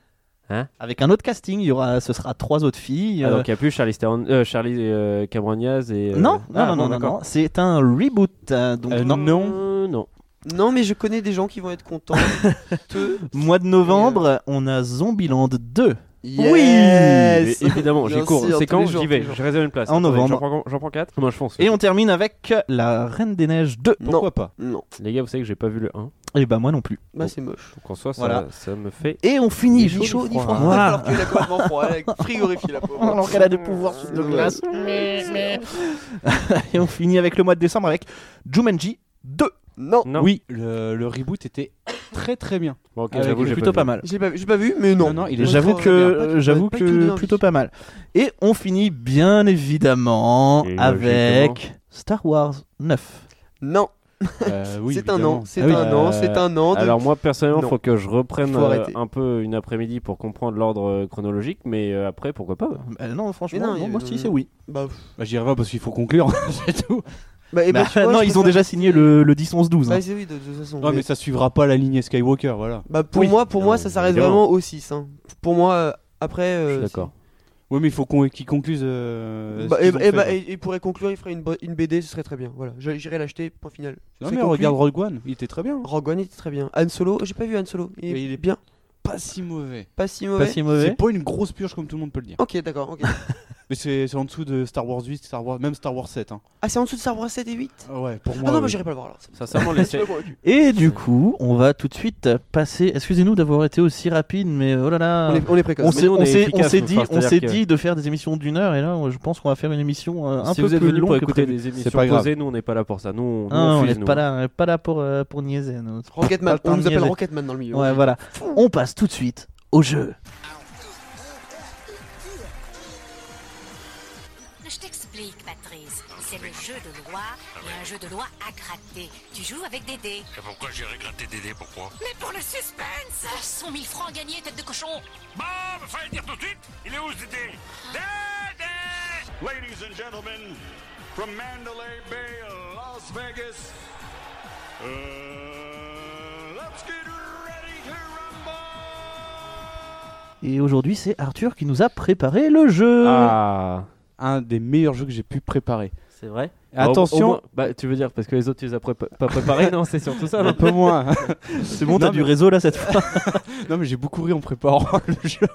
Speaker 1: Hein
Speaker 3: avec un autre casting, il y aura, ce sera trois autres filles.
Speaker 1: Ah,
Speaker 3: euh,
Speaker 1: donc, il n'y a plus Charlie, Theron- euh, Charlie euh, Cameron Diaz et. euh,
Speaker 3: Non, non,
Speaker 1: ah,
Speaker 3: non,
Speaker 1: bon,
Speaker 3: non, non,
Speaker 1: d'accord.
Speaker 3: non, c'est un reboot. euh, donc,
Speaker 2: Euh, non.
Speaker 1: Euh, non.
Speaker 4: Non, mais je connais des gens qui vont être contents. Te-
Speaker 3: mois de novembre, on a Zombieland 2.
Speaker 4: Yes
Speaker 1: Mais évidemment, j'ai
Speaker 4: Bien
Speaker 1: cours. C'est
Speaker 4: sûr, tous les
Speaker 1: quand
Speaker 4: jours,
Speaker 1: J'y
Speaker 4: tous
Speaker 1: vais.
Speaker 4: les jours.
Speaker 1: Je réserve une place.
Speaker 3: En
Speaker 1: Attendez,
Speaker 3: novembre.
Speaker 1: j'en prends- J'en prends 4. Moi, je fonce.
Speaker 3: Et on termine avec La Reine des Neiges 2.
Speaker 4: Non.
Speaker 2: Pourquoi pas
Speaker 4: Non.
Speaker 1: Les gars, vous savez que j'ai pas vu le 1.
Speaker 3: Et bah moi non plus.
Speaker 4: Bah, c'est moche.
Speaker 1: Donc en soi, ça,
Speaker 3: Voilà.
Speaker 1: ça me fait.
Speaker 3: Et on finit.
Speaker 4: Ni chaud, ni froid.
Speaker 3: Voilà.
Speaker 4: Alors qu'elle a complètement froid, elle est frigorifiée, la pauvre.
Speaker 3: Alors qu'elle a des pouvoirs sous de glace. Et on finit avec le mois de décembre avec Jumanji 2.
Speaker 4: Non,
Speaker 1: Non.
Speaker 3: Oui,
Speaker 2: Le, le reboot était très très bien.
Speaker 1: Bon, ok,
Speaker 3: avec
Speaker 1: Ah, j'avoue, j'ai
Speaker 3: Ah, plutôt
Speaker 1: pas
Speaker 3: pas
Speaker 1: vu.
Speaker 3: mal.
Speaker 4: je l'ai pas, vu- j'ai pas vu, mais non.
Speaker 2: Non, non, il est
Speaker 3: J'avoue
Speaker 4: Pas trop bien, pas
Speaker 3: que,
Speaker 4: tout-
Speaker 3: j'avoue
Speaker 4: pas du tout
Speaker 3: que
Speaker 4: bien,
Speaker 3: plutôt
Speaker 4: oui.
Speaker 3: pas mal. Et on finit bien évidemment
Speaker 1: Et
Speaker 3: avec Star Wars 9.
Speaker 4: Non,
Speaker 2: Euh, oui, Euh,
Speaker 4: c'est un
Speaker 2: évidemment.
Speaker 4: an, c'est
Speaker 3: Ah oui.
Speaker 4: un an, c'est un an. de-
Speaker 1: Alors moi personnellement,
Speaker 4: Non.
Speaker 1: faut que je reprenne
Speaker 4: Faut
Speaker 1: euh,
Speaker 4: arrêter.
Speaker 1: un peu une après-midi pour comprendre l'ordre euh, chronologique, mais euh, après pourquoi pas.
Speaker 3: Bah non,
Speaker 4: Mais
Speaker 3: franchement,
Speaker 4: non,
Speaker 3: non,
Speaker 4: il-
Speaker 3: moi si c'est oui.
Speaker 4: Bah, pff.
Speaker 2: Bah, J'y reviens parce qu'il faut conclure, c'est tout.
Speaker 4: Bah, eh ben,
Speaker 3: Bah,
Speaker 4: tu vois,
Speaker 3: non,
Speaker 4: je
Speaker 3: ils ont
Speaker 4: préfère-
Speaker 3: déjà signé le, le 10 11 12. hein.
Speaker 4: Bah, c'est oui, de toute façon.
Speaker 2: Ouais,
Speaker 4: mais-
Speaker 2: mais ça suivra pas la ligne Skywalker, voilà.
Speaker 4: Bah, pour
Speaker 3: Oui.
Speaker 4: moi, pour
Speaker 1: Non,
Speaker 4: moi, ça s'arrête
Speaker 1: évidemment.
Speaker 4: vraiment au 6. hein. Pour moi, euh, après.
Speaker 1: Je
Speaker 4: euh,
Speaker 1: suis d'accord.
Speaker 2: Oui, mais il faut qu'on- qu'ils conclusent. euh,
Speaker 4: c'est-
Speaker 2: ce
Speaker 4: Bah,
Speaker 2: qu'ils
Speaker 4: et,
Speaker 2: ont
Speaker 4: et
Speaker 2: fait,
Speaker 4: bah,
Speaker 2: là.
Speaker 4: et- et pour y conclure, il ferait une, bo- une BD, ce serait très bien. Voilà, Je- j'irai l'acheter, point final.
Speaker 2: Non,
Speaker 4: C'est
Speaker 2: mais
Speaker 4: conclu.
Speaker 2: regarde Rogue One, il était très bien.
Speaker 4: Rogue One, il était très bien. Han Solo, j'ai pas vu Han Solo. Il,
Speaker 2: Mais il
Speaker 4: est
Speaker 2: est
Speaker 4: bien,
Speaker 2: Pas si mauvais.
Speaker 4: pas si
Speaker 3: Pas
Speaker 4: mauvais.
Speaker 3: si
Speaker 2: C'est
Speaker 3: mauvais.
Speaker 2: pas une grosse purge comme tout le monde peut le dire.
Speaker 4: Ok, d'accord. ok.
Speaker 2: Mais c'est c'est en dessous de Star Wars 8, Star Wars, même Star Wars 7. Hein.
Speaker 4: ah, c'est en dessous de Star Wars 7 et 8
Speaker 2: Ouais, pour
Speaker 4: Ah
Speaker 2: moi.
Speaker 4: non, bah,
Speaker 2: oui.
Speaker 4: j'irai pas le voir alors. c'est bon.
Speaker 1: Sincèrement, les,
Speaker 4: Je suis pas convaincu.
Speaker 3: Et du coup, on va tout de suite passer. Excusez-nous d'avoir été aussi rapide, mais oh là là.
Speaker 4: On est, on est précoce.
Speaker 3: On
Speaker 1: mais
Speaker 3: s'est
Speaker 1: nous, on
Speaker 3: on
Speaker 1: est
Speaker 3: s'est-
Speaker 1: efficace,
Speaker 3: on s'est
Speaker 1: enfin,
Speaker 3: dit, on
Speaker 1: c'est-à-dire
Speaker 3: s'est
Speaker 1: que-
Speaker 3: dit de faire des émissions d'une heure, et là, on- je pense qu'on va faire une émission euh, un
Speaker 1: si
Speaker 3: peu
Speaker 1: vous êtes
Speaker 3: plus
Speaker 1: venus
Speaker 3: longue
Speaker 1: pour
Speaker 3: que
Speaker 1: écouter
Speaker 3: prévu.
Speaker 1: des
Speaker 2: C'est
Speaker 1: émissions
Speaker 2: pas grave.
Speaker 1: posées, nous on n'est pas là pour ça. Nous, on, nous,
Speaker 3: Ah,
Speaker 1: on
Speaker 3: on
Speaker 1: fuse,
Speaker 3: n'est
Speaker 1: nous.
Speaker 3: pas là, on est pas là pour euh, pour niaiser. nous.
Speaker 4: Rocketman,
Speaker 3: Pas
Speaker 4: on nous appelle
Speaker 3: niaiser.
Speaker 4: Rocketman dans le milieu.
Speaker 3: Ouais, voilà. On passe tout de suite au jeu.
Speaker 9: Je t'explique, Patrice. C'est le jeu de loi et un jeu de loi à gratter. Tu joues avec des dés.
Speaker 5: Et pourquoi j'irai gratter des dés, pourquoi
Speaker 9: Mais pour le suspense 100 000 francs gagnés, tête de cochon
Speaker 5: Bon, bah, fallait dire tout de suite, il est où ce dé Dédé Ladies and gentlemen, from Mandalay Bay, Las Vegas, uh, let's get ready to rumble
Speaker 3: Et aujourd'hui, c'est Arthur qui nous a préparé le jeu.
Speaker 1: Ah,
Speaker 2: Un des meilleurs jeux que j'ai pu préparer.
Speaker 1: c'est vrai.
Speaker 2: Et Ah, Attention,
Speaker 1: Au- au moins- bah, tu veux dire parce que les autres tu les as prépa- pas préparés Non, c'est surtout ça.
Speaker 2: un
Speaker 1: non
Speaker 2: peu moins.
Speaker 3: c'est bon, t'as
Speaker 2: non,
Speaker 3: du
Speaker 2: mais-
Speaker 3: réseau là cette fois.
Speaker 2: non, mais j'ai beaucoup ri en préparant le jeu.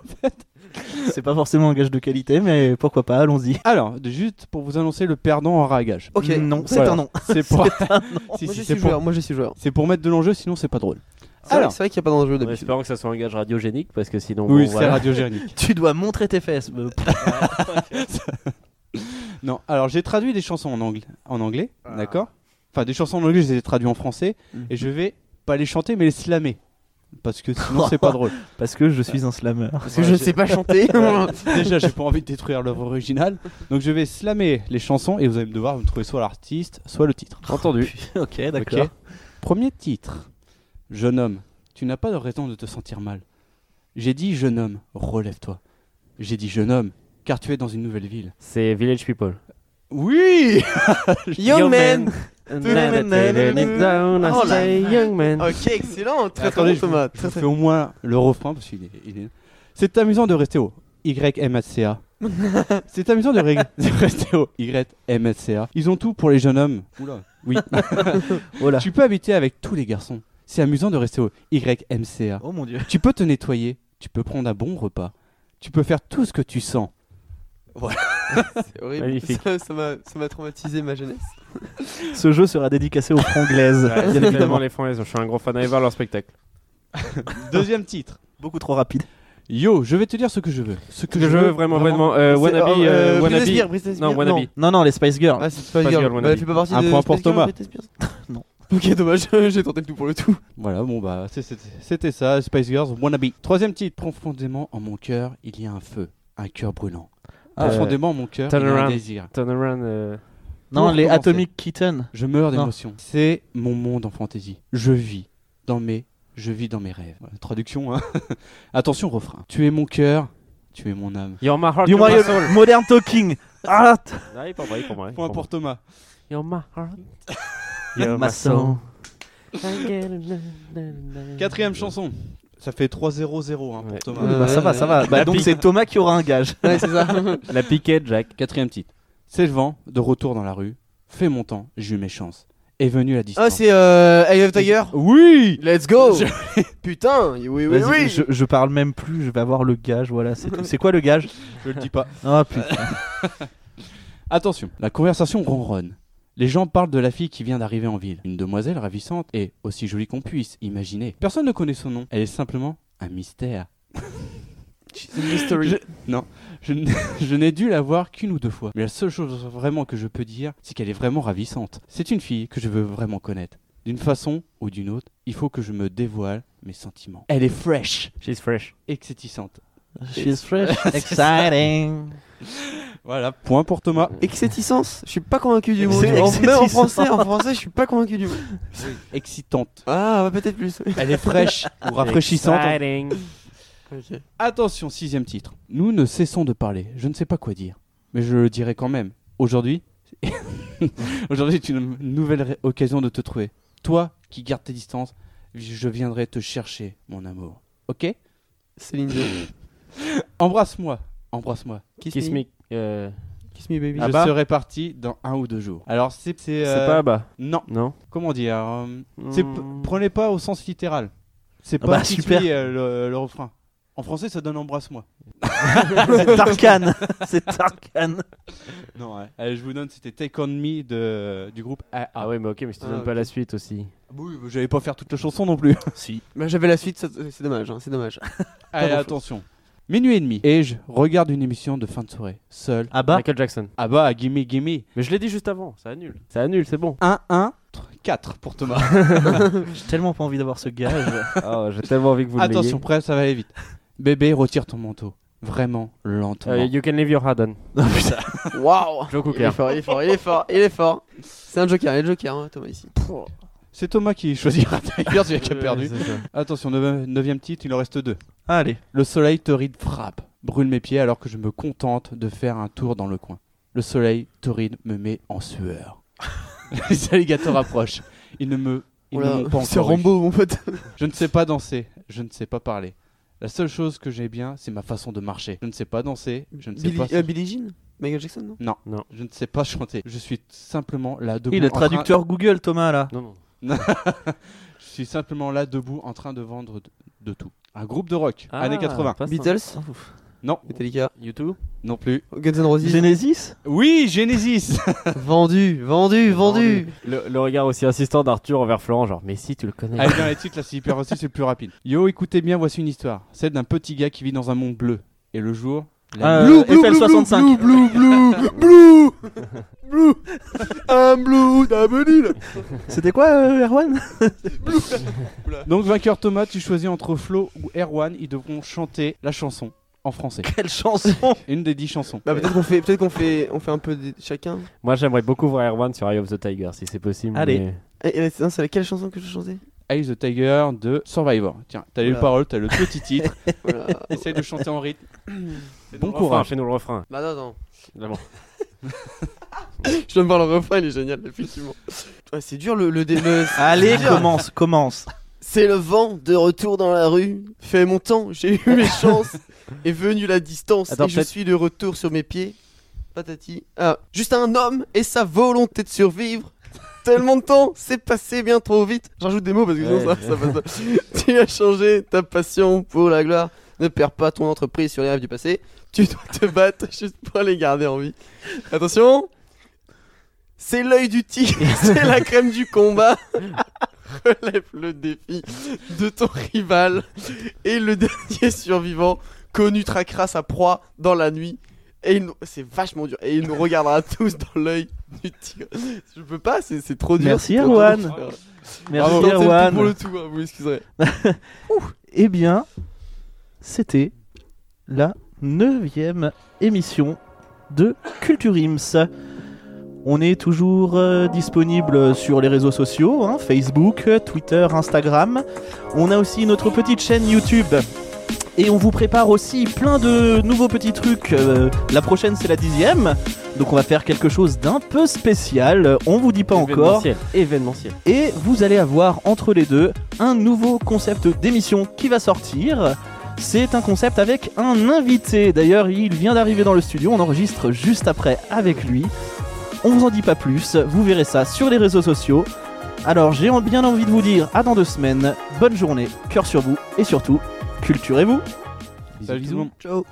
Speaker 3: c'est pas forcément un gage de qualité, mais pourquoi pas, allons-y.
Speaker 2: Alors, juste pour vous annoncer le perdant en ragage.
Speaker 4: Ok.
Speaker 3: Non, c'est
Speaker 2: Voilà.
Speaker 3: un non.
Speaker 2: C'est pour. Si,
Speaker 4: Moi, je
Speaker 2: si,
Speaker 4: suis
Speaker 2: c'est pour...
Speaker 4: joueur. Moi, je suis joueur.
Speaker 2: c'est pour mettre de l'enjeu, sinon c'est pas drôle.
Speaker 4: C'est vrai-
Speaker 2: Alors.
Speaker 4: c'est vrai qu'il n'y a pas dans le jeu
Speaker 1: En
Speaker 4: d'habitude.
Speaker 1: espérant que ça soit un gage radiogénique parce que sinon.
Speaker 2: oui,
Speaker 1: bon,
Speaker 2: c'est
Speaker 1: voilà.
Speaker 2: radiogénique.
Speaker 3: Tu dois montrer tes fesses. euh, pff,
Speaker 2: non, alors j'ai traduit des chansons en anglais, en anglais d'accord Enfin, des chansons en anglais, je les ai traduites en français.
Speaker 4: Mhm.
Speaker 2: Et je vais pas les chanter, mais les slammer. Parce que sinon, c'est pas drôle.
Speaker 3: Parce que je suis un slammer.
Speaker 4: Parce que je ne sais pas chanter.
Speaker 2: Déjà, j'ai pas envie de détruire l'œuvre originale. Donc, je vais slammer les chansons et vous allez me devoir me trouver soit l'artiste, soit le titre.
Speaker 1: Entendu.
Speaker 3: ok, d'accord.
Speaker 2: Ok. Premier titre. Jeune homme, tu n'as pas de raison de te sentir mal. J'ai dit jeune homme, relève-toi. J'ai dit jeune homme, car tu es dans une nouvelle ville.
Speaker 1: C'est Village People.
Speaker 2: Oui
Speaker 4: Young man.
Speaker 1: Oh
Speaker 4: Oh la
Speaker 1: Young man.
Speaker 4: Ok, excellent. Très très
Speaker 2: Attendez, je
Speaker 4: bon,
Speaker 2: vous-
Speaker 4: Thomas.
Speaker 2: je
Speaker 4: Très,
Speaker 2: vous
Speaker 4: très
Speaker 2: fais au moins le refrain parce qu'il est, il est- C'est amusant de rester au YMHCA. C'est amusant de, ré- de rester au YMHCA. Ils ont tout pour les jeunes hommes. Oula. Oui.
Speaker 3: Voilà.
Speaker 2: tu peux habiter avec tous les garçons. C'est amusant de rester au YMCA.
Speaker 3: Oh mon dieu.
Speaker 2: Tu peux te nettoyer. Tu peux prendre un bon repas. Tu peux faire tout ce que tu sens.
Speaker 4: C'est horrible.
Speaker 1: Magnifique.
Speaker 4: Ça- Ça m'a ça m'a traumatisé ma jeunesse.
Speaker 3: Ce jeu sera dédicacé aux franglaises.
Speaker 1: Ouais,
Speaker 3: bien
Speaker 1: c'est tellement
Speaker 3: évidemment.
Speaker 1: les Français, je suis un gros fan, allez voir leur spectacle.
Speaker 2: Deuxième titre.
Speaker 3: Beaucoup trop rapide.
Speaker 2: Yo, je vais te dire ce que je veux. Ce
Speaker 1: Que je veux vraiment, vraiment, euh,
Speaker 4: C'est-
Speaker 1: Wannabe,
Speaker 4: oh,
Speaker 1: euh,
Speaker 4: euh, Britney Spears,
Speaker 1: Wannabe.
Speaker 4: Britney
Speaker 1: Non,
Speaker 4: Spears,
Speaker 1: Wannabe.
Speaker 3: Non, non, les Spice Girls.
Speaker 4: Ah, c'est Spice
Speaker 1: Girl,
Speaker 4: Girl.
Speaker 1: Wannabe.
Speaker 4: Bah, elle fait pas partie
Speaker 2: Un
Speaker 4: de
Speaker 2: point pour
Speaker 4: Spice Girl,
Speaker 2: Thomas.
Speaker 4: Britney Spears
Speaker 3: Non.
Speaker 4: Ok, dommage, j'ai tenté le tout pour le tout.
Speaker 2: Voilà, bon bah c'est- c'était c'était ça, Spice Girls Wannabe. Troisième titre, profondément en mon cœur, il y a un feu, un cœur brûlant.
Speaker 1: Ah,
Speaker 2: profondément en mon cœur, il y a un
Speaker 1: Turnaround.
Speaker 2: désir.
Speaker 1: Turn around. euh,
Speaker 3: Non,
Speaker 2: Pour
Speaker 3: les
Speaker 2: commencer.
Speaker 3: Atomic Kitten.
Speaker 2: Je meurs
Speaker 3: Non.
Speaker 2: d'émotion.
Speaker 1: Ah.
Speaker 2: C'est mon monde en fantaisie. Je vis dans mes, je vis dans mes rêves. Voilà, traduction. Hein. Attention refrain. Tu es mon cœur, tu es mon âme.
Speaker 1: You're
Speaker 4: Ah,
Speaker 1: my heart,
Speaker 3: Du
Speaker 1: you're my
Speaker 3: Mario
Speaker 1: soul.
Speaker 3: Modern Talking. Ah, t-
Speaker 1: Ah, il est pas vrai, il est pas vrai, il est
Speaker 2: Point
Speaker 1: pas
Speaker 2: pour
Speaker 1: vrai.
Speaker 2: Thomas.
Speaker 1: You're my heart.
Speaker 3: Ma soul.
Speaker 2: Quatrième chanson. Ça fait 3-0-0 hein, pour
Speaker 1: Ouais.
Speaker 2: Thomas.
Speaker 3: Bah, ça va, ça va. Bah, donc c'est Thomas qui aura un gage.
Speaker 4: Ouais, c'est ça.
Speaker 1: La piquette, Jack.
Speaker 2: Quatrième titre. S'élevant, de retour dans la rue, fais mon temps, j'eus mes chances. Est venu la distance.
Speaker 4: Ah, c'est euh, Eye of Tiger
Speaker 2: Oui
Speaker 4: Let's go Putain, oui, oui, oui.
Speaker 3: Vas-y, Je, je parle même plus, je vais avoir le gage, voilà, c'est tout. C'est quoi le gage
Speaker 2: Je le dis pas.
Speaker 3: Ah putain.
Speaker 2: Attention, la conversation ronronne. Les gens parlent de la fille qui vient d'arriver en ville. Une demoiselle ravissante et aussi jolie qu'on puisse, imaginez. Personne ne connaît son nom. Elle est simplement un mystère. Je- non, je, n- je n'ai dû la voir qu'une ou deux fois. Mais la seule chose vraiment que je peux dire, c'est qu'elle est vraiment ravissante. C'est une fille que je veux vraiment connaître. D'une façon ou d'une autre, il faut que je me dévoile mes sentiments. Elle est fresh,
Speaker 1: She's fresh.
Speaker 2: excitissante.
Speaker 3: She's fresh, exciting.
Speaker 2: Voilà, point pour Thomas.
Speaker 4: Excitissance, je suis pas convaincu du mot.
Speaker 3: C'est
Speaker 4: En- Même en
Speaker 3: excitissant.
Speaker 4: français, en français, je suis pas convaincu du mot.
Speaker 2: Excitante.
Speaker 4: Ah, bah, peut-être plus.
Speaker 2: Elle est fraîche ou rafraîchissante.
Speaker 1: Exciting.
Speaker 4: Ok.
Speaker 2: Attention, sixième titre. Nous ne cessons de parler. Je ne sais pas quoi dire, mais je le dirai quand même. Aujourd'hui, aujourd'hui est une nouvelle ré- occasion de te trouver. Toi qui gardes tes distances, je viendrai te chercher, mon amour. Ok
Speaker 4: Céline Dion.
Speaker 2: Embrasse-moi, embrasse-moi.
Speaker 4: Kiss,
Speaker 1: Kiss
Speaker 4: me.
Speaker 1: me. Euh,
Speaker 4: Kiss me, baby.
Speaker 2: je
Speaker 1: bah.
Speaker 2: serai parti dans un ou deux jours. Alors c'est, c'est,
Speaker 1: C'est
Speaker 2: euh,
Speaker 1: pas bah.
Speaker 2: non.
Speaker 1: Non.
Speaker 2: Comment dire euh, c'est p-
Speaker 1: Hmm.
Speaker 2: Prenez pas au sens littéral. C'est
Speaker 3: Ah
Speaker 2: pas
Speaker 3: bah,
Speaker 2: qui
Speaker 3: super.
Speaker 2: suit, euh, le, le refrain. En français, ça donne embrasse-moi.
Speaker 3: C'est Tarkan. C'est Tarkan.
Speaker 2: Non, ouais. Allez, je vous donne, c'était Take On Me de, du groupe AA.
Speaker 1: Ah ouais, mais ok, mais je te
Speaker 4: Ah,
Speaker 1: donne
Speaker 4: ok.
Speaker 1: pas la suite aussi.
Speaker 2: Ah bah Oui, mais j'allais pas faire toute la chanson non plus.
Speaker 4: Bah, J'avais la suite, ça- c'est dommage, hein, c'est dommage.
Speaker 2: Allez,
Speaker 4: grand-chose.
Speaker 2: attention. Minuit et demi. Et je regarde une émission de fin de soirée. Seul.
Speaker 3: Ah bah.
Speaker 1: Michael Jackson.
Speaker 2: Ah bah, gimme, gimme.
Speaker 1: Mais je l'ai dit juste avant, ça annule. Ça annule, c'est bon.
Speaker 2: 1, 1, 4 pour Thomas.
Speaker 3: J'ai tellement pas envie d'avoir ce gage.
Speaker 1: Ah, j'ai tellement envie que vous
Speaker 2: attention, prêt, ça va aller vite. Bébé, retire ton manteau. Vraiment lentement.
Speaker 1: Euh, you can leave your hat on.
Speaker 4: Waouh
Speaker 1: Joe
Speaker 4: Il est
Speaker 1: Cooker.
Speaker 4: fort, il est fort, il est fort, il est fort. C'est un joker, il est le joker, hein, Thomas, ici.
Speaker 2: C'est Thomas qui choisira d'ailleurs, celui qui a perdu. Attention, 9 titre, il en reste 2.
Speaker 3: Allez.
Speaker 2: Le soleil torride frappe, brûle mes pieds alors que je me contente de faire un tour dans le coin. Le soleil torride me met en sueur. Les alligators approchent. Ils ne me. Ils
Speaker 4: Oh
Speaker 2: ne
Speaker 4: là,
Speaker 2: m'ont pas
Speaker 4: c'est
Speaker 2: encore eu.
Speaker 4: Rambo, mon pote.
Speaker 2: Je ne sais pas danser, je ne sais pas parler. La seule chose que j'ai bien, c'est ma façon de marcher. Je ne sais pas danser, je ne sais
Speaker 4: Billy,
Speaker 2: pas,
Speaker 4: euh, Billie Jean Michael Jackson, non
Speaker 2: je ne sais pas chanter. Je suis simplement là debout.
Speaker 3: Il est
Speaker 2: en train-
Speaker 3: traducteur Google, Thomas, là.
Speaker 1: Non, non.
Speaker 2: Je suis simplement là debout en train de vendre de, de tout. Un groupe de rock,
Speaker 3: Ah.
Speaker 2: années 80.
Speaker 1: Ah, pas ça.
Speaker 4: Ah, Beatles
Speaker 2: Non.
Speaker 4: Metallica
Speaker 1: YouTube.
Speaker 2: Non plus.
Speaker 4: Guns N' Roses
Speaker 3: Genesis
Speaker 2: Oui, Genesis
Speaker 4: Vendu, vendu, vendu
Speaker 1: Le, le regard aussi insistant d'Arthur envers Florent, genre, mais si tu le connais.
Speaker 2: Allez, bien les titres, là, c'est hyper aussi, c'est le plus rapide. Yo, écoutez bien, voici une histoire. Celle d'un petit gars qui vit dans un monde bleu. Et le jour. la nuit-
Speaker 3: Euh, FL65.
Speaker 4: blue, blue, blue, blue, un blue d'avenir.
Speaker 3: C'était quoi, euh, Erwan
Speaker 2: Donc, vainqueur Thomas, tu choisis entre Flo ou Erwan. Ils devront chanter la chanson en français.
Speaker 3: Quelle chanson
Speaker 2: Une des dix chansons.
Speaker 4: Bah peut-être qu'on fait, peut-être qu'on fait, on fait un peu de chacun.
Speaker 1: Moi, j'aimerais beaucoup voir Erwan sur Eye of the Tiger, si c'est possible.
Speaker 3: Allez.
Speaker 1: mais-
Speaker 4: Et, et Eh, c'est- non, c'est laquelle chanson que je chantais
Speaker 2: Ice the Tiger de Survivor. Tiens, t'as les
Speaker 4: Voilà.
Speaker 2: paroles, t'as le petit titre.
Speaker 4: Voilà.
Speaker 2: Essaye de chanter en rythme.
Speaker 1: Fais-nous
Speaker 2: Bon
Speaker 1: le refrain,
Speaker 2: courage.
Speaker 1: Fais-nous le refrain.
Speaker 4: Bah non, non.
Speaker 1: Vraiment.
Speaker 4: Je viens de voir le refrain, il est génial, effectivement. Ouais, c'est dur le, le, dé- le- c'est
Speaker 3: Allez,
Speaker 4: dur.
Speaker 3: commence, commence.
Speaker 4: C'est le vent de retour dans la rue. Fait mon temps, j'ai eu mes chances. est venue la distance
Speaker 1: Attends,
Speaker 4: et je
Speaker 1: peut-être-
Speaker 4: suis de retour sur mes pieds. Patati. Ah, juste un homme et sa volonté de survivre. Tellement de temps, c'est passé bien trop vite. J'ajoute des mots parce que sinon
Speaker 1: Ouais.
Speaker 4: ça, ça passe pas. tu as changé ta passion pour la gloire. Ne perds pas ton entreprise sur les rêves du passé. Tu dois te battre juste pour les garder en vie. Attention. C'est l'œil du tigre, c'est la crème du combat. Relève le défi de ton rival. Et le dernier survivant connu traquera sa proie dans la nuit. Et il nous- c'est vachement dur. Et il nous regardera tous dans l'œil du tigre. Je peux pas, c'est c'est trop dur.
Speaker 3: Merci,
Speaker 4: c'est trop dur.
Speaker 3: Erwan.
Speaker 4: Voilà.
Speaker 3: Merci,
Speaker 4: Tentez le tout pour
Speaker 3: Erwan.
Speaker 4: le tout, hein, vous m'excuserez.
Speaker 3: Eh bien, c'était la neuvième émission de Culture Ims. On est toujours euh, disponible sur les réseaux sociaux, hein, Facebook, Twitter, Instagram. On a aussi notre petite chaîne YouTube. Et on vous prépare aussi plein de nouveaux petits trucs. Euh, la prochaine, c'est la dixième. Donc on va faire quelque chose d'un peu spécial. On vous dit pas encore.
Speaker 1: Événementiel. Événementiel.
Speaker 3: Et vous allez avoir entre les deux un nouveau concept d'émission qui va sortir. C'est un concept avec un invité. D'ailleurs, il vient d'arriver dans le studio. On enregistre juste après avec lui. On vous en dit pas plus. Vous verrez ça sur les réseaux sociaux. Alors, j'ai en- bien envie de vous dire à dans deux semaines. Bonne journée, cœur sur vous et surtout, culturez-vous.
Speaker 2: Salut tout le monde.
Speaker 4: Ciao.